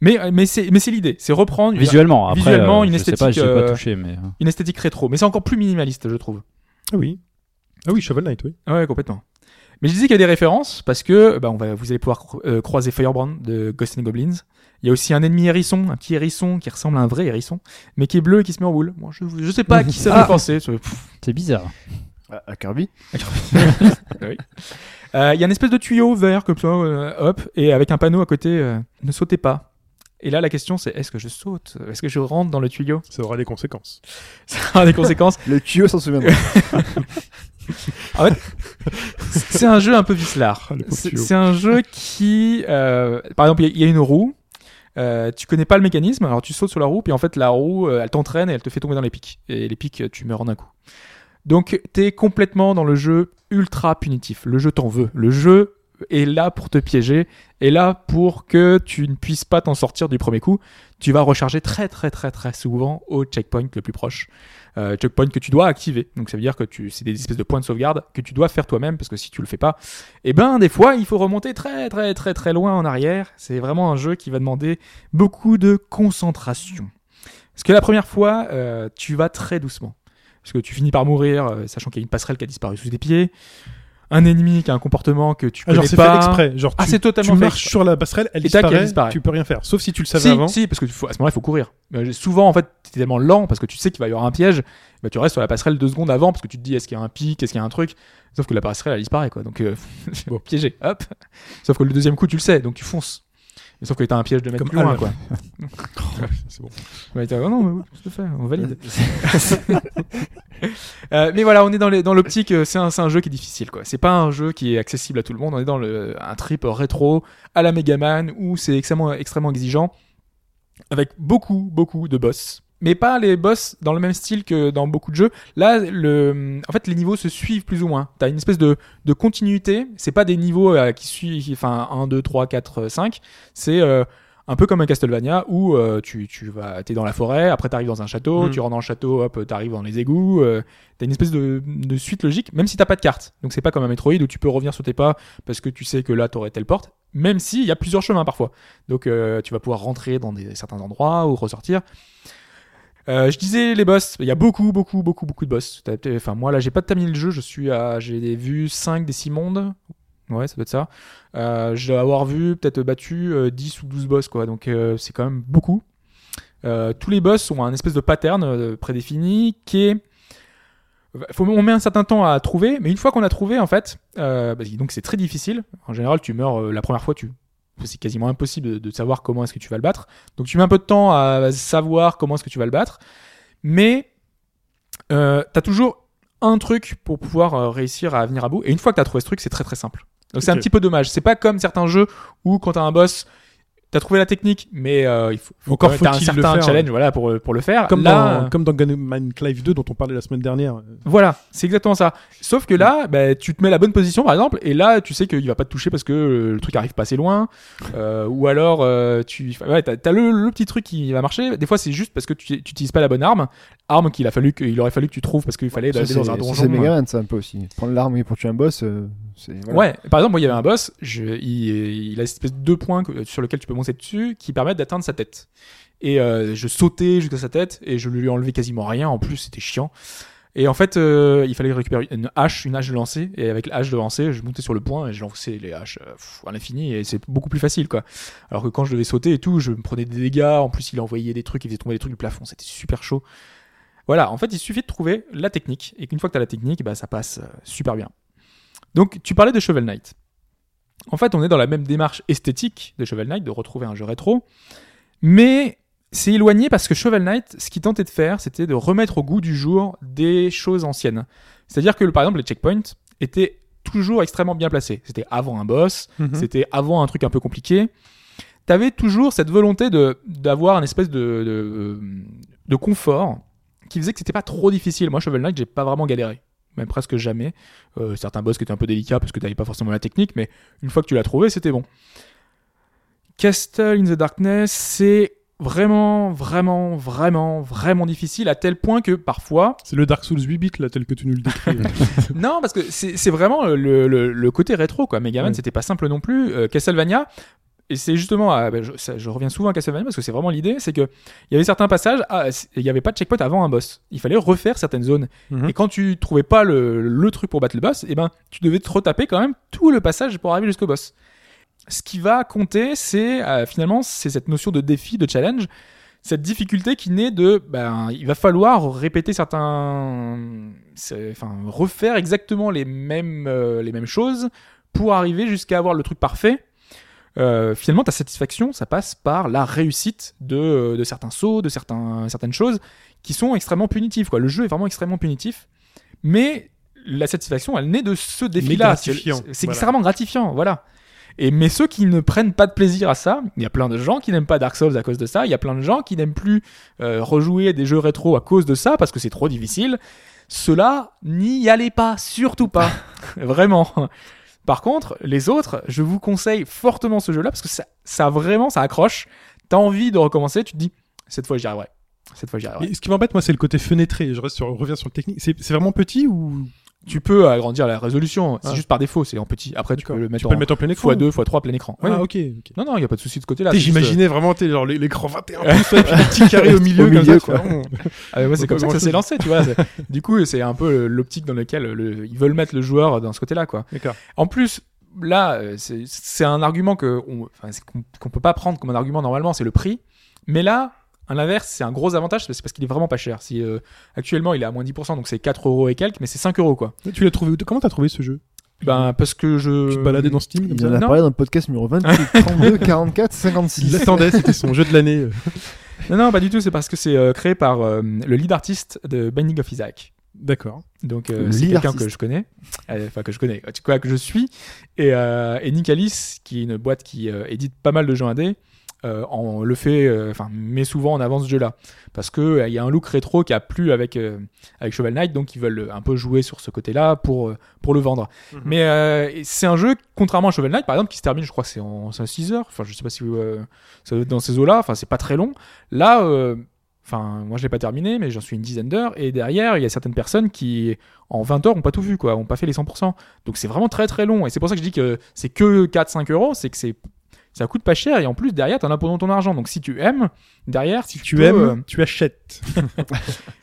C: Mais euh, mais c'est mais c'est l'idée, c'est reprendre
D: Visuellement, après,
C: visuellement,
D: euh,
C: une
D: je sais pas,
C: esthétique,
D: j'ai pas
C: euh,
D: touché, mais euh,
C: une esthétique rétro, mais c'est encore plus minimaliste, je trouve.
B: Ah oui. Ah oui, Shovel Knight, oui.
C: Ouais, complètement. Mais je disais qu'il y a des références parce que bah, on va, vous allez pouvoir cro- euh, croiser Firebrand de Ghost and Goblins. Il y a aussi un ennemi hérisson, un petit hérisson qui ressemble à un vrai hérisson, mais qui est bleu et qui se met en boule. Moi, je, je sais pas à qui ça
D: Ah.
C: fait penser. c'est- pff,
D: c'est bizarre.
E: À, à Kirby.
C: Euh, Il y a une espèce de tuyau vert comme ça, euh, hop, et avec un panneau à côté, euh, ne sautez pas. Et là, la question, c'est est-ce que je saute Est-ce que je rentre dans le tuyau
B: Ça aura des conséquences.
C: Ça a des conséquences.
E: Le tuyau s'en souviendra.
C: C'est un jeu un peu vicelard.
B: Ah, le pauvre
C: C'est
B: tuyau.
C: c'est un jeu qui, euh, par exemple, il y, a- il y a une roue. euh, tu connais pas le mécanisme, alors tu sautes sur la roue, puis en fait la roue, euh, elle t'entraîne et elle te fait tomber dans les pics. Et les pics, euh, tu meurs en un coup. Donc t'es complètement dans le jeu ultra punitif. Le jeu t'en veut. Le jeu est là pour te piéger, est là pour que tu ne puisses pas t'en sortir du premier coup. Tu vas recharger très très très très souvent au checkpoint le plus proche. Euh, checkpoint que tu dois activer. Donc ça veut dire que tu, c'est des espèces de points de sauvegarde que tu dois faire toi-même parce que si tu le fais pas, eh ben des fois il faut remonter très très très très loin en arrière. C'est vraiment un jeu qui va demander beaucoup de concentration. Parce que la première fois, euh, tu vas très doucement. Parce que tu finis par mourir, euh, sachant qu'il y a une passerelle qui a disparu sous tes pieds, un ennemi qui a un comportement que
B: Ah,
C: tu connais
B: genre c'est fait
C: pas.
B: exprès. Genre
C: Ah,
B: tu,
C: c'est
B: tu
C: totalement fait
B: marches
C: exprès.
B: sur la passerelle, elle
C: Et tac, elle
B: disparaît,
C: disparaît.
B: tu peux rien faire. Sauf si tu le savais
C: si,
B: avant.
C: si, parce que tu faut- à ce moment-là, il faut courir. Mais souvent, en fait, t'es tellement lent parce que tu sais qu'il va y avoir un piège, bah, tu restes sur la passerelle deux secondes avant parce que tu te dis est-ce qu'il y a un pic, est-ce qu'il y a un truc. Sauf que la passerelle, elle disparaît, quoi. Donc, euh, [LAUGHS] bon, piégé, hop. Sauf que le deuxième coup, tu le sais, donc tu fonces. Mais Sauf que t'as un piège de mètres
B: Comme
C: plus loin,
B: Alf.
C: quoi.
B: C'est bon.
C: Ouais, t'as- Ah non, mais oui, tout à fait, on valide. [LAUGHS] Euh, mais voilà, on est dans les- dans l'optique, euh, c'est un, c'est un jeu qui est difficile, quoi. C'est pas un jeu qui est accessible à tout le monde. On est dans le, un trip rétro à la Megaman où c'est extrêmement, extrêmement exigeant avec beaucoup, beaucoup de boss. Mais pas les boss dans le même style que dans beaucoup de jeux. Là, le, en fait, les niveaux se suivent plus ou moins. T'as une espèce de, de continuité. C'est pas des niveaux euh, qui suivent, qui- enfin, 1, 2, 3, 4, 5. C'est, euh, un peu comme un Castlevania où euh, tu, tu vas, t'es dans la forêt, après t'arrives dans un château,
B: Mm.
C: tu rentres dans le château, hop, t'arrives dans les égouts, euh, t'as une espèce de, de suite logique, même si t'as pas de carte. Donc c'est pas comme un Metroid où tu peux revenir sur tes pas parce que tu sais que là t'aurais telle porte, même s'il y a plusieurs chemins parfois. Donc euh, tu vas pouvoir rentrer dans des, certains endroits ou ressortir. Euh, je disais les boss, il y a beaucoup, beaucoup, beaucoup, beaucoup de boss. T'as peut-être- Enfin, moi là, j'ai pas terminé le jeu, je suis à, j'ai vu 5 des 6 mondes. Ouais, ça doit être ça. Euh, je dois avoir vu, peut-être battu euh, 10 ou 12 boss, quoi. Donc euh, c'est quand même beaucoup. Euh, tous les boss ont un espèce de pattern euh, prédéfini qui est. Faut, on met un certain temps à trouver, mais une fois qu'on a trouvé, en fait, euh, parce que donc c'est très difficile. En général, tu meurs euh, la première fois, tu c'est quasiment impossible de, de savoir comment est-ce que tu vas le battre. Donc tu mets un peu de temps à savoir comment est-ce que tu vas le battre, mais euh, t'as toujours un truc pour pouvoir euh, réussir à venir à bout. Et une fois que t'as trouvé ce truc, c'est très très simple. Donc c'est un
B: Ok.
C: petit peu dommage. C'est pas comme certains jeux où quand t'as un boss, t'as trouvé la technique, mais euh, il faut, faut
B: Encore
C: quand même- t'as un
B: faut-il le
C: certain
B: faire,
C: challenge voilà pour euh, pour le faire.
B: Comme,
C: Là, euh,
B: dans, euh, comme dans Gunman Clive 2 dont on parlait la semaine dernière.
C: voilà, c'est exactement ça. Sauf que là, bah, tu te mets la bonne position, par exemple, et là, tu sais qu'il va pas te toucher parce que euh, le truc arrive pas assez loin. Euh, ou alors, euh, tu enfin, ouais, t'as, t'as le, le petit truc qui va marcher. Des fois, c'est juste parce que tu tu utilises pas la bonne arme, arme qu'il a fallu que, il aurait fallu que tu trouves parce qu'il fallait
E: Ça,
C: aller
E: C'est
C: dans un
E: ça,
C: donjon.
E: c'est Megaman, ça, un peu aussi. Prendre l'arme pour tuer un boss, euh, c'est. voilà.
C: Ouais, par exemple, moi, il y avait un boss, je, il, il a cette espèce de deux points que- sur lequel tu peux monter dessus qui permettent d'atteindre sa tête. Et euh, je sautais jusqu'à sa tête et je lui ai enlevé quasiment rien. En plus, c'était chiant. Et en fait, euh, il fallait récupérer une hache, une hache de lancer. Et avec la hache de lancer, je montais sur le point et je lançais les haches euh, pff, à l'infini. Et c'est beaucoup plus facile, quoi. Alors que quand je devais sauter et tout, je me prenais des dégâts. En plus, il envoyait des trucs, il faisait tomber des trucs du plafond. C'était super chaud. Voilà, en fait, il suffit de trouver la technique. Et qu'une fois que tu as la technique, bah, ça passe euh, super bien. Donc, tu parlais de Shovel Knight. En fait, on est dans la même démarche esthétique de Shovel Knight, de retrouver un jeu rétro. Mais c'est éloigné parce que Shovel Knight, ce qu'il tentait de faire, c'était de remettre au goût du jour des choses anciennes. C'est-à-dire que, par exemple, les checkpoints étaient toujours extrêmement bien placés. C'était avant un boss, c'était avant un truc un peu compliqué. T'avais toujours cette volonté de d'avoir une espèce de, de de confort qui faisait que c'était pas trop difficile. Moi, Shovel Knight, j'ai pas vraiment galéré, même presque jamais. Euh, certains boss qui étaient un peu délicats parce que t'avais pas forcément la technique, mais une fois que tu l'as trouvé, c'était bon. Castle in the Darkness, c'est vraiment, vraiment, vraiment, vraiment difficile à tel point que parfois,
B: C'est le Dark Souls 8 bits là tel que tu nous le [LAUGHS] décris.
C: [LAUGHS] non, parce que c'est c'est vraiment euh, le, le- le côté rétro, quoi. Megaman,
B: Oui.
C: c'était pas simple non plus. Euh, Castlevania, et c'est justement, ah, ben, je, ça- je reviens souvent à Castlevania parce que c'est vraiment l'idée, c'est que il y avait certains passages, ah, c- il n'y avait pas de checkpoint avant un boss. Il fallait refaire certaines zones.
B: Mhm.
C: Et quand tu trouvais pas le, le truc pour battre le boss, et ben, tu devais te retaper quand même tout le passage pour arriver jusqu'au boss. Ce qui va compter, c'est euh, finalement c'est cette notion de défi, de challenge, cette difficulté qui naît de, ben, il va falloir répéter certains, c'est- enfin, refaire exactement les mêmes, euh, les mêmes choses pour arriver jusqu'à avoir le truc parfait. Euh, finalement, ta satisfaction, ça passe par la réussite de, de certains sauts, de certains, certaines choses qui sont extrêmement punitives. Quoi. Le jeu est vraiment extrêmement punitif, mais la satisfaction, elle naît de ce défi-là. C'est c'est
B: gratifiant, voilà.
C: extrêmement gratifiant, voilà. Et mais ceux qui ne prennent pas de plaisir à ça, il y a plein de gens qui n'aiment pas Dark Souls à cause de ça. Il y a plein de gens qui n'aiment plus euh, rejouer à des jeux rétro à cause de ça parce que c'est
B: [LAUGHS]
C: trop difficile. Ceux-là, n'y allez pas, surtout pas, vraiment. Par contre, les autres, je vous conseille fortement ce jeu-là parce que ça, ça vraiment, ça accroche. T'as envie de recommencer, tu te dis, cette fois j'y arriverai. Cette fois j'y arriverai.
B: Mais ce qui m'embête, moi, c'est le côté fenêtré. Je reste sur, reviens sur le technique. C'est c'est vraiment petit ou
C: Tu peux agrandir la résolution, c'est
B: Ah.
C: juste par défaut, c'est en petit. Après, tu peux
B: D'accord.
C: le mettre
B: tu peux
C: en
B: le mettre en plein écran
C: fois 2 fois 3 plein écran. Ouais,
B: Ah,
C: ouais.
B: ok. ok.
C: Non, non, il n'y a pas de souci de ce côté-là.
B: T'sais,
C: c'est juste, euh,
B: J'imaginais vraiment t'es genre l'é- l'écran 21 pouces ouais, et puis le [LAUGHS] petit carré au milieu,
E: Au
B: comme
E: milieu,
B: ça, tu fais, oh.
C: Ah, mais moi,
B: Pas
C: c'est comme ça que ça
B: grand-chose.
C: s'est lancé, tu vois. C'est- du coup, c'est un peu l'optique dans laquelle le- ils veulent mettre le joueur dans ce côté-là, quoi.
B: D'accord.
C: En plus, là, euh, c'est c'est un argument que on- enfin, c'est qu'on qu'on peut pas prendre comme un argument normalement, c'est le prix. Mais là, à l'inverse, c'est un gros avantage, c'est parce qu'il est vraiment pas cher. Si, euh, actuellement, il est à moins 10%, donc c'est 4 euros et quelques, mais c'est 5 euros, quoi.
B: Tu l'as trouvé où Comment t'as trouvé ce jeu
C: Ben, parce que je...
B: Mmh. Tu te baladais dans Steam comme
E: Il
B: ça
E: en a
C: Non.
E: parlé dans le podcast numéro
C: [LAUGHS]
E: 28, 32, 44,
B: Il
E: 56.
B: l'attendait, c'était son jeu de l'année. [LAUGHS]
C: Non, non, pas du tout, c'est parce que c'est euh, créé par euh, le lead artiste de Binding of Isaac.
B: D'accord.
C: Donc
E: Le
C: euh, c'est
E: lead
C: quelqu'un
E: artiste.
C: que je connais, Euh, enfin que je connais, en tout cas que je suis, et, euh, et Nicalis, qui est une boîte qui euh, édite pas mal de jeux indés, euh, en- le fait, euh, enfin met souvent en avant ce jeu-là, parce que euh, il y a un look rétro qui a plu avec euh, avec Shovel Knight, donc ils veulent euh, un peu jouer sur ce côté-là pour euh, pour le vendre.
B: Mhm.
C: Mais euh, et c'est un jeu contrairement à Shovel Knight par exemple qui se termine, je crois que c'est en 6 heures, enfin je sais pas si euh, ça doit être dans ces eaux-là, enfin c'est pas très long. Là euh, Enfin, moi je l'ai pas terminé, mais j'en suis une dizaine d'heures. Et derrière, il y a certaines personnes qui, en 20 heures, ont pas tout vu, quoi, ont pas fait les 100%. Donc c'est vraiment très très long. Et c'est pour ça que je dis que c'est que 4-5 euros, c'est que c'est ça coûte pas cher. Et en plus, derrière, t'en as pour ton argent. Donc si tu aimes, derrière, si
B: Si
C: tu,
B: tu
C: peux,
B: aimes,
C: euh,
B: tu achètes.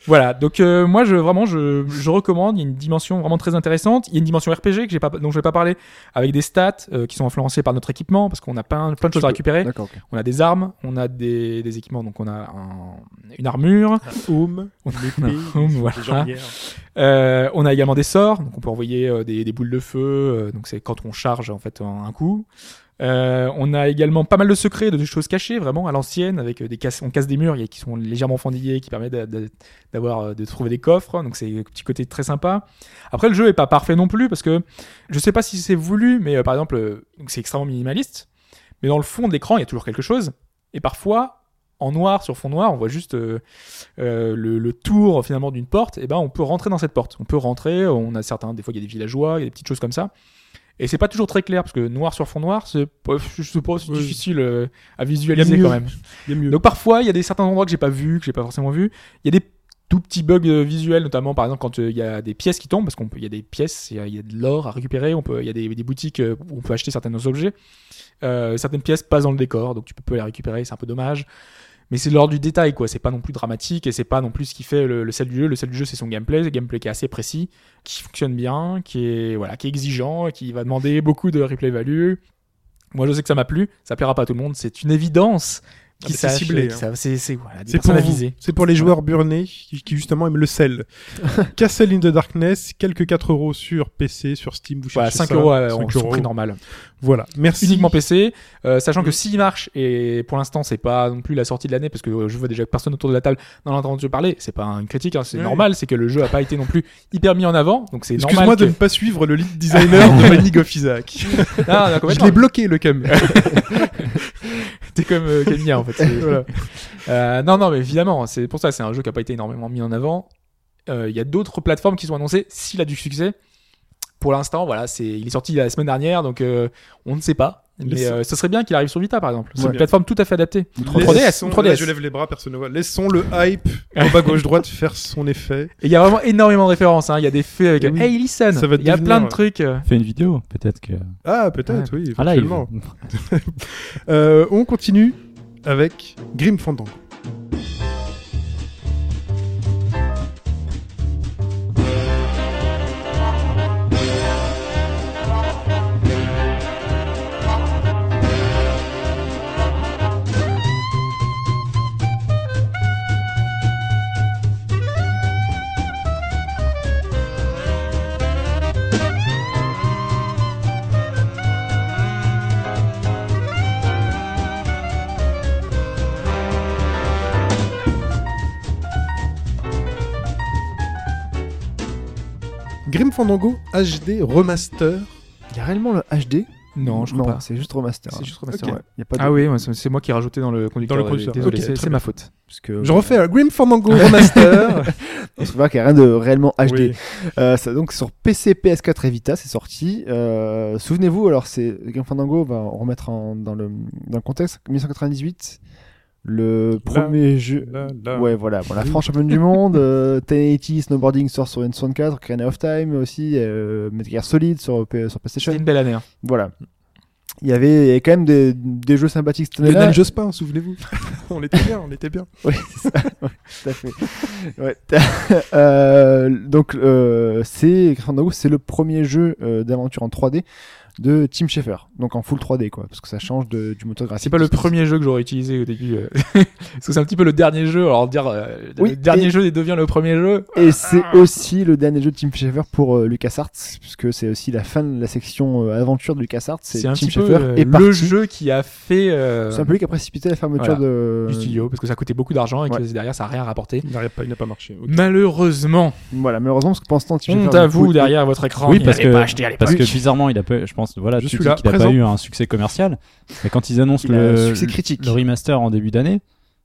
C: voilà. Donc euh, moi, je vraiment, je, je recommande. Il y a une dimension vraiment très intéressante. Il y a une dimension RPG que j'ai pas, dont je vais pas parler, avec des stats euh, qui sont influencées par notre équipement, parce qu'on a plein, plein de choses à récupérer.
E: D'accord. ok.
C: On a des armes, on a des, des équipements, donc on a un- une armure.
B: Home,
C: Un [LAUGHS]
B: l'épée,
C: home,
B: les
C: voilà.
B: jambières.
C: Euh, on a également des sorts, donc on peut envoyer euh, des, des boules de feu, euh, donc c'est quand on charge en fait un, un coup. Euh, on a également pas mal de secrets, de choses cachées vraiment à l'ancienne, avec euh, des casses, on casse des murs il y a- qui sont légèrement fendillés, qui permettent d'a- d'a- d'avoir euh, de trouver des coffres, donc c'est un petit côté très sympa. Après le jeu est pas parfait non plus parce que je sais pas si c'est voulu, mais euh, par exemple euh, donc c'est extrêmement minimaliste, mais dans le fond de l'écran il y a toujours quelque chose, et parfois en noir sur fond noir on voit juste euh, euh, le, le tour finalement d'une porte, et ben on peut rentrer dans cette porte. On peut rentrer, on a certains, des fois il y a des villageois, il y a des petites choses comme ça. Et c'est pas toujours très clair parce que noir sur fond noir, c'est pas- je suppose c'est
B: Oui.
C: difficile euh, à visualiser
B: mieux.
C: quand même.
B: Il y a mieux.
C: Donc parfois, il y a des certains endroits que j'ai pas vu, que j'ai pas forcément vu. Il y a des tout petits bugs euh, visuels, notamment par exemple quand euh, il y a des pièces qui tombent, parce qu'on peut, il y a des pièces, il y a, il y a de l'or à récupérer, on peut, il y a des, des boutiques euh, où on peut acheter certains de nos objets. Euh, certaines pièces passent dans le décor, donc tu peux pas les récupérer, c'est un peu dommage. Mais c'est de l'ordre du détail, quoi. C'est pas non plus dramatique et c'est pas non plus ce qui fait le, le sel du jeu. Le sel du jeu, c'est son gameplay, le gameplay qui est assez précis, qui fonctionne bien, qui est voilà, qui est exigeant, qui va demander beaucoup de replay value. Moi, je sais que ça m'a plu. Ça plaira pas à tout le monde, c'est une évidence.
B: Ah,
C: Qui
B: mais c'est
C: sache-
B: ciblé,
C: qui
B: hein.
C: sa- C'est c'est- voilà, des
B: C'est pour,
C: personnes
B: vous.
C: avisées.
B: c'est pour les joueurs burnés qui, qui justement aiment le sel. Castle in the Darkness, quelques 4 euros sur PC, sur Steam, vous
C: Voilà,
B: cherchez ça,
C: 5 euros euh,
B: 5
C: en son
B: euros.
C: prix normal.
B: Voilà, merci.
C: Uniquement PC, euh, sachant que
B: Mhm.
C: s'il marche, et pour l'instant c'est pas non plus la sortie de l'année, parce que euh, je vois déjà que personne autour de la table n'en a entendu parler, c'est pas une critique, hein, c'est
B: Ouais.
C: normal, c'est que le jeu a pas été non plus hyper mis en avant, donc c'est normal.
B: Excuse-moi
C: que...
B: de ne pas suivre le lead [LAUGHS] designer de Binding of Isaac.
C: Non, non,
B: Je
C: complètement.
B: l'ai bloqué le cum.
C: T'es comme euh, Kenya
B: [LAUGHS]
C: en fait. c'est- voilà. Euh, non, non, mais évidemment, c'est pour ça, c'est un jeu qui n'a pas été énormément mis en avant. Euh, Il y a d'autres plateformes qui sont annoncées s'il a du succès. Pour l'instant, voilà, c'est il est sorti la semaine dernière, donc euh, on ne sait pas. Mais
B: Laisse-
C: euh, ce serait bien qu'il arrive sur Vita par exemple. C'est
E: Ouais.
C: une plateforme tout à fait adaptée.
E: Trop-
C: 3DS,
B: Laissons-
C: 3DS.
B: là, je lève les bras, personne ne voit. Laissons le hype en bas gauche droite faire son effet.
C: Et il y a vraiment énormément de références. hein. Il y a des faits avec
B: Eh oui.
C: Hey listen.
B: Ça va
C: Il y a
B: devenir,
C: plein de
B: ouais.
C: trucs. euh,
D: Fais une vidéo, peut-être que.
B: Ah, peut-être, oui,
D: Un live.
B: éventuellement. Euh, on continue avec Grim Fandango. Grim Fandango HD Remaster.
E: Il y a réellement le HD
C: Non, je crois pas.
E: c'est juste remaster.
C: C'est
E: hein.
C: juste remaster.
E: Ok.
C: ouais.
E: Il y a pas de...
C: Ah oui, moi, c'est c'est moi qui ai rajouté dans le conducteur. euh,
B: Dans le conducteur.
C: Désolé,
B: Ok,
C: c'est-
B: très
C: c'est
B: bien.
C: ma faute.
E: parce que-
B: [LAUGHS] Je refais un Grim Fandango hein. Remaster.
E: Et parce que voilà qu'il n'y a rien de réellement HD.
B: Oui.
E: Euh, ça- donc sur PC, PS4 et Vita, c'est sorti. Euh, Souvenez-vous, alors c'est Game Fandango, on va en remettre en- dans, le, dans le contexte. 1998, le premier jeu.
B: Là, là.
E: Ouais, voilà, bon, la France championne du monde, euh, 1080 Snowboarding sort sur N64, Ocarina of Time aussi, euh, Metal Gear Solid sur, P- sur PlayStation.
C: C'était une belle année. hein.
E: Voilà. Il y avait il y avait quand même des, des jeux sympathiques cette année-là.
B: Lionel Jospin, souvenez-vous. [LAUGHS] on était bien, on était bien.
E: Oui, c'est ça. Ouais, tout à fait. [LAUGHS] Ouais. Euh, donc, euh, c'est Grand Theft Auto, c'est le premier jeu euh, d'aventure en 3D de Tim Schafer. Donc en full 3D, quoi, parce que ça change de- du moteur graphique.
C: Ah, C'est pas le premier jeu que j'aurais utilisé au début. euh, [LAUGHS] Parce que c'est un petit peu le dernier jeu. Alors dire euh,
E: Oui,
C: le dernier
E: et-
C: jeu devient le premier jeu.
E: Et c'est aussi le dernier jeu de Tim Schafer pour euh, LucasArts, puisque c'est aussi la fin de la section euh, aventure de LucasArts. C'est
C: C'est un
E: Tim
C: petit
E: Schafer
C: peu euh,
E: est
C: le
E: parti.
C: jeu qui a fait euh,
E: C'est un peu lui qui a précipité la fermeture
C: Voilà.
E: de...
C: du studio parce que ça coûtait beaucoup d'argent et que
E: Ouais.
C: derrière ça a rien rapporté.
B: Il n'a pas, il n'a pas marché. Ok.
C: Malheureusement,
E: Voilà, malheureusement, parce que pour l'instant, Tim
C: honte
E: Schafer,
C: à
E: du coup,
C: vous
E: est-
C: derrière votre écran.
D: Oui,
C: qui
D: parce
C: n'avait
D: que-
C: pas acheté à l'époque.
D: Parce que bizarrement, il a pas, je pense, voilà,
B: Je
D: tu
B: suis
D: dis
B: là,
D: qu'il a pas
B: présent.
D: eu un succès commercial. Mais quand ils annoncent
E: Il a un
D: le,
E: succès critique.
D: le remaster en début d'année,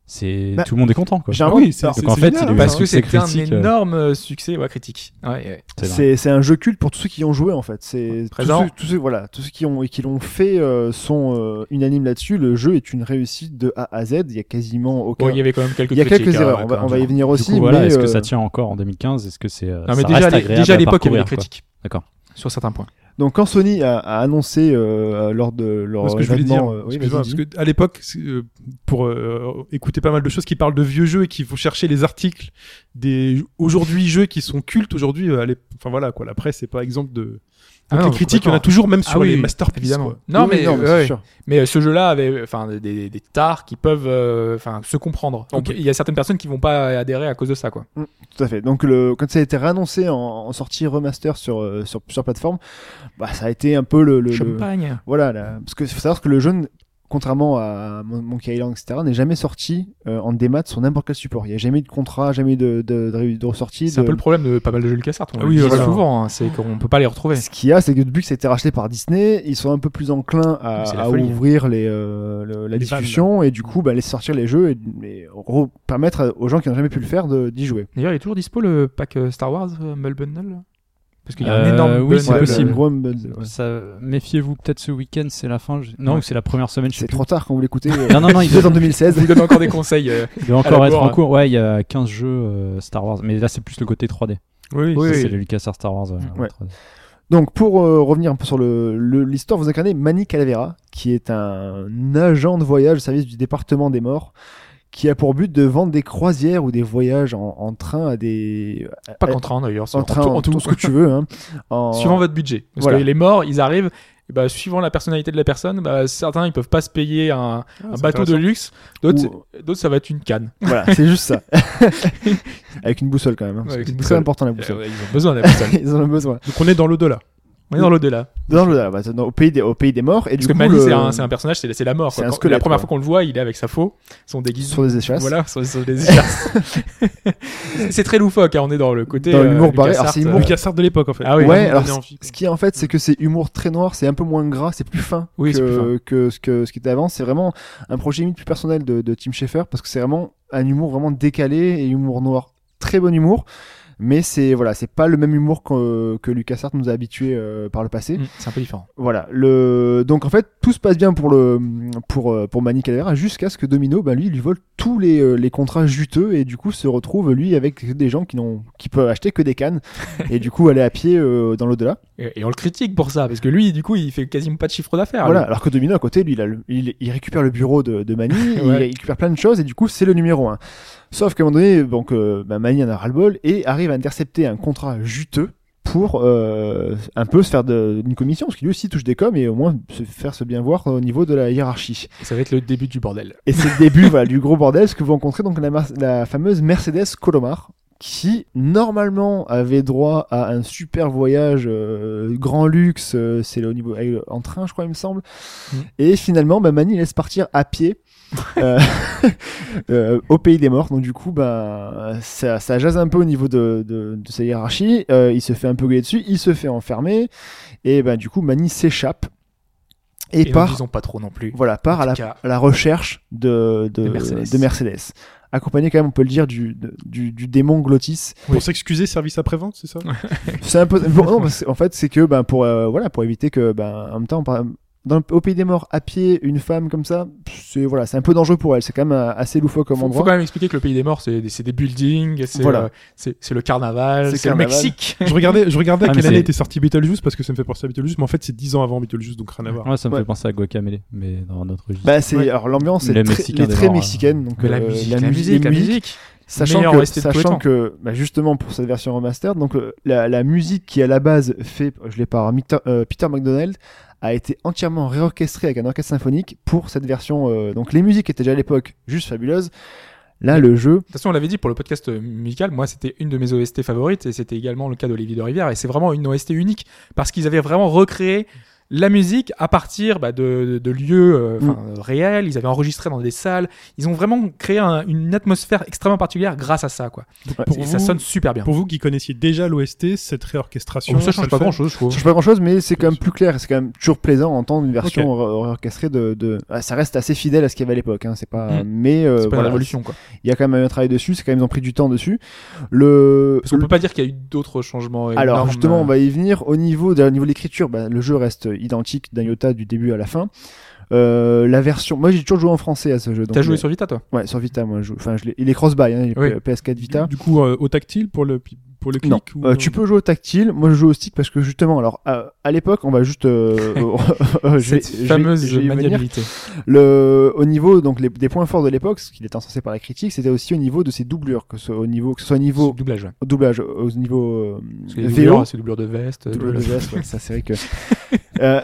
D: c'est
E: Bah,
D: tout le monde est content, quoi.
E: J'ai un-
B: Ah oui, c'est-
E: Donc,
B: c'est-
D: en
B: c'est
D: fait,
B: génial,
D: il a eu
B: hein.
C: Parce que
D: succès
C: c'était un
D: critique, euh.
C: énorme succès ouais, critique. Ouais, ouais.
D: C'est vrai.
E: C'est c'est un jeu culte pour tous ceux qui y ont joué en fait. C'est tous
C: Présent.
E: ceux, tous ceux- voilà, tous ceux qui ont qui l'ont fait euh, sont euh, unanimes là-dessus. Le jeu est une réussite de A à Z. Il y a quasiment aucun.
C: Bon, il y avait quand même quelques
E: il y a
C: critiques,
E: quelques
C: hein,
E: erreurs.
C: ouais,
E: on, va,
C: quand
E: on va
C: même.
E: y venir
D: Du
E: aussi.
D: coup, voilà,
E: mais,
D: est-ce
E: euh,
D: que ça tient encore en 2015 Est-ce que c'est euh,
C: Non, mais
D: ça
C: déjà,
D: reste
C: à l'é-
D: agréable
C: déjà à l'époque, il y avait
D: parcourir,
C: des
D: quoi.
C: critiques
D: D'accord.
C: sur certains points.
E: Donc quand Sony a, a annoncé euh, lors de leur
B: Moi, ce que je voulais dire,
E: événement, euh, oui,
B: excuse-moi,
E: vas-y,
B: parce
E: dis.
B: que à l'époque, c'est, euh, pour euh, écouter pas mal de choses qui parlent de vieux jeux et qui vont chercher les articles des aujourd'hui jeux qui sont cultes aujourd'hui, euh, à l'ép- enfin voilà quoi, la presse c'est pas exemple de
C: Ah
B: Donc,
C: non,
B: les critiques, il y en a
C: complètement.
B: toujours même sur
C: Ah oui,
B: les
C: oui,
B: masterpieces.
C: évidemment.
B: quoi.
C: Non,
E: Oui,
C: mais,
E: non, mais c'est
C: ouais,
E: sûr.
C: mais euh, ce jeu-là avait enfin des, des, des tares qui peuvent euh, enfin se comprendre. On
B: Ok.
C: peut- Il y a certaines personnes qui vont pas adhérer à cause de ça quoi.
E: Tout à fait. Donc le, quand ça a été réannoncé en, en sortie remaster sur euh, sur plusieurs plateformes, bah ça a été un peu le, le- le-
C: Champagne.
E: Voilà, là, parce que faut savoir que le jeu, n- contrairement à Mon- Monkey Island, etc., n'est jamais sorti euh, en démat sur n'importe quel support. Il n'y a jamais eu de contrat, jamais eu de, de, de, ré- de ressortie.
C: C'est un
E: de-
C: peu le problème de pas mal de jeux Lucasarts. On
B: Ah
C: le
B: oui,
C: dit
B: voilà.
C: souvent, hein, c'est qu'on peut pas les retrouver.
E: Ce qu'il y a, c'est que depuis que ça a été racheté par Disney, ils sont un peu plus enclins à,
C: Mais c'est la
E: à
C: folie.
E: ouvrir les, euh, le- la
B: Les
E: discussion et du coup bah, laisser sortir les jeux et, et re- permettre à- aux gens qui n'ont jamais pu le faire de- d'y jouer.
C: D'ailleurs, il est toujours dispo le pack euh, Star Wars euh, Humble Bundle là Parce qu'il y a
D: Euh,
C: un énorme
D: oui, c'est
C: bundle,
D: possible.
C: euh,
E: Gros bundle, ouais.
D: Ça, méfiez-vous peut-être ce week-end, c'est la fin. je- Non,
C: Ouais.
D: ou c'est la première semaine. Je sais
E: C'est
D: plus.
E: trop tard quand vous l'écoutez. euh,
D: Non, non, non, il
E: vous êtes [LAUGHS] en 2016.
C: Je vous donne encore des conseils. euh.
D: Il doit encore
C: la
D: être
C: bourre,
D: en
C: hein.
D: cours. Ouais, il y a 15 jeux euh, Star Wars, mais là c'est plus le côté 3D.
B: Oui,
C: [LAUGHS]
D: Ça,
C: oui.
D: C'est les LucasArts Star Wars. euh,
E: Ouais.
D: 3D.
E: Donc pour euh, revenir un peu sur le- le- l'histoire, vous incarnez Manny Calavera, qui est un agent de voyage au service du département des morts, qui a pour but de vendre des croisières ou des voyages en, en train à des... à-
C: Pas
E: à-
C: qu'en train d'ailleurs, c'est
E: Euh, en train,
C: tout-
E: en tout
C: tout.
E: ce que tu veux. Hein, en...
C: Suivant votre budget. Parce
E: Voilà.
C: que les morts, ils arrivent, et bah, suivant la personnalité de la personne, bah, certains ils peuvent pas se payer un, un bateau de luxe, d'autres d'autres, ça va être une canne.
E: Voilà, c'est juste ça. [LAUGHS] Avec une boussole quand même. hein, parce
C: Ouais,
E: que
C: avec
E: c'est
C: une
E: très
C: boussole.
E: important la
C: Euh,
E: boussole.
C: ouais, ils ont besoin de la [LAUGHS] personne.
E: [LAUGHS] Ils en ont besoin.
B: Donc on est dans l'au-delà.
C: On est dans l'au-delà.
E: Dans le, bah, dans- au, pays des, au pays des morts. Et
C: Parce
E: du
C: que
E: coup,
C: Mali,
E: le-
C: c'est un, c'est un personnage, c'est c'est la mort.
E: C'est
C: quoi.
E: un
C: Quand-
E: squelette,
C: la première
E: quoi.
C: fois qu'on le voit, il est avec sa faux, son déguisement.
E: sur des échasses.
C: Voilà, sur, sur les
E: [LAUGHS]
C: échasses. c'est c'est très loufoque, hein, on est dans le côté.
E: Dans
C: euh,
E: l'humour barré. Alors,
C: LucasArts,
E: c'est humour-
C: euh,
B: Lucas Sartre de l'époque en fait.
C: Ah oui.
E: ouais,
B: Vraiment
E: alors
B: donné envie, quoi.
E: ce qui est en fait, c'est que c'est humour très noir, c'est un peu moins gras, c'est plus fin
C: Mm. Oui,
E: que,
C: c'est plus fin.
E: que ce que ce qui était avant. C'est vraiment un projet limite plus personnel de, de Tim Schafer parce que c'est vraiment un humour vraiment décalé et humour noir, très bon humour. Mais c'est voilà, c'est pas le même humour que, que LucasArts nous a habitué euh, par le passé.
C: mm, C'est un peu différent.
E: Voilà. Le donc en fait tout se passe bien pour le pour euh, pour Manny Calavera jusqu'à ce que Domino, ben lui, il lui vole tous les, euh, les contrats juteux et du coup se retrouve lui avec des gens qui n'ont qui peuvent acheter que des
C: [LAUGHS]
E: cannes et du coup aller à pied euh, dans l'au-delà.
C: Et, et on le critique pour ça, parce que lui, du coup, il fait quasiment pas de chiffre d'affaires.
E: Voilà,
C: lui.
E: alors que Domino à côté, lui, il, a le- il, il récupère le bureau de, de
C: [LAUGHS]
E: Manny, il
C: Ouais.
E: récupère plein de choses et du coup, c'est le numéro 1. Sauf qu'à un moment donné, donc, euh, bah, Manny en a ras-le-bol et arrive à intercepter un contrat juteux pour euh, un peu se faire de- une commission, parce qu'il lui aussi touche des coms et au moins se faire se bien voir au niveau de la hiérarchie.
C: Ça va être le début du bordel.
E: Et c'est le début voilà, du gros bordel, parce que vous rencontrez donc la, mar- la fameuse Mercedes Colomar, qui normalement avait droit à un super voyage euh, grand luxe, euh, c'est au niveau euh, en train, je crois, il me semble.
C: Mm.
E: Et finalement, bah, Mani laisse partir à
C: [LAUGHS]
E: pied. euh, [LAUGHS] euh, au pays des morts, donc du coup, bah, ça, ça jase un peu au niveau de, de, de sa hiérarchie. Euh, il se fait un peu gueuler dessus, il se fait enfermer, et ben du coup, Mani s'échappe et,
C: Et,
E: part
C: ils ont pas trop non plus.
E: voilà, part à la,
C: Car-
E: à la recherche de, de,
C: De Mercedes.
E: de Mercedes. accompagné quand même, on peut le dire, du, de- du, du démon Glottis.
B: Pour s'excuser, service après-vente, c'est ça
E: C'est
C: [LAUGHS]
E: un peu. bon, non, parce que, en fait, c'est que ben pour euh, voilà pour éviter que ben en même temps par- dans, au pays des morts à pied une femme comme ça, c'est voilà c'est un peu dangereux pour elle. C'est quand même euh, assez loufoque comme
C: faut, faut
E: endroit.
C: quand même expliquer que le pays des morts, c'est des, c'est des buildings, c'est
E: Voilà.
C: euh, c'est c'est le carnaval,
E: C'est
C: c'est le
E: carnaval.
C: Mexique.
B: Je regardais, je regardais
D: Ah,
B: à
D: mais
B: quelle année
D: c'est-
B: était sorti Beetlejuice parce que ça me fait penser à Beetlejuice, mais en fait c'est 10 ans avant Beetlejuice, donc rien à voir.
D: Ouais, ça me
E: Ouais.
D: fait penser à Guacamele, mais dans notre registre.
E: Bah, c'est
B: Ouais.
E: alors l'ambiance elle
D: Les
E: est très,
D: Mexicains hein.
E: elle est
D: des
E: très
D: Morts,
E: mexicaine donc
C: Mais la
E: euh,
C: musique,
E: la
C: la
E: musique, les
C: musique, la
E: musiques,
C: musique.
E: sachant
C: meilleure
E: que
C: OST de tous les temps.
E: sachant que bah, justement pour cette version remaster donc euh, la, la musique qui à la base fait je l'ai par Micta- euh, Peter McDonald a été entièrement réorchestrée avec un orchestre symphonique pour cette version euh, donc les musiques étaient déjà à l'époque juste fabuleuses là le jeu
C: De toute façon, on l'avait dit pour le podcast euh, musical, moi c'était une de mes OST favorites et c'était également le cas d'Olivier de Rivière et c'est vraiment une OST unique parce qu'ils avaient vraiment recréé la musique à partir bah, de, de lieux euh, enfin, euh, réels, ils avaient enregistré dans des salles, ils ont vraiment créé un- une atmosphère extrêmement particulière grâce à ça quoi.
E: Ouais.
B: Pour
C: et ça
B: vous-
C: sonne super bien.
B: Pour vous qui connaissiez déjà l'OST, cette réorchestration,
C: Oh, ça change
B: le
C: pas
B: fait
C: grand chose je trouve.
E: ça change pas grand chose mais c'est quand même plus clair et c'est quand même toujours plaisant d'entendre une version ré- réorchestrée de, de- ah, ça reste assez fidèle à ce qu'il y avait à l'époque hein, c'est pas
C: Mm.
E: mais euh,
C: C'est pas une
E: voilà,
C: révolution quoi.
E: il y a quand même un travail dessus c'est quand même ils ont pris du temps dessus le
C: Parce qu'on peut pas dire qu'il y a eu d'autres changements.
E: Alors
C: énormes,
E: justement,
C: euh,
E: on va y venir. Au niveau de, au niveau de l'écriture, bah, le jeu reste identique d'un iota du début à la fin. Euh, la version, moi j'ai toujours joué en français à ce jeu. donc euh,
C: T'as joué
E: le-
C: sur Vita toi
E: Ouais, sur Vita, moi. je joue- Enfin, je l'ai- il est cross-buy, hein, il est
C: Oui.
E: P- PS4 Vita.
B: Du coup, euh, au tactile pour le pour le clic
E: Non,
B: ou-
E: Euh, tu peux jouer au tactile. Moi, je joue au stick parce que justement, alors à, à l'époque, on va juste
C: [LAUGHS]
E: euh, [LAUGHS] euh, je vais-
C: Cette
E: je vais-
C: fameuse
E: je vais y venir.
C: maniabilité.
E: Le, au niveau donc les- des points forts de l'époque, ce qu'il était encensé par la critique, c'était aussi au niveau de ses doublures, que ce soit au niveau que ce soit au niveau
C: Doublage. ouais.
E: au doublage, au niveau euh,
C: Parce que les
E: VO,
C: doublures, C'est doublure de veste. euh, doublure de-
E: WWF, ouais, ça c'est vrai que. Euh,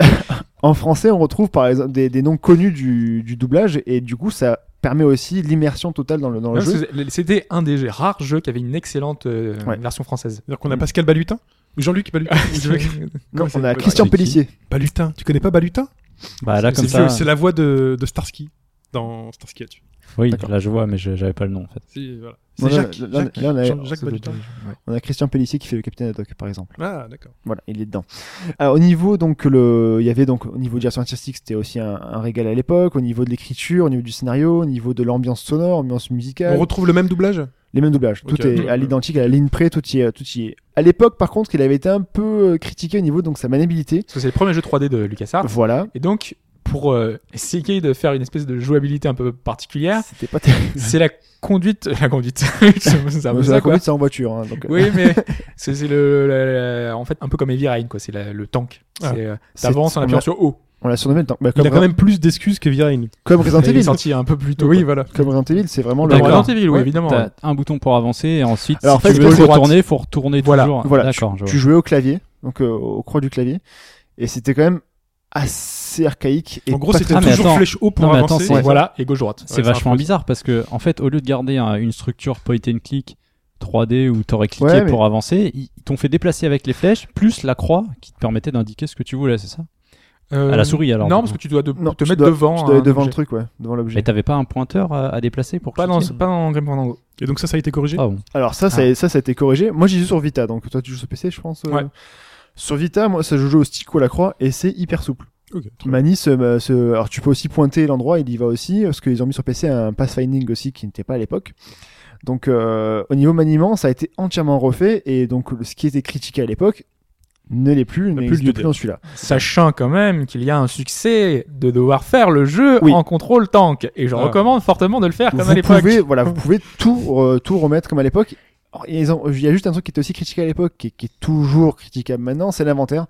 E: en français, on retrouve par exemple des, des noms connus du, du doublage et du coup, ça permet aussi l'immersion totale dans le, dans le
C: Ouais,
E: jeu.
C: parce que C'était un des jeux- rares jeux qui avait une excellente euh,
E: Ouais. [LAUGHS]
C: version française.
B: C'est-à-dire qu'on a Pascal Balutin ou Jean-Luc [LAUGHS] Balutin
E: Non,
B: Comment
E: on
B: ça
E: a
B: s'appelle
E: Christian
D: C'est qui
E: Pellissier.
B: Balutin, tu connais pas Balutin
E: Ah,
D: Bah, là,
B: C'est
D: comme
B: vieux,
D: ça.
B: c'est la voix de, de Starsky dans Starsky là-dessus.
D: Oui,
E: D'accord.
D: là, je vois, mais je- j'avais pas le nom, en fait.
B: C'est voilà. C'est
E: Voilà,
B: Jacques,
E: là,
B: Jacques,
E: là, on a-
B: Jean- Jacques Balutin.
E: On a Christian Pellissier qui fait le capitaine Haddock, par exemple.
B: Ah d'accord.
E: Voilà, il est dedans. Alors, au niveau, donc, le, il y avait donc, au niveau de direction artistique, c'était aussi un, un régal à l'époque, au niveau de l'écriture, au niveau du scénario, au niveau de l'ambiance sonore, ambiance musicale.
B: On retrouve le même doublage.
E: Les mêmes doublages.
B: Ok.
E: Tout est à l'identique, à la ligne près, tout y est, tout y est. À l'époque, par contre, il avait été un peu euh, critiqué au niveau, donc, sa maniabilité.
C: Parce que c'est le premier jeu 3D de LucasArts.
E: Voilà.
C: Et donc, pour euh, essayer de faire une espèce de jouabilité un peu particulière,
E: C'était pas terrible.
C: c'est la conduite. [LAUGHS] La conduite. Bah, C'est un peu
E: Moi,
C: ça,
E: la
C: quoi.
E: conduite, c'est en voiture. hein, donc, euh,
C: Oui,
E: [LAUGHS]
C: mais c'est c'est le, la- la- en fait un peu comme Heavy Rain, quoi. C'est la- le tank.
B: Ah.
C: C'est, euh,
E: c'est-
C: T'avances en
E: on
C: appuyant
E: l'a-
C: sur haut.
E: On l'a surnommé le temps. Bah,
B: Il
E: comme,
B: a quand même plus d'excuses que Virine.
E: comme Resident
C: [LAUGHS] Il est
E: Evil.
C: sorti un peu plus tôt.
B: Oui,
C: quoi.
B: voilà.
E: Comme Resident Evil, c'est vraiment le.
C: Dans Resident
D: D'accord.
C: Evil, oui,
E: Ouais,
C: évidemment.
D: T'as un bouton pour avancer et ensuite,
E: Alors, en
D: si
E: fait,
D: tu
E: tu
D: veux
E: peux le
D: retourner, faut retourner
C: Voilà.
D: toujours.
E: Voilà,
D: D'accord, je vois.
E: Tu jouais au clavier, donc euh, au croix du clavier, et c'était quand même assez archaïque. Et
B: En gros,
E: pas
B: c'était
E: très-
D: Ah, mais
B: toujours
D: attends.
B: flèche haut pour
D: Non, mais attends,
B: avancer.
D: c'est-
C: Et Voilà, et gauche-droite.
D: C'est vachement bizarre parce que, en fait, au lieu de garder un- une structure point and click 3D où t'aurais cliqué
E: Ouais, mais-
D: pour avancer, ils ils t'ont fait déplacer avec les flèches plus la croix qui te permettait d'indiquer ce que tu voulais, c'est ça
C: Euh,
D: À la souris, alors,
C: Non,
D: du
C: parce que
D: coup.
C: tu dois de-
E: Non,
C: te
E: tu
C: mettre
E: dois-
C: devant.
E: tu devais
C: un
E: devant le
C: objet.
E: truc, ouais, devant l'objet.
D: Mais t'avais pas un pointeur à, à déplacer pour
C: Pas dans,
D: cliquer
C: pas dans Grim Fandango.
B: Et donc ça, ça a été corrigé.
D: Ah bon.
E: Alors ça, ça, ça, ça a été corrigé. Moi, j'y joue sur Vita, donc toi, tu joues sur PC, je pense. euh,
C: Ouais.
E: Sur Vita, moi, ça je joue au stick ou à la croix, et c'est hyper souple.
B: Ok, très bien.
E: Mani, se- me- se- alors tu peux aussi pointer l'endroit, il y va aussi, parce qu'ils ont mis sur PC un pathfinding aussi qui n'était pas à l'époque. Donc euh, au niveau maniement, ça a été entièrement refait, et donc le- ce qui était critiqué à l'époque ne l'est plus, n'existe plus
B: lieu d'être.
E: dans celui-là.
C: Sachant quand même qu'il y a un succès de devoir faire le jeu
E: Oui.
C: en contrôle tank. Et je
B: Ah.
C: recommande fortement de le faire comme à
E: Vous
C: l'époque.
E: pouvez, voilà, vous pouvez tout, euh, tout remettre comme à l'époque. Alors, ils ont- Il y a juste un truc qui était aussi critiqué à l'époque, qui, est- qui est toujours critiquable maintenant, c'est l'inventaire.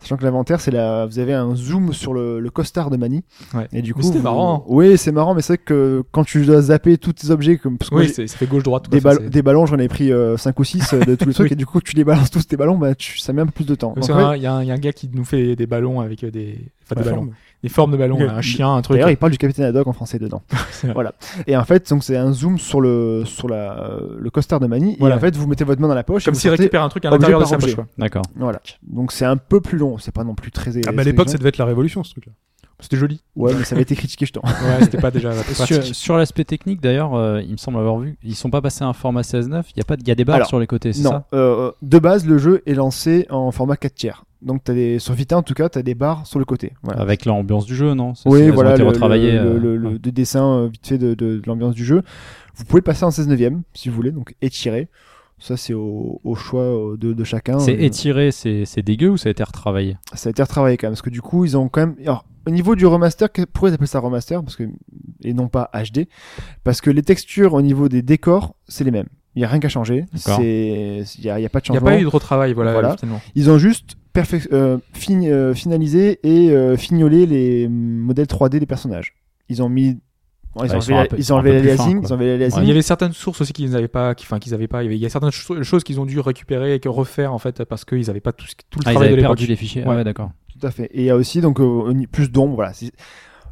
E: Sachant que l'inventaire, c'est la, vous avez un zoom sur le, le costard de Mani.
C: Ouais.
E: Et du coup,
C: Mais c'était
E: vous-
C: marrant.
E: Oui, c'est marrant, mais c'est vrai que quand tu dois zapper tous tes objets, comme parce que moi,
C: Oui,
E: j'ai-
C: c'est- ça fait gauche-droite. quoi,
E: des,
C: ça,
E: ball-
C: c'est-
E: des ballons, j'en ai pris 5 ou 6 de
C: [LAUGHS]
E: tous les trucs, et du coup, tu les balances tous tes ballons, bah, tu- ça met un peu plus de temps.
C: Parce
E: Donc,
C: qu'il y
E: ouais,
C: a un- Il y, a un- il y a un gars qui nous fait des ballons avec euh, des, enfin, des,
B: La
C: ballons.
B: forme.
C: des formes de ballons,
B: Ok.
C: un chien, un truc.
E: D'ailleurs, il parle du capitaine Haddock en français dedans.
C: C'est vrai.
E: voilà. Et en fait, donc c'est un zoom sur le sur la euh, le costard de Mani.
C: Voilà.
E: Et en fait, vous mettez votre main dans la poche. et
C: Comme
E: vous
C: s'il
E: sortez-
C: récupère un truc à
E: objet
C: l'intérieur de
E: par
C: sa poche.
E: objet.
C: quoi.
D: D'accord.
E: Voilà. Donc c'est un peu plus long. C'est pas non plus très.
B: Ah bah à l'époque, ça
E: exigeant.
B: devait être la révolution ce truc-là.
C: C'était
E: [LAUGHS]
C: joli.
E: Ouais, mais ça avait été critiqué, je t'en.
C: Ouais, c'était pas déjà pratique.
D: Sur, sur l'aspect technique, d'ailleurs, euh, il me semble avoir vu, ils sont pas passés à un format 16-9, il y, a pas de- il y a des barres
E: Alors, euh,
D: sur les côtés, c'est
E: Non.
D: ça
E: euh, de base, le jeu est lancé en format 4 tiers. donc t'as des sur Vita en tout cas, t'as des barres sur le côté. Voilà.
D: Avec l'ambiance du jeu, non Ah, Ça, c'est-
E: Oui,
D: elles ont
E: voilà,
D: été
E: le,
D: retravaillées,
E: le-
D: euh,
E: le- le-
D: ouais.
E: des dessins euh, vite fait de, de- de l'ambiance du jeu. Vous pouvez le passer en 16 neuvième, si vous voulez, donc étirer. Ça, c'est au, au choix euh, de, de chacun.
D: C'est
E: Et-
D: étiré, c'est c'est dégueu ou ça a été retravaillé Ah,
E: ça a été retravaillé quand même, parce que du coup, ils ont quand même. Alors, au niveau du remaster, que- pourquoi ils appellent ça remaster parce que... Et non pas HD Parce que les textures au niveau des décors, c'est les mêmes. Il n'y a rien qu'à changer.
D: D'accord.
E: C'est- Il n'y a, il y a pas de
C: Il n'y a
E: changement.
C: pas eu de retravail, voilà,
E: Voilà.
C: finalement.
E: Ils ont juste perfec- euh, fin- euh, finalisé et euh, fignolé les hum, modèles 3D des personnages. Ils ont mis. bon,
D: Ouais,
E: ils, ont
D: ils sont
E: enlevé
D: un peu-
E: la-
D: ils
E: ils
D: sont
E: ont
D: un
E: enlevé
D: peu plus fins,
E: l'aliasing.
D: quoi.
E: Ils ont enlevé l'aliasing.
C: Il y avait certaines sources aussi qu'ils n'avaient pas, qui- enfin qu'ils avaient pas. Il y avait- il y a certaines cho- choses qu'ils ont dû récupérer et que refaire en fait parce qu'ils n'avaient pas tout, ce- tout le
D: Ah, ils
C: travail de
D: avaient
C: l'époque.
D: perdu les fichiers. Ah
C: Ouais.
D: ouais, d'accord.
E: Tout à fait. Et il y a aussi donc euh, une- plus d'ombre. Voilà. C'est-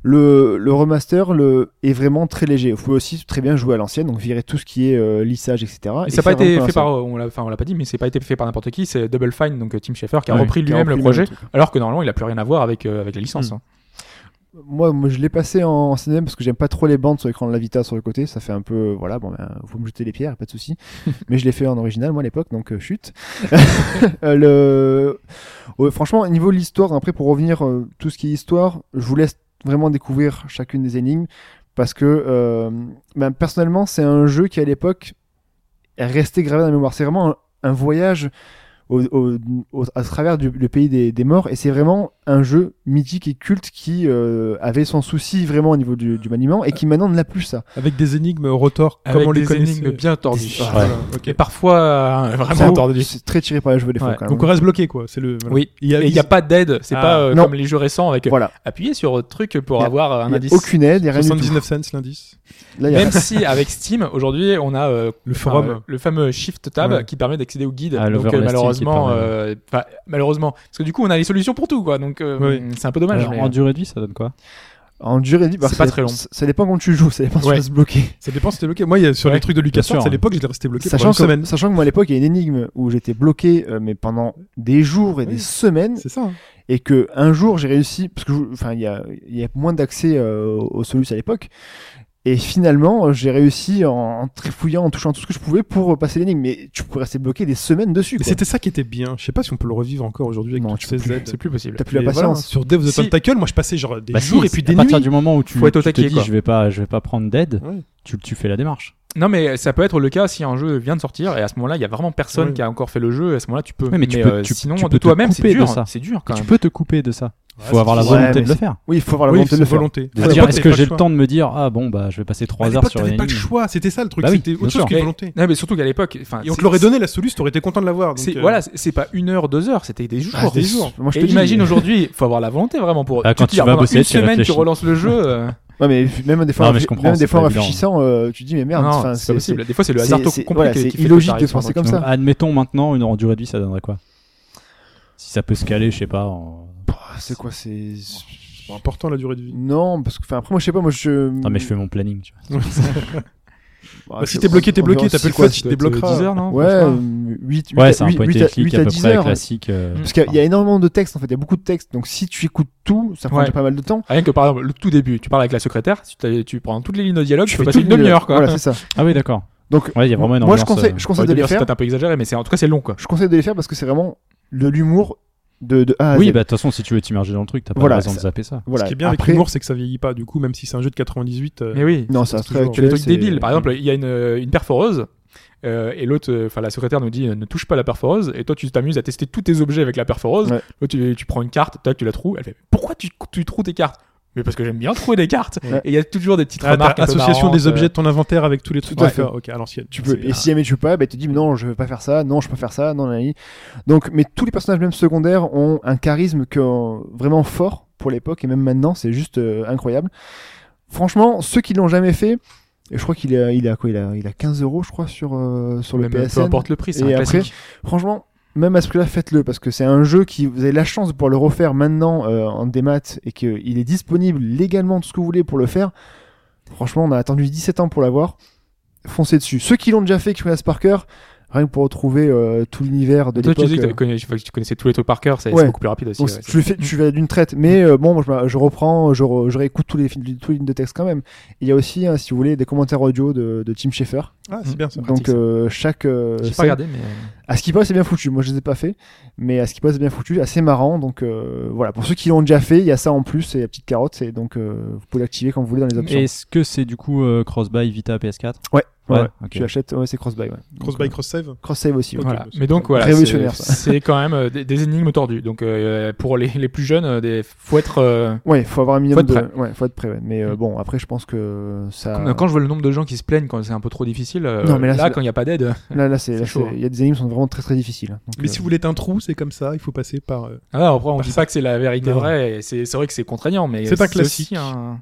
E: Le, le remaster le, est vraiment très léger. Vous pouvez aussi très bien jouer à l'ancienne, donc virer tout ce qui est euh, lissage, etc.
C: Et ça n'a pas
E: faire vraiment
C: été
E: comme
C: fait
E: l'ancienne.
C: par, on l'a, enfin on l'a pas dit, mais c'est pas été fait par n'importe qui. C'est Double Fine, donc euh, Tim Schafer, qui a
D: Ouais,
C: repris
E: Qui a
C: lui-même le
E: repris
C: projet,
E: truc.
C: alors que normalement il n'a plus rien à voir avec euh, avec la licence.
E: Mm.
C: hein.
E: Moi, moi, je l'ai passé en, en CDM parce que j'aime pas trop les bandes sur l'écran de la Vita sur le côté. Ça fait un peu, voilà, bon, ben, vous me jetez les pierres, pas de souci. Mais je l'ai fait en original, moi, à l'époque, donc euh, chute. [LAUGHS] Euh, le... ouais, franchement, niveau de l'histoire, après, pour revenir, euh, tout ce qui est histoire, je vous laisse vraiment découvrir chacune des énigmes parce que, euh, ben, personnellement, c'est un jeu qui, à l'époque, est resté gravé dans la mémoire. C'est vraiment un, un voyage au, au- au- à travers du, le pays des, des morts et c'est vraiment un jeu mythique et culte qui euh, avait son souci vraiment au niveau du, du maniement
C: Euh,
E: et qui maintenant ne l'a plus ça.
B: Avec des énigmes rotors,
C: Avec
B: comme on les
C: des
B: connaissait.
C: énigmes bien tordues.
E: Ouais.
B: Voilà, ok.
C: Et parfois euh,
E: C'est-
C: vraiment tordues.
E: C'est très tiré par les cheveux des fois
C: Ouais.
E: quand même.
B: Donc on reste bloqué, quoi. C'est le. voilà.
C: Oui.
B: Il y a,
C: Et il n'y a pas d'aide, c'est
B: Ah.
C: pas euh,
E: Non.
C: comme les jeux récents avec euh,
E: voilà,
C: appuyer sur euh, truc pour
E: Y a-
C: avoir euh,
E: Il
C: un
E: y a
C: indice.
E: aucune aide, il y a rien du tout.
B: 79 cents l'indice.
E: Là, il y a-
C: Même si avec Steam aujourd'hui on a euh,
B: Le forum.
C: euh, le fameux Shift Tab
B: Ouais.
C: qui permet d'accéder au guide.
D: Ah,
C: donc
D: l'overlay
C: euh,
D: Steam qui
C: malheureusement,
D: permet.
C: euh, enfin, malheureusement, parce que du coup on a les solutions pour tout quoi. Donc euh,
B: Oui.
C: c'est un peu dommage.
D: Alors,
C: mais,
D: en
C: euh,
D: durée de vie, ça donne quoi
E: en durée de vie, bah,
C: C'est pas
E: ça-
C: très long.
E: Ça dépend quand tu joues, ça dépend si
C: Ouais.
E: tu vas se bloquer.
B: Ça dépend si t'es bloqué. Moi, il y a, sur
C: Ouais,
B: les trucs de
D: bien
B: LucasArts,
D: sûr. hein.
B: à l'époque, j'étais resté bloqué
E: Sachant
B: pendant une
E: que,
B: semaine.
E: sachant que moi à l'époque il y a une énigme où j'étais bloqué euh, mais pendant des jours et
B: Oui.
E: des semaines
B: C'est ça. hein.
E: et que un jour j'ai réussi parce que je- enfin il y a, il y a moins d'accès euh, au Solus à l'époque et finalement euh, j'ai réussi en, en trifouillant en touchant tout ce que je pouvais pour euh, passer l'énigme mais tu pourrais rester bloqué des semaines dessus
B: Mais
E: quoi.
B: c'était ça qui était bien. Je sais pas si on peut le revivre encore aujourd'hui avec
E: Non,
B: toutes
E: tu
B: ces
E: peux plus.
B: aides.
C: c'est plus possible.
E: t'as plus la
B: Et voilà,
E: patience
B: sur Death of the
C: Si.
B: Tentacle, moi, je passais genre des
D: Bah si,
B: jours et puis des
D: à
B: nuits.
D: partir du moment où tu,
C: Faut être au
D: tu te
C: taquet,
D: dis
C: quoi.
D: je vais pas je vais pas prendre d'aide,
B: Ouais.
D: tu, tu fais la démarche.
C: Non mais ça peut être le cas si un jeu vient de sortir et à ce moment-là il y a vraiment personne
B: Ouais.
C: qui a encore fait le jeu. Et à ce moment-là tu peux.
D: Oui, mais tu peux-
C: euh,
D: tu-
C: sinon
D: tu
C: de
D: peux te
C: toi-même c'est
D: couper de
C: dur.
D: ça.
C: C'est dur
D: Et
C: quand
D: tu
C: même.
D: peux te couper de ça.
B: Ah, Ouais,
D: Faut avoir la
E: Ouais,
D: volonté
E: mais
D: de le
E: c'est-
D: faire.
E: oui il faut avoir la
B: Oui,
E: volonté de le
B: c'est
E: faire
B: volonté.
D: De dire est-ce que j'ai le temps de me dire ah bon bah je vais passer
B: À
D: 3 heures
B: l'époque,
D: sur
B: t'avais
D: une
B: pas le
D: énigme.
B: choix. C'était ça le truc.
D: Bah oui,
B: C'était
D: bien
B: autre chose
D: sûr.
B: qu'une
C: Mais-
B: volonté.
C: Non mais surtout qu'à l'époque, enfin
B: Et on te
C: c'est-
B: l'aurait donné la solution, t'aurais été content de l'avoir. donc,
C: C'est
B: euh,
C: voilà, c'est c'est pas une heure, deux heures, c'était des jours,
E: Ah, c'était
C: des
E: des
C: jours.
E: jours. Moi, je
C: Et
E: te dis,
C: imagine
E: mais-
C: aujourd'hui, faut avoir la volonté vraiment pour.
D: Ah, quand
C: te
D: tu
C: dis,
D: vas
C: pendant
D: bosser,
C: une
D: tu
C: semaine, tu
D: réfléchis.
C: relances le jeu. euh,
E: ouais, mais même des fois
D: Non, mais je comprends,
E: même
D: c'est
E: des fois
D: pas
E: en
D: évident.
E: réfléchissant euh, tu te dis mais merde
C: non,
E: enfin,
C: c'est pas possible. Des fois, c'est le
E: c'est-
C: hasard
E: c'est-
C: compliqué.
E: voilà,
C: qui
E: c'est
C: fait que
E: illogique
C: t'arrives
E: de penser
C: sur un
E: comme
C: truc.
D: Donc,
E: ça.
D: Admettons maintenant une heure en durée de vie, ça donnerait quoi Si ça peut se caler, je sais pas. en-
E: c'est- c'est quoi c'est
B: C'est pas important la durée de vie.
E: non parce que enfin après moi je sais pas moi je
D: Non mais je fais mon planning. Tu vois.
E: Bah,
B: Bah, si
E: je-
B: t'es bloqué, t'es
E: on
B: bloqué,
E: verra
B: t'as
E: si
B: plus le
E: quoi,
B: fun, tu te débloqueras.
C: 10 heures, non
E: ouais
C: franchement.
E: 8
D: Ouais, c'est un point technique à peu près classique. euh,
C: Mm.
E: Parce qu'il y a- il y a énormément de textes en fait, il y a beaucoup de textes, donc si tu écoutes tout, ça prend
C: Ouais.
E: déjà pas mal de temps.
C: Rien que par exemple, le tout début, tu parles avec la secrétaire, tu, t'as- tu prends toutes les lignes de dialogue, tu,
E: fais
C: peux passer
E: tout
C: une
E: le-
C: demi-heure quoi.
E: Voilà, c'est ça.
D: Ah oui d'accord.
E: Donc,
D: Ouais, il y a vraiment une
E: moi je
D: ambiance,
E: conseille,
D: euh,
E: je
C: Ouais,
E: conseille de les
C: demi-heure, c'est
E: faire.
C: peut-être un peu exagéré, mais c'est en tout cas c'est long quoi.
E: Je conseille de les faire parce que c'est vraiment de l'humour de, de A à
D: Oui
E: Z.
D: bah de toute façon si tu veux t'immerger dans le truc, t'as pas
E: Voilà,
D: raison de
E: ça-
D: zapper ça.
E: voilà.
B: Ce qui est bien avec
E: Après,
B: l'humour, c'est que ça vieillit pas. Du coup, même si c'est un jeu de 98, euh,
C: Mais oui.
E: non, ça
B: c'est
E: serait
B: toujours-
C: Tu as des
E: actuel.
C: trucs
E: c'est-
C: débiles. Par exemple, il y a une, euh, une perforeuse. euh, et l'autre, euh, enfin la secrétaire nous dit euh, ne touche pas la perforeuse. Et toi, tu t'amuses à tester tous tes objets avec la perforeuse.
E: Ouais.
C: Toi, tu, tu prends une carte, tac, tu la troues. Elle fait pourquoi tu, tu troues tes cartes Mais parce que j'aime bien trouver des cartes.
E: Ouais.
C: Et il y a toujours des petites
B: ah, t'as
C: remarques. un peu
B: association
C: marrantes,
B: des
C: euh.
B: objets de ton inventaire avec tous les trucs.
E: Tout à
B: Ouais,
E: fait.
B: Ok, à l'ancienne.
C: Ah,
E: Tu peux,
B: C'est-
E: et si jamais tu veux pas, bah, tu te dis non, je veux pas faire ça, non, je peux faire ça, non, nanani. Donc, mais tous les personnages même secondaires ont un charisme que, euh, vraiment fort pour l'époque et même maintenant, c'est juste euh, incroyable. Franchement, ceux qui l'ont jamais fait, et je crois qu'il est, à- il est à quoi il a, il a 15 euros, je crois, sur, euh, sur le
C: Même peu
E: PSN.
C: importe le prix, c'est
E: Et
C: un
E: après,
C: classique.
E: Franchement, même à ce prix-là, faites-le parce que c'est un jeu qui vous avez la chance de pouvoir le refaire maintenant euh, en démat et qu'il est disponible légalement tout ce que vous voulez pour le faire. Franchement, on a attendu 17 ans pour l'avoir. Foncez dessus. Ceux qui l'ont déjà fait, qui connaissent par cœur, rien que pour retrouver euh, tout l'univers de
C: Toi, tu
E: l'époque.
C: disais que, t'avais
E: euh.
C: connu- enfin, que tu connaissais tous les trucs par cœur, c'est c'est
E: Ouais.
C: beaucoup plus rapide aussi.
E: Donc
C: ouais,
E: tu le fais, tu vas d'une traite. Mais euh, bon, moi, je, m'a- je reprends, je, re- je réécoute tous les, fil- tous les lignes de texte quand même. Et Il y a aussi, hein, si vous voulez, des commentaires audio de, de Tim Schafer.
B: Ah, c'est bien ça.
C: pratique,
E: Donc euh, chaque. euh,
C: J'ai pas
E: scène-
C: regardé, mais euh,
E: à ce qui passe, c'est bien foutu. Moi, je les ai pas fait, mais à ce qui passe, c'est bien foutu, assez marrant. Donc euh, voilà, pour ceux qui l'ont déjà fait, il y a ça en plus, c'est la petite carotte, et donc euh, vous pouvez l'activer quand vous voulez dans les options.
D: Est-ce que c'est du coup euh, cross-buy Vita PS4
E: Ouais, ouais,
D: Ouais,
E: ouais.
D: ok.
E: tu l'achètes, ouais, c'est cross-buy. Ouais. Donc,
B: Cross-buy,
E: euh,
B: cross-save.
E: cross-save aussi. ouais.
B: Ok,
C: voilà.
B: bah, c'est
C: Mais donc voilà,
E: révolutionnaire,
C: c'est-
E: ça.
C: c'est quand même euh, des, des énigmes tordues. Donc euh, pour les, les plus jeunes, euh, des, faut être. euh,
E: Ouais, faut avoir un minimum
C: Faut être
E: de. Ouais, faut être prêt. ouais. Mais euh,
C: Mm.
E: bon, après, je pense que ça.
C: quand- Quand je vois le nombre de gens qui se plaignent quand c'est un peu trop difficile, euh,
E: Euh. Non, mais là,
C: là,
E: c'est-
C: quand il n'y a pas d'aide,
E: Là, là, c'est.
C: C'est
E: là,
C: chaud,
E: c'est-
C: hein.
E: Il y a des énigmes qui sont vraiment très très difficiles. Donc,
B: Mais
E: euh,
B: si vous voulez être un trou, c'est comme ça, il faut passer par. euh,
C: ah, après on dit pas que c'est la vérité
B: Non.
C: vraie. et C'est c'est vrai que c'est contraignant, mais
B: C'est un
C: aussi
B: classique.
C: un-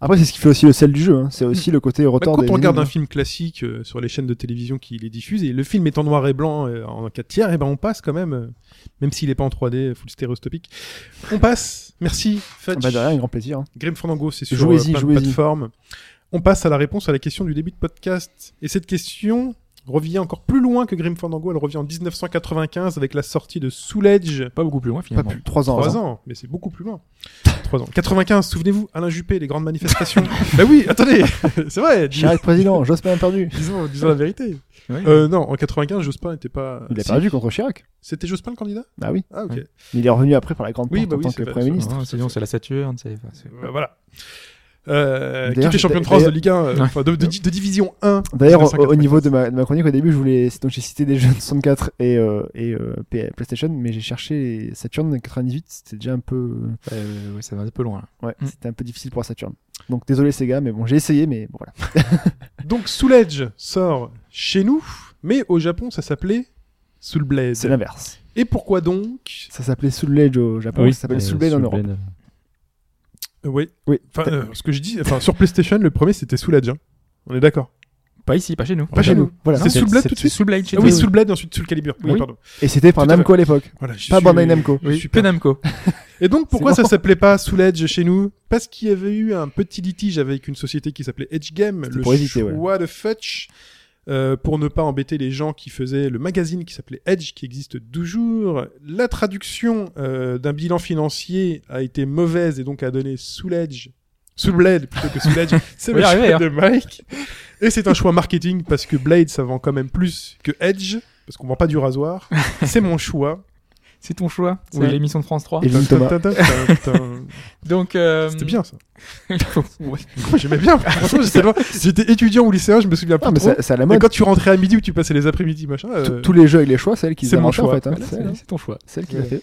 E: Après, c'est ce qui fait aussi le sel du jeu. hein. C'est aussi le côté
B: Bah,
E: retard
B: quand
E: des
B: on regarde un
E: énigmes.
B: film classique euh, sur les chaînes de télévision qui les diffusent, et le film est en noir et blanc euh, en 4 tiers, et ben on passe quand même, euh, même s'il n'est pas en 3D full stéréoscopique. On passe. Merci, Fudge.
E: Bah, derrière, un grand plaisir. hein.
B: Grim Fandango, c'est sur
E: Jouez-y,
B: euh, plein de
E: jouez-y.
B: plateformes. On passe à la réponse à la question du début de podcast. Et cette question revient encore plus loin que Grim Fandango. Elle revient en 1995 avec la sortie de Soul Edge.
C: pas beaucoup plus loin
E: Pas
C: finalement.
E: plus. Trois ans.
B: Trois
E: hein.
B: ans, mais c'est beaucoup plus loin. Trois ans. 95, souvenez-vous, Alain Juppé, les grandes
E: [LAUGHS]
B: manifestations. bah oui, attendez, [LAUGHS] c'est vrai. dis-
E: Chirac président,
B: [LAUGHS]
E: Jospin perdu.
B: Disons, disons
E: [LAUGHS]
B: la vérité.
C: Oui.
B: Euh, non, en 95, Jospin n'était pas.
E: Il a
B: Si.
E: perdu contre Chirac.
B: C'était Jospin le candidat
E: Bah oui.
B: Ah, ok.
E: Ouais. Mais il est revenu après par la grande
B: Oui,
E: porte
B: bah
E: en
B: oui,
E: tant
B: c'est
E: que
B: vrai,
E: Premier
B: c'est
E: ministre.
B: vrai.
C: Ah, sinon c'est la Saturne. c'est- enfin, c'est-
B: Euh, voilà. Euh, qui
E: D'ailleurs,
B: était champion de
E: d'ailleurs-
B: France de Ligue 1, euh,
C: Ouais.
B: enfin, de, de- de division 1.
E: D'ailleurs, au,
B: 1995.
E: au niveau de ma, de ma chronique, au début, je voulais, donc j'ai cité [LAUGHS] des jeux de 64 et, euh, et euh, P- PlayStation, mais j'ai cherché Saturn 98, c'était déjà un peu,
C: Euh, ouais, ça va un peu loin. là.
E: ouais,
C: Mm.
E: c'était un peu difficile pour la Saturn. Donc désolé Sega, mais bon, j'ai essayé, mais bon, voilà.
B: Donc Soul Edge sort chez nous, mais au Japon ça s'appelait Soul Blade.
E: C'est l'inverse.
B: Et pourquoi donc
E: Ça s'appelait Soul Edge au Japon, ça
D: Euh,
E: s'appelle Soul Blade en Europe.
B: Euh, Oui.
E: Oui.
B: Enfin, euh, ce que je dis, enfin sur PlayStation le premier c'était Soul Edge. hein. On est d'accord.
C: Pas ici, pas chez nous.
B: Pas chez [LAUGHS] nous.
E: Voilà.
B: C'est Soul Blade tout de
C: C'est
B: suite.
C: Soul Blade chez
B: Ah
C: nous.
B: oui, Soul Blade et ensuite Soul Calibur. Oui,
C: Oui.
B: pardon.
E: Et c'était par
B: Tout à
E: Namco à l'époque,
B: Voilà, je
E: pas
B: suis-
E: Bandai Namco.
C: Oui,
B: Super.
C: que Namco.
B: Et donc pourquoi
E: C'est
B: ça s'appelait pas Soul Edge chez nous Parce qu'il y avait eu un petit litige avec une société qui s'appelait Edge Game,
E: C'était
B: le
E: pour éviter, ouais.
B: choix de Fudge. euh, pour ne pas embêter les gens qui faisaient le magazine qui s'appelait Edge, qui existe toujours. La traduction euh, d'un bilan financier a été mauvaise et donc a donné Soul Edge, Soul Blade plutôt que Soul Edge.
E: [LAUGHS]
B: C'est
C: On
B: le
C: y arrivait,
E: hein.
B: choix de Mike. Et c'est un choix marketing parce que Blade ça vend quand même plus que Edge, parce qu'on vend pas
E: [LAUGHS]
B: du rasoir. C'est mon choix.
C: C'est ton choix. C'est
B: Ouais.
C: l'émission de France 3.
E: Et Lynn Thomas. [LAUGHS]
C: Donc, euh,
B: C'était
C: [LAUGHS]
B: bien ça.
C: ouais.
B: Moi, J'aimais bien. Franchement, j'étais [LAUGHS] loin. j'étais étudiant ou lycéen, je me souviens plus
E: Ah, mais
B: trop.
E: c'est c'est à la
B: Mais
E: mode.
B: quand tu rentrais à midi ou tu passais les après-midi, machin. euh,
E: Tous- Tous les jeux avec les choix, c'est elle qui les
B: c'est
E: a
B: mon
E: inventés, en
B: choix.
E: fait. hein.
C: Voilà,
E: C'est
C: c'est-
E: elle, hein.
C: c'est ton choix.
E: C'est elle qui l'a
B: Ouais.
E: fait.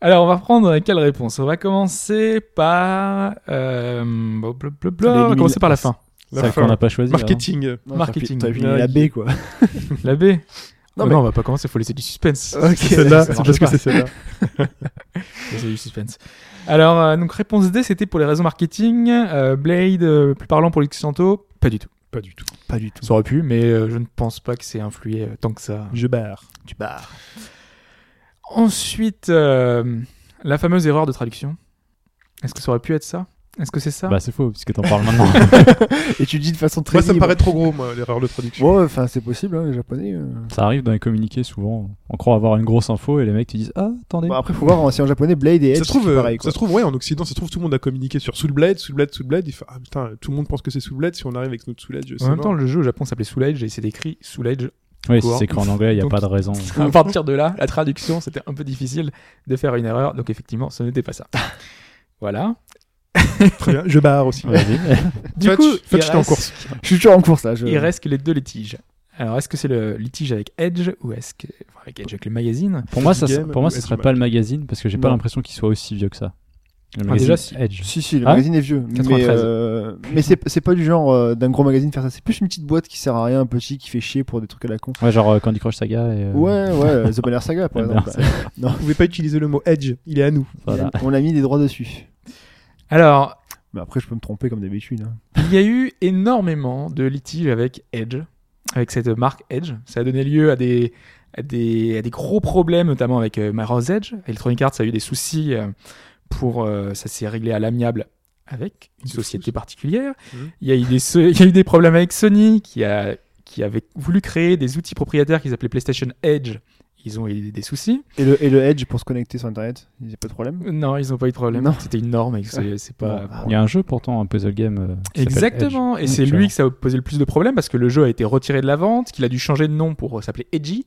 C: Alors, on va reprendre quelle réponse On va commencer par. Euh... bon, bleu, bleu,
E: Allez,
C: bleu. On va
E: élimine-
C: commencer par la fin.
B: la
D: Celle
B: fin.
D: qu'on n'a pas hein. choisi.
B: Marketing. euh.
E: Non,
C: Marketing.
E: T'as vu la
B: Ouais.
E: B, quoi.
C: La B.
E: Non,
C: Non,
E: mais-
C: Oh non, on va pas commencer. Il faut laisser du suspense.
E: [LAUGHS] Ok.
B: [LAUGHS] C'est celle-là,
C: Ça
B: c'est
C: marche
B: parce que
C: pas.
B: c'est celle-là.
C: Laisser du suspense. Alors, euh, donc réponse D, c'était pour les raisons marketing. Euh, Blade, euh, plus parlant pour l'Occidentaux. Pas du tout.
B: Pas du tout.
E: Pas du tout.
C: Ça aurait pu, mais euh, je ne pense pas que c'est influé euh, tant que ça.
B: Je barre.
E: Tu barres.
C: Ensuite, euh, la fameuse erreur de traduction. Est-ce que ça aurait pu être ça Est-ce que c'est ça
D: Bah c'est faux puisque
E: [LAUGHS]
D: t'en parles maintenant.
E: Et tu dis de façon très
B: Moi, ça me
E: libre.
B: paraît trop gros, moi, l'erreur de traduction.
E: Ouais, enfin, c'est possible, hein, les japonais. euh.
D: ça arrive dans les communiqués souvent. On croit avoir une grosse info et les mecs te disent ah attendez.
E: Bon, après, faut voir, en- si en japonais, Blade et Edge,
B: Bah, Ça se trouve,
E: c'est
B: euh,
E: pareil, quoi.
B: ça se trouve, ouais, en Occident, ça se trouve, tout le monde a communiqué sur Soul Blade, Soul Blade, Soul Blade. Il fait, ah putain, tout le monde pense que c'est Soul Blade. Si on arrive avec notre Soul Edge, c'est
C: En même
B: mort.
C: temps, le jeu au Japon s'appelait Soul Edge et c'est écrit Soul Edge.
D: oui,
C: quoi.
D: c'est écrit en anglais, il y a
C: Donc-
D: pas
E: [LAUGHS]
D: de raison.
C: À [LAUGHS] partir de là, la traduction, c'était un peu difficile de faire une erreur. Donc effectivement, ce n'était pas ça. Voilà.
B: Très bien. Je barre aussi.
D: Vas-y.
C: Du
B: Fudge,
C: coup,
B: Fudge,
C: il
B: t'es en
C: reste-
B: course.
E: Je suis toujours en course euh. là. Je...
C: il reste que les deux litiges. Alors, est-ce que c'est le litige avec Edge ou est-ce que enfin, avec Edge avec le magazine
D: Pour moi ça
B: Game
D: pour moi
B: ou
D: ce
B: Edge
D: serait
B: Mag-
D: pas le magazine parce que j'ai pas
E: Non.
D: l'impression qu'il soit aussi vieux que ça. Le
C: Ah, déjà,
D: magazine Edge.
E: Si, si, le
D: Ah
E: magazine est vieux. Mais,
C: 93.
E: euh, mais c'est c'est pas du genre euh, d'un gros magazine faire ça. C'est plus une petite boîte qui sert à rien, un petit qui fait chier pour des trucs à la con.
D: Ouais, genre euh, Candy Crush Saga et euh,
E: Ouais, ouais, euh, The Banner Saga par
D: The
E: exemple.
B: Vous pouvez pas utiliser le mot Edge. Il est à nous.
D: voilà.
E: [LAUGHS] On a mis des droits dessus.
C: Alors,
E: Mais après, je peux me tromper comme d'habitude. hein.
C: il y a eu énormément de litiges avec Edge, avec cette marque Edge. Ça a donné lieu à des, à des, à des gros problèmes, notamment avec euh, Mirror's Edge. Electronic Arts a eu des soucis euh, pour. euh, ça s'est réglé à l'amiable avec une
B: C'est
C: société
B: fou, ça.
C: particulière.
B: Mhm.
C: Il, y a eu des, il y a eu des problèmes avec Sony qui a qui avaient voulu créer des outils propriétaires qu'ils appelaient PlayStation Edge. Ils ont eu des soucis.
E: Et le, et le Edge pour se connecter sur Internet, il n'y a pas de problème
C: Non, ils n'ont pas eu de problème.
E: Non.
C: C'était une norme et que c'est c'est pas.
B: bah,
D: Il y a un jeu pourtant, un puzzle game. euh, qui s'appelle
C: Exactement.
D: Edge.
C: Et c'est
D: Tu
C: lui
D: vois.
C: que ça a posé le plus de problèmes parce que le jeu a été retiré de la vente, qu'il a dû changer de nom pour euh, s'appeler Edgy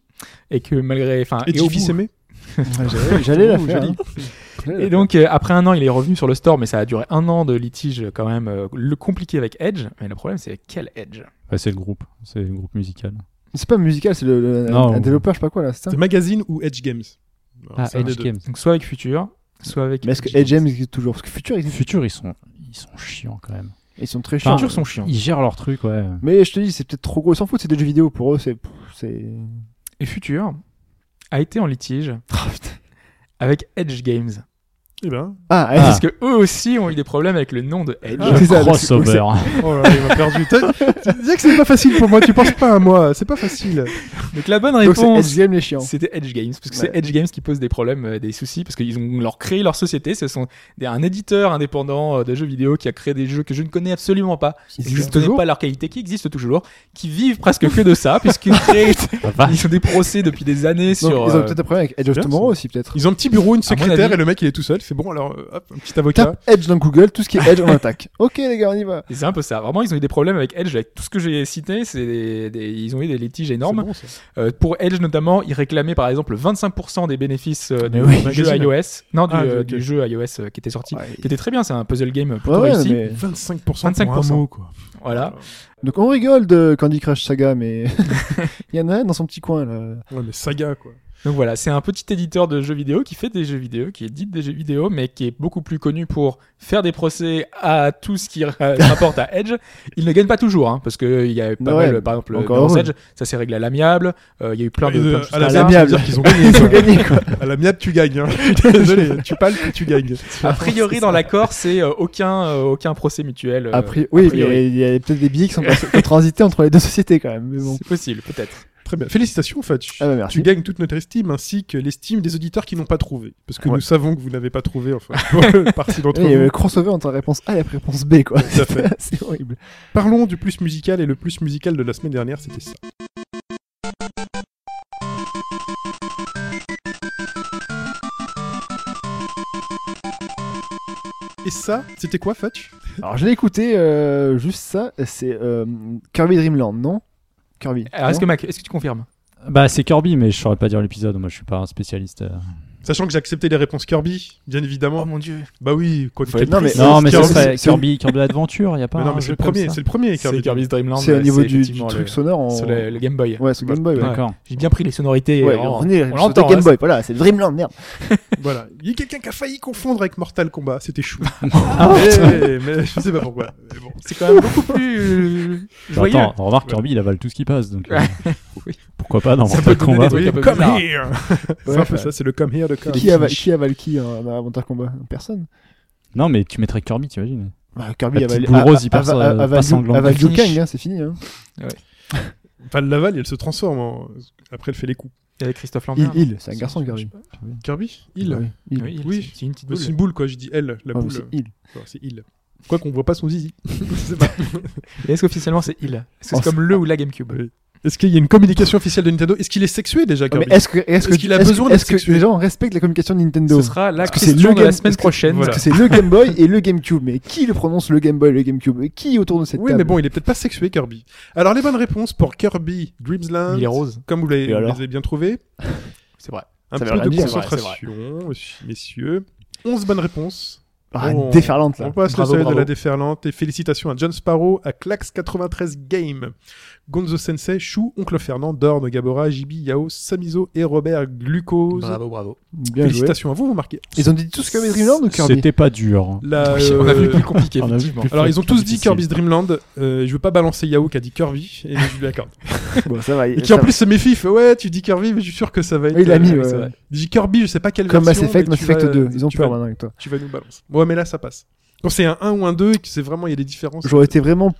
C: et que malgré, enfin,
B: Et
C: au
B: tu fils
C: bout-
B: aimé
E: J'allais- J'allais la
B: Ouh,
E: faire.
B: joli.
E: hein. J'allais la
C: Et donc euh, après un an, il est revenu sur le store, mais ça a duré un an de litige quand même, euh, le compliqué avec Edge. Mais le problème, c'est quel Edge
D: Ouais, c'est le groupe, c'est le groupe musical.
E: C'est pas musical, c'est le, le-
D: Non.
E: un développeur, je sais pas quoi là, c'est ça
B: The Magazine ou Edge Games Alors,
D: Ah,
B: c'est un des
D: Edge
B: deux.
D: Games.
C: Donc soit avec Future, soit avec.
E: Mais est-ce que
C: Edge.
E: Edge Games existe toujours Parce que Future, ils,
D: Futur, ils sont, ils sont chiants quand même.
E: ils sont très
D: Enfin,
E: chers.
C: Future sont chiants.
D: Ils gèrent leur truc, ouais.
E: Mais je te dis, c'est peut-être trop gros. Ils s'en foutent, c'est des jeux vidéo pour eux. C'est. pff, c'est...
C: Et Future a été
E: [LAUGHS]
C: en litige
E: Oh,
C: avec Edge Games
B: Eh ben,
E: Ah,
D: Ah.
C: parce que eux aussi ont eu des problèmes avec le nom de Edge.
E: Ah, c'est ça,
D: Crossover.
B: oh là là, il m'a perdu. T'as- Tu disais que c'est pas facile pour moi, tu penses pas à moi, c'est pas facile.
C: Donc la bonne
E: Ah. donc c'est
C: réponse.
E: Edge Games les chiants.
C: C'était Edge Games, parce que
E: Ouais.
C: c'est Edge Games qui pose des problèmes, euh, des soucis, parce qu'ils ont leur créé leur société. Ce sont des- un éditeur indépendant euh, de jeux vidéo qui a créé des jeux que je ne connais absolument pas.
E: Ils
C: Je ne
E: existent
C: connais
E: toujours
C: pas leur qualité, qui existe toujours, qui vivent presque que
E: [LAUGHS]
C: de ça, puisqu'ils créent,
D: La vache.
C: ils ont des procès depuis des années
E: Donc,
C: sur.
E: ils ont
C: euh,
E: peut-être un problème avec Edge of
B: bien,
E: Tomorrow
B: ça.
E: aussi, peut-être.
B: Ils ont un petit bureau, une
C: À mon
B: secrétaire,
C: avis-
B: et le mec il est tout seul, il fait bon alors, euh, hop, un petit avocat.
E: Tape Edge dans Google, tout ce qui est Edge, on attaque. Ok, les gars, on y va.
C: et c'est un peu ça. Vraiment, ils ont eu des problèmes avec Edge, avec tout ce que j'ai cité. C'est des- des- ils ont eu des litiges
B: C'est
C: énormes.
B: bon, ça.
C: Euh, pour Edge notamment, ils réclamaient par exemple 25% des bénéfices euh, du
E: Mais oui,
C: jeu
B: magazine.
C: iOS. Non, du,
B: Ah,
C: euh,
B: ok.
C: du jeu iOS euh, qui était sorti.
E: Ouais,
C: Qui était très bien, c'est un puzzle game plutôt
E: ouais,
C: réussi.
E: mais-
B: 25%, pour
C: 25%.
B: un mot, quoi.
C: Voilà.
E: Donc on rigole de Candy Crush Saga, mais [LAUGHS] il y en a un dans son petit coin là.
B: Ouais, mais saga, quoi.
C: Donc voilà, c'est un petit éditeur de jeux vidéo qui fait des jeux vidéo, qui édite des jeux vidéo, mais qui est beaucoup plus connu pour faire des procès à tout
E: [LAUGHS]
C: ce qui ra- rapporte à Edge. Il ne gagne pas toujours, hein, parce que il y a pas
E: Ouais,
C: mal, par exemple,
E: encore
C: Mirror's
E: heureux.
C: Edge, ça s'est réglé à l'amiable. euh, Il y a eu plein de,
B: Et, euh,
C: plein de
B: à
C: choses comme
B: la
C: ça.
E: mienne.
B: miable, c'est-à-dire qu'ils
E: [LAUGHS]
B: ont gagné.
E: Ils ont
B: quoi.
E: gagné quoi.
B: À la miable, tu gagnes. Hein.
E: [LAUGHS]
B: Je suis Désolé, tu parles, tu gagnes.
C: A priori, dans l'accord, c'est euh, aucun, euh, aucun procès mutuel. euh,
E: Après, oui, mais il y
C: priori.
E: a- il y a, peut-être des billets qui sont passés- qui ont transité entre les deux sociétés quand même. Mais bon.
C: C'est possible, peut-être.
B: Très bien. Félicitations, Fatch.
E: Ah bah merci.
B: Tu gagnes toute notre estime ainsi que l'estime des auditeurs qui n'ont pas trouvé. Parce que
E: Ouais. Eh,
B: nous savons que vous n'avez pas trouvé,
E: [LAUGHS]
B: enfin, [LAUGHS] pour une partie d'entre
E: Oui, Il y a le
B: vous.
E: euh, crossover entre la réponse A et la réponse B quoi.
B: Tout à fait.
E: [LAUGHS] C'est horrible.
B: Parlons du plus musical et le plus musical de la semaine dernière, c'était ça. Et ça, c'était quoi, Fatch
E: Alors je l'ai écouté euh, juste ça, c'est euh, Kirby Dreamland, non Kirby.
C: Alors, est-ce que
E: non
C: Mac, est-ce que tu confirmes
D: [LAUGHS] Bah, c'est Kirby, mais je saurais pas dire l'épisode. Moi, je suis pas un spécialiste. euh.
B: Sachant que j'ai accepté les réponses Kirby, bien évidemment.
C: mon dieu.
B: Bah oui, quoi
E: Faut être- non, mais-
B: c'est
D: Non, mais ça
B: Kirby.
D: serait
E: c'est-
D: Kirby, Kirby Adventure. Il y a pas.
B: Mais non, mais
D: un
B: c'est
D: jeu
B: le premier,
D: comme ça
B: c'est le premier
C: C'est
B: Kirby.
C: Kirby's Dreamland. euh,
E: c'est au niveau du, du
C: effectivement
E: truc
C: le-
E: sonore en...
C: sur le, le Game Boy.
E: Ouais, sur Game Boy. Ouais.
D: D'accord.
C: J'ai bien pris les sonorités.
E: Ouais,
C: euh,
E: on est
C: on
E: sur
C: l'entend,
E: Game
C: hein,
E: Boy, voilà, c'est le Dreamland, merde.
B: [LAUGHS] Voilà. Il y a quelqu'un qui a failli confondre avec Mortal Kombat, c'était chou.
D: Ah,
B: mais, mais je sais pas pourquoi. Mais bon.
C: C'est quand même beaucoup plus euh, joyeux.
D: Bah, Attends, remarque, Kirby, il avale tout ce qui passe. Donc, euh,
C: [LAUGHS] Oui.
D: pourquoi pas dans
C: Ça
D: Mortal
C: peut donner
D: Kombat
C: des trucs un peu
B: come
C: bizarres.
B: here C'est
E: Ouais,
B: un peu
E: ouais.
B: ça, c'est le come here de Kirby.
E: Qui a, qui a Valkyrie hein, dans Avatar Combat Personne.
D: Non, mais tu mettrais Kirby, t'imagines
E: Bah, Kirby
D: La petite
E: avale-
D: boule
E: a-
D: rose
E: a-
D: hyper-
E: ava-
D: euh,
E: a-
D: pas sanglante.
E: avale Liu
C: Finish.
E: Kang, hein, c'est fini. hein.
B: Enfin, le Laval, elle se transforme. en- Après, elle fait les coups.
C: Avec Christophe
E: Il,
C: Lambert.
E: il, c'est un garçon Kirby. Ah
B: Kirby Il
E: Oui, il.
C: Oui, il,
B: Ah Oui.
C: c'est- c'est une petite
B: Mais
C: boule.
B: C'est une boule, quoi. Je dis elle, la
E: Ouais,
B: boule.
E: c'est il.
B: Enfin, c'est il. Quoi qu'on voit pas son [LAUGHS] zizi. Je sais pas.
C: Et Est-ce qu'officiellement c'est il Est-ce que
E: Oh,
C: c'est comme le ou la GameCube
B: Oui. Est-ce qu'il y a une communication officielle de Nintendo Est-ce qu'il est sexué déjà,
E: Ouais,
B: Kirby
E: Mais est-ce que, est-ce que,
B: Est-ce qu'il a
E: est-ce que-
B: besoin d'être
E: est-ce que les
B: sexué
E: gens respectent la communication de Nintendo
C: Ce sera la
E: Parce que c'est
C: question
E: le
C: de la
E: game-
C: semaine
E: parce que-
C: prochaine.
B: voilà.
E: Parce que c'est le Game Boy et le GameCube. Mais qui le prononce le Game Boy et le GameCube Et Qui autour de cette
B: Oui,
E: table
B: mais bon, il est peut-être pas sexué, Kirby. Alors, les bonnes réponses pour Kirby Dreamsland.
C: Il est rose.
B: Comme vous l'avez-
E: Et
B: vous
E: alors
B: les avez bien trouvé.
C: C'est vrai.
B: Un
E: Ça veut
B: peu
E: rien
B: de
E: dire, c'est
C: vrai,
B: concentration, messieurs. 11 bonnes réponses.
E: Ah,
B: Bon,
E: déferlante là.
B: Oh. On passe
C: bravo,
B: le seuil
C: bravo.
B: de la déferlante et félicitations à John Sparrow, à Clax93 Game, Gonzo Sensei, Chou, Oncle Fernand, Dorne, Gabora, Jibi, Yao, Samizo et Robert Glucose.
C: Bravo, bravo.
E: Bien joué.
B: Félicitations à vous, vous marquez.
E: Ils ont dit tout ce qu'avait Dreamland ou Oh, Kirby
D: C'était pas dur. hein.
E: [LAUGHS]
B: La,
C: Oui, on a vu
B: euh,
C: plus compliqué,
D: on a vu
C: effectivement.
D: plus-
B: Alors, ils ont tous dit
D: Difficile.
B: Kirby's Dreamland. Euh, je veux pas balancer Yao qui a dit Kirby, et je lui accorde.
E: Bon, ça va.
B: Et qui
E: ça
B: en
E: va.
B: plus se méfie, il fait Ouais, tu dis Kirby, mais je suis sûr que ça va être.
E: Oui, il a mis,
B: euh,
E: ouais,
B: ça
E: ouais.
B: va. Il dit Kirby, je sais pas quelle
E: Comme Mass
B: version.
E: Effect,
B: mais
E: Mass
B: tu vas- euh,
E: Effect 2. Ils ont
B: tu
E: peur
B: vas-
E: maintenant avec toi.
B: Tu vas nous balancer. Ouais, mais là, ça passe. Quand c'est un 1 ou un 2 et que c'est vraiment, il y a des différences.
E: J'aurais été vraiment.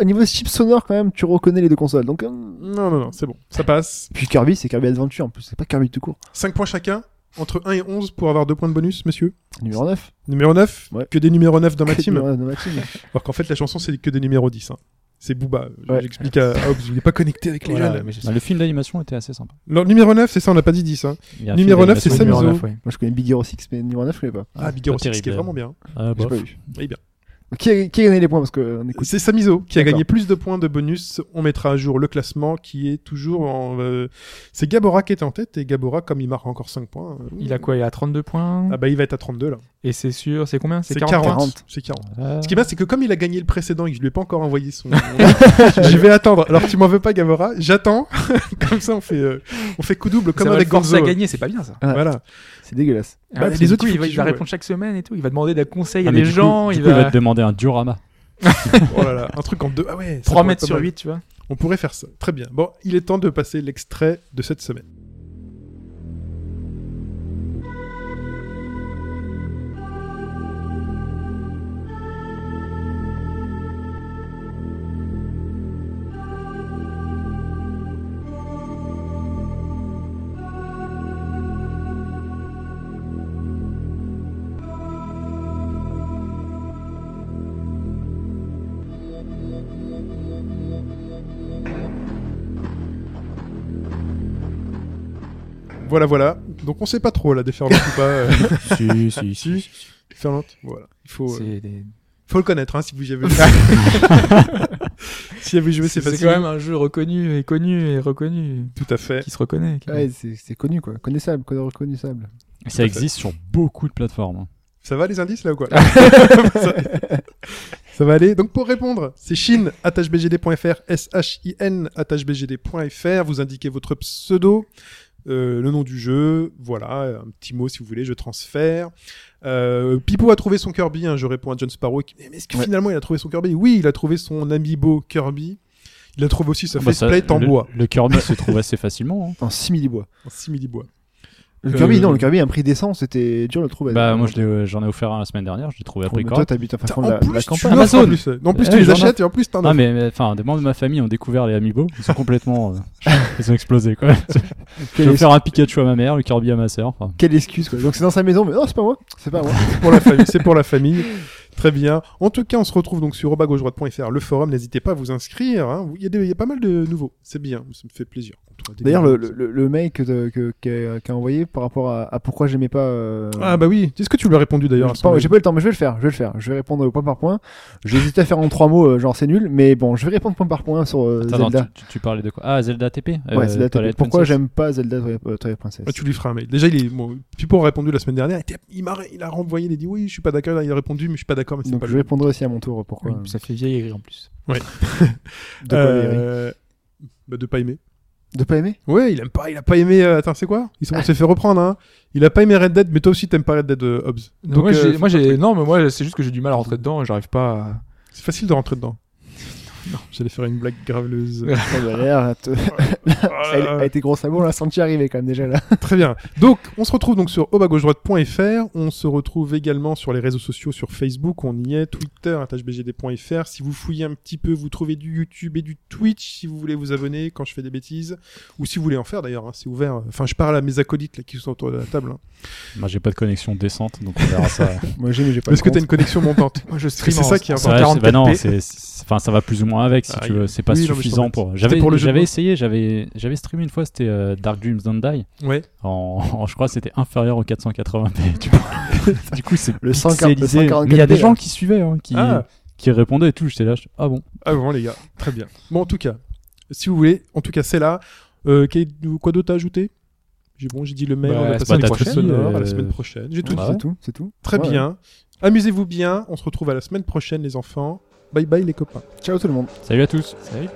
E: Au niveau chip sonore, quand même, tu reconnais les deux consoles. Donc. hum.
B: Non, non, non, c'est bon. Ça passe.
E: Puis Kirby, c'est Kirby Adventure en plus. C'est pas Kirby tout court.
B: 5 points chacun, entre 1 et 11 pour avoir 2 points de bonus, monsieur.
E: Numéro 9.
B: [LAUGHS] Numéro 9,
E: Ouais.
B: que des numéros 9 dans ma
E: Que
B: team.
E: numéro neuf dans ma team.
B: Alors qu'en fait, la chanson, c'est que des numéros 10. hein. C'est Booba.
E: Ouais.
B: J'explique à à Hobbs, il n'est pas connecté avec les
C: Voilà,
B: jeunes.
C: mais je-
D: Bah, le film d'animation était assez sympa.
B: Non, numéro 9, c'est ça, on n'a pas dit 10. Hein.
D: Il y a un
B: Numéro
D: film
B: 9, c'est
D: d'animation
B: Samzo.
D: numéro
B: Mizo.
E: ouais. Moi, je connais Biggie 6, mais numéro 9, je connais pas.
B: Ah, Big
D: pas
B: Hero Six, qui est
D: terrible.
B: vraiment bien.
D: Ah,
E: J'ai
D: bof.
E: pas vu.
B: Eh bien.
E: Qui a, qui a gagné les points parce que euh, on écoute.
B: C'est Samizo qui a
E: D'accord.
B: gagné plus de points de bonus. On mettra à jour le classement qui est toujours en. euh, C'est Gabora qui est en tête et Gabora, comme il marque encore 5 points. euh,
C: Il a quoi Il a 32 points.
B: Ah bah il va être à 32 là.
C: Et c'est sûr, c'est combien
B: C'est
C: 40.
B: 40.
E: 40.
B: C'est 40.
D: Ah.
B: Ce qui est bien, c'est que comme il a gagné le précédent et que je lui ai pas encore envoyé son. je vais attendre. Alors tu m'en veux pas, Gabora J'attends. [LAUGHS] comme ça, on fait, euh, on fait coup double comme
C: ça
B: avec
C: va le forcer
B: Gonzo.
C: à gagner, c'est pas bien ça.
E: Ah.
B: Voilà.
E: C'est dégueulasse.
C: Ah
B: Bah,
C: ouais, parce
B: les
C: que
B: autres,
C: du coup,
B: il
C: il
B: faut
C: va,
B: qu'ils
C: il va
B: jouent,
C: répondre chaque semaine et tout. Il va demander des conseils
D: Ah,
C: à
D: mais
C: des
D: du coup-
C: gens.
D: du
C: il
D: coup,
C: va
D: te demander un diorama.
B: Oh là là, un truc en deux. Ah ouais. ça
C: 3
B: pourrait
C: mètres
B: être
C: sur
B: pas mal.
C: 8, tu vois.
B: On pourrait faire ça. Très bien. Bon, il est temps de passer l'extrait de cette semaine. Voilà, voilà. Donc on sait pas trop là, déferlante ou pas. euh,
C: [LAUGHS] si, si, si.
B: déferlante. Voilà. Il faut. euh,
C: C'est des-
B: Faut le connaître, hein, si vous y avez joué. si vous avez joué, c'est
C: c'est
B: facile.
C: quand même un jeu reconnu et connu et reconnu
B: Tout à fait.
C: qui se reconnaît. qui-
E: Ouais, c'est c'est connu quoi. Connaissable, connard reconnaissable.
D: Ça existe sur beaucoup de plateformes. hein.
B: Ça va les indices là ou
C: [LAUGHS]
B: quoi ça, ça va aller. Donc pour répondre, c'est Shin, attachebgd.fr, S-H-I-N, attachebgd.fr. Vous indiquez votre pseudo, euh, le nom du jeu, voilà, un petit mot si vous voulez, je transfère. Euh, Pipo a trouvé son Kirby, hein, je réponds à John Sparrow. qui- Mais est-ce que
E: Ouais.
B: finalement il a trouvé son Kirby Oui, il a trouvé son amiibo Kirby. Il a trouvé aussi sa
D: Bah, ça-
B: faceplate en
D: le-
B: bois,
D: Le Kirby se trouve
C: [LAUGHS]
D: assez facilement. hein.
E: En 6 millibois.
B: en simili-bois.
E: Le
B: Euh,
E: Kirby, non, le Kirby, un prix décent, c'était dur de le trouver.
D: Bah, moi, je l'ai- j'en ai offert un la semaine dernière, je l'ai trouvé à prix
E: Mais
D: correct.
E: Toi, t'habites en fin de
B: En
E: compte, la,
B: plus,
E: la
B: tu
E: campagne.
B: l'offres,
D: Amazon.
B: en plus. En plus,
D: Eh,
B: tu les
D: j'en
B: achètes et en plus, t'en as.
D: Ah mais mais, enfin des membres de ma famille ont découvert les amiibo, ils sont complètement euh, [LAUGHS] ils ont explosé quoi. Je
E: Quelle,
D: vais
E: es-
D: faire un Pikachu à ma mère, le Kirby à ma sœur. enfin.
E: quelle excuse quoi. Donc c'est dans sa maison, mais non, c'est pas moi. C'est
B: [LAUGHS]
E: pas moi.
B: pour la famille, c'est pour la famille. Très bien. En tout cas, on se retrouve donc sur robagaugedroite.fr, le forum. N'hésitez pas à vous inscrire. hein. Il y, a des- il y a pas mal de nouveaux. C'est bien. Ça me fait plaisir. On trouve des
E: D'ailleurs, le,
B: nouveaux.
E: le, le- le mail que t'as- que- qu'a qu'a envoyé par rapport à, à pourquoi j'aimais pas. euh,
B: Ah bah oui. Est-ce que tu lui as répondu d'ailleurs à
E: j'ai
B: son
E: pas,
B: mail
E: j'ai pas eu le temps, mais je vais le faire. Je vais le faire. Je vais répondre point par point. J'ai hésité à faire en trois mots, euh, genre c'est nul, mais bon, je vais répondre point par point sur euh,
D: Attends,
E: Zelda.
D: attends, tu, tu parlais de quoi Ah Zelda TP. euh,
E: Ouais, Zelda.
D: Twilight
E: Pourquoi
D: Princess.
E: j'aime pas Zelda Twilight euh, Twilight Princess
B: Ah, tu lui feras un mail. Déjà, il est. Bon, Pipo a répondu la semaine dernière. Il, était- il m'a, il a renvoyé. Il a dit oui, je suis pas d'accord. Il a répondu, mais je suis pas d'accord. Mais c'est
E: Donc
B: pas
E: je
B: le-
E: répondrai aussi à mon tour euh, pourquoi.
C: Oui, puis ça fait vieille aigri en plus.
E: De, quoi, Valérie
B: Euh, bah, de pas aimer.
E: de pas
B: [LAUGHS]
E: aimer
B: Ouais, il aime pas. Il a pas aimé. euh, Attends, c'est quoi Ils sont-
E: Ah.
B: On s'est fait reprendre. Hein. Il a pas aimé Red Dead, mais toi aussi t'aimes pas Red Dead, euh, Hobbs.
C: Donc, moi,
B: euh,
C: j'ai-
B: faut
C: moi,
B: pas
C: j'ai- non, mais moi, c'est juste que j'ai du mal à rentrer dedans et j'arrive pas à.
B: C'est facile de
E: [LAUGHS]
B: rentrer dedans. Non, j'allais faire une blague graveleuse.
E: Oh, bah, [LAUGHS] Ça a l'air. te- Elle a été grosse à bon, là, sans t'y arriver quand même déjà là.
B: Très bien. Donc, on se retrouve donc sur obagaugedroite.fr. On se retrouve également sur les réseaux sociaux, sur Facebook, on y est, Twitter, attachebgd.fr. Si vous fouillez un petit peu, vous trouvez du YouTube et du Twitch si vous voulez vous abonner quand je fais des bêtises. Ou si vous voulez en faire d'ailleurs, hein, c'est ouvert. Enfin, je parle à mes acolytes là, qui sont autour de la table. hein.
D: Moi j'ai pas de connexion décente donc on verra
B: [LAUGHS]
D: ça. Ouais,
E: Moi j'ai, mais j'ai pas.
B: Est-ce que
E: le
B: t'as
E: compte.
B: une connexion
C: [LAUGHS]
B: montante
C: Moi, je
B: que
C: stream.
B: c'est ça qui est important.
D: c'est-
C: 144
D: bah non, c'est c'est- enfin ça va plus ou moins avec si
B: Ah,
D: tu
B: il-
D: veux, c'est pas
B: oui, non, mais je
D: suffisant
B: t'embête.
D: pour.
B: C'était
D: J'avais
B: pour le jeu de
D: j'avais
B: mots.
D: essayé, j'avais j'avais streamé une fois c'était euh, Dark Dreams Don't Die
B: Ouais.
D: en [LAUGHS] en- je crois que c'était inférieur au
B: [LAUGHS]
D: 480p. tu vois. du coup c'est
E: Le 140 le
D: pixelisé. Mais il y
E: 144p,
D: a des
E: là.
D: gens qui suivaient hein, qui
B: Ah.
D: qui répondaient et tout, j'étais là je- ah bon.
B: Ah bon, les gars. Très bien. Bon, en tout cas, si vous voulez, en tout cas, c'est là. Euh, qu'est- quoi d'autre à ajouter J'ai bon, j'ai dit le mail.
C: Bah,
B: on va
C: c'est
B: passer
D: pas
B: à la
D: ta
B: prochaine,
D: prochaine,
B: sonore, à la
D: euh,
B: semaine prochaine. J'ai tout
D: Bah
B: dit.
D: ouais.
E: C'est tout, c'est tout.
B: Ah Très
E: Ouais.
B: bien. Amusez-vous bien. On se retrouve à la semaine prochaine, les enfants. Bye bye, les copains.
E: Ciao tout le monde.
D: Salut à tous.
C: Salut.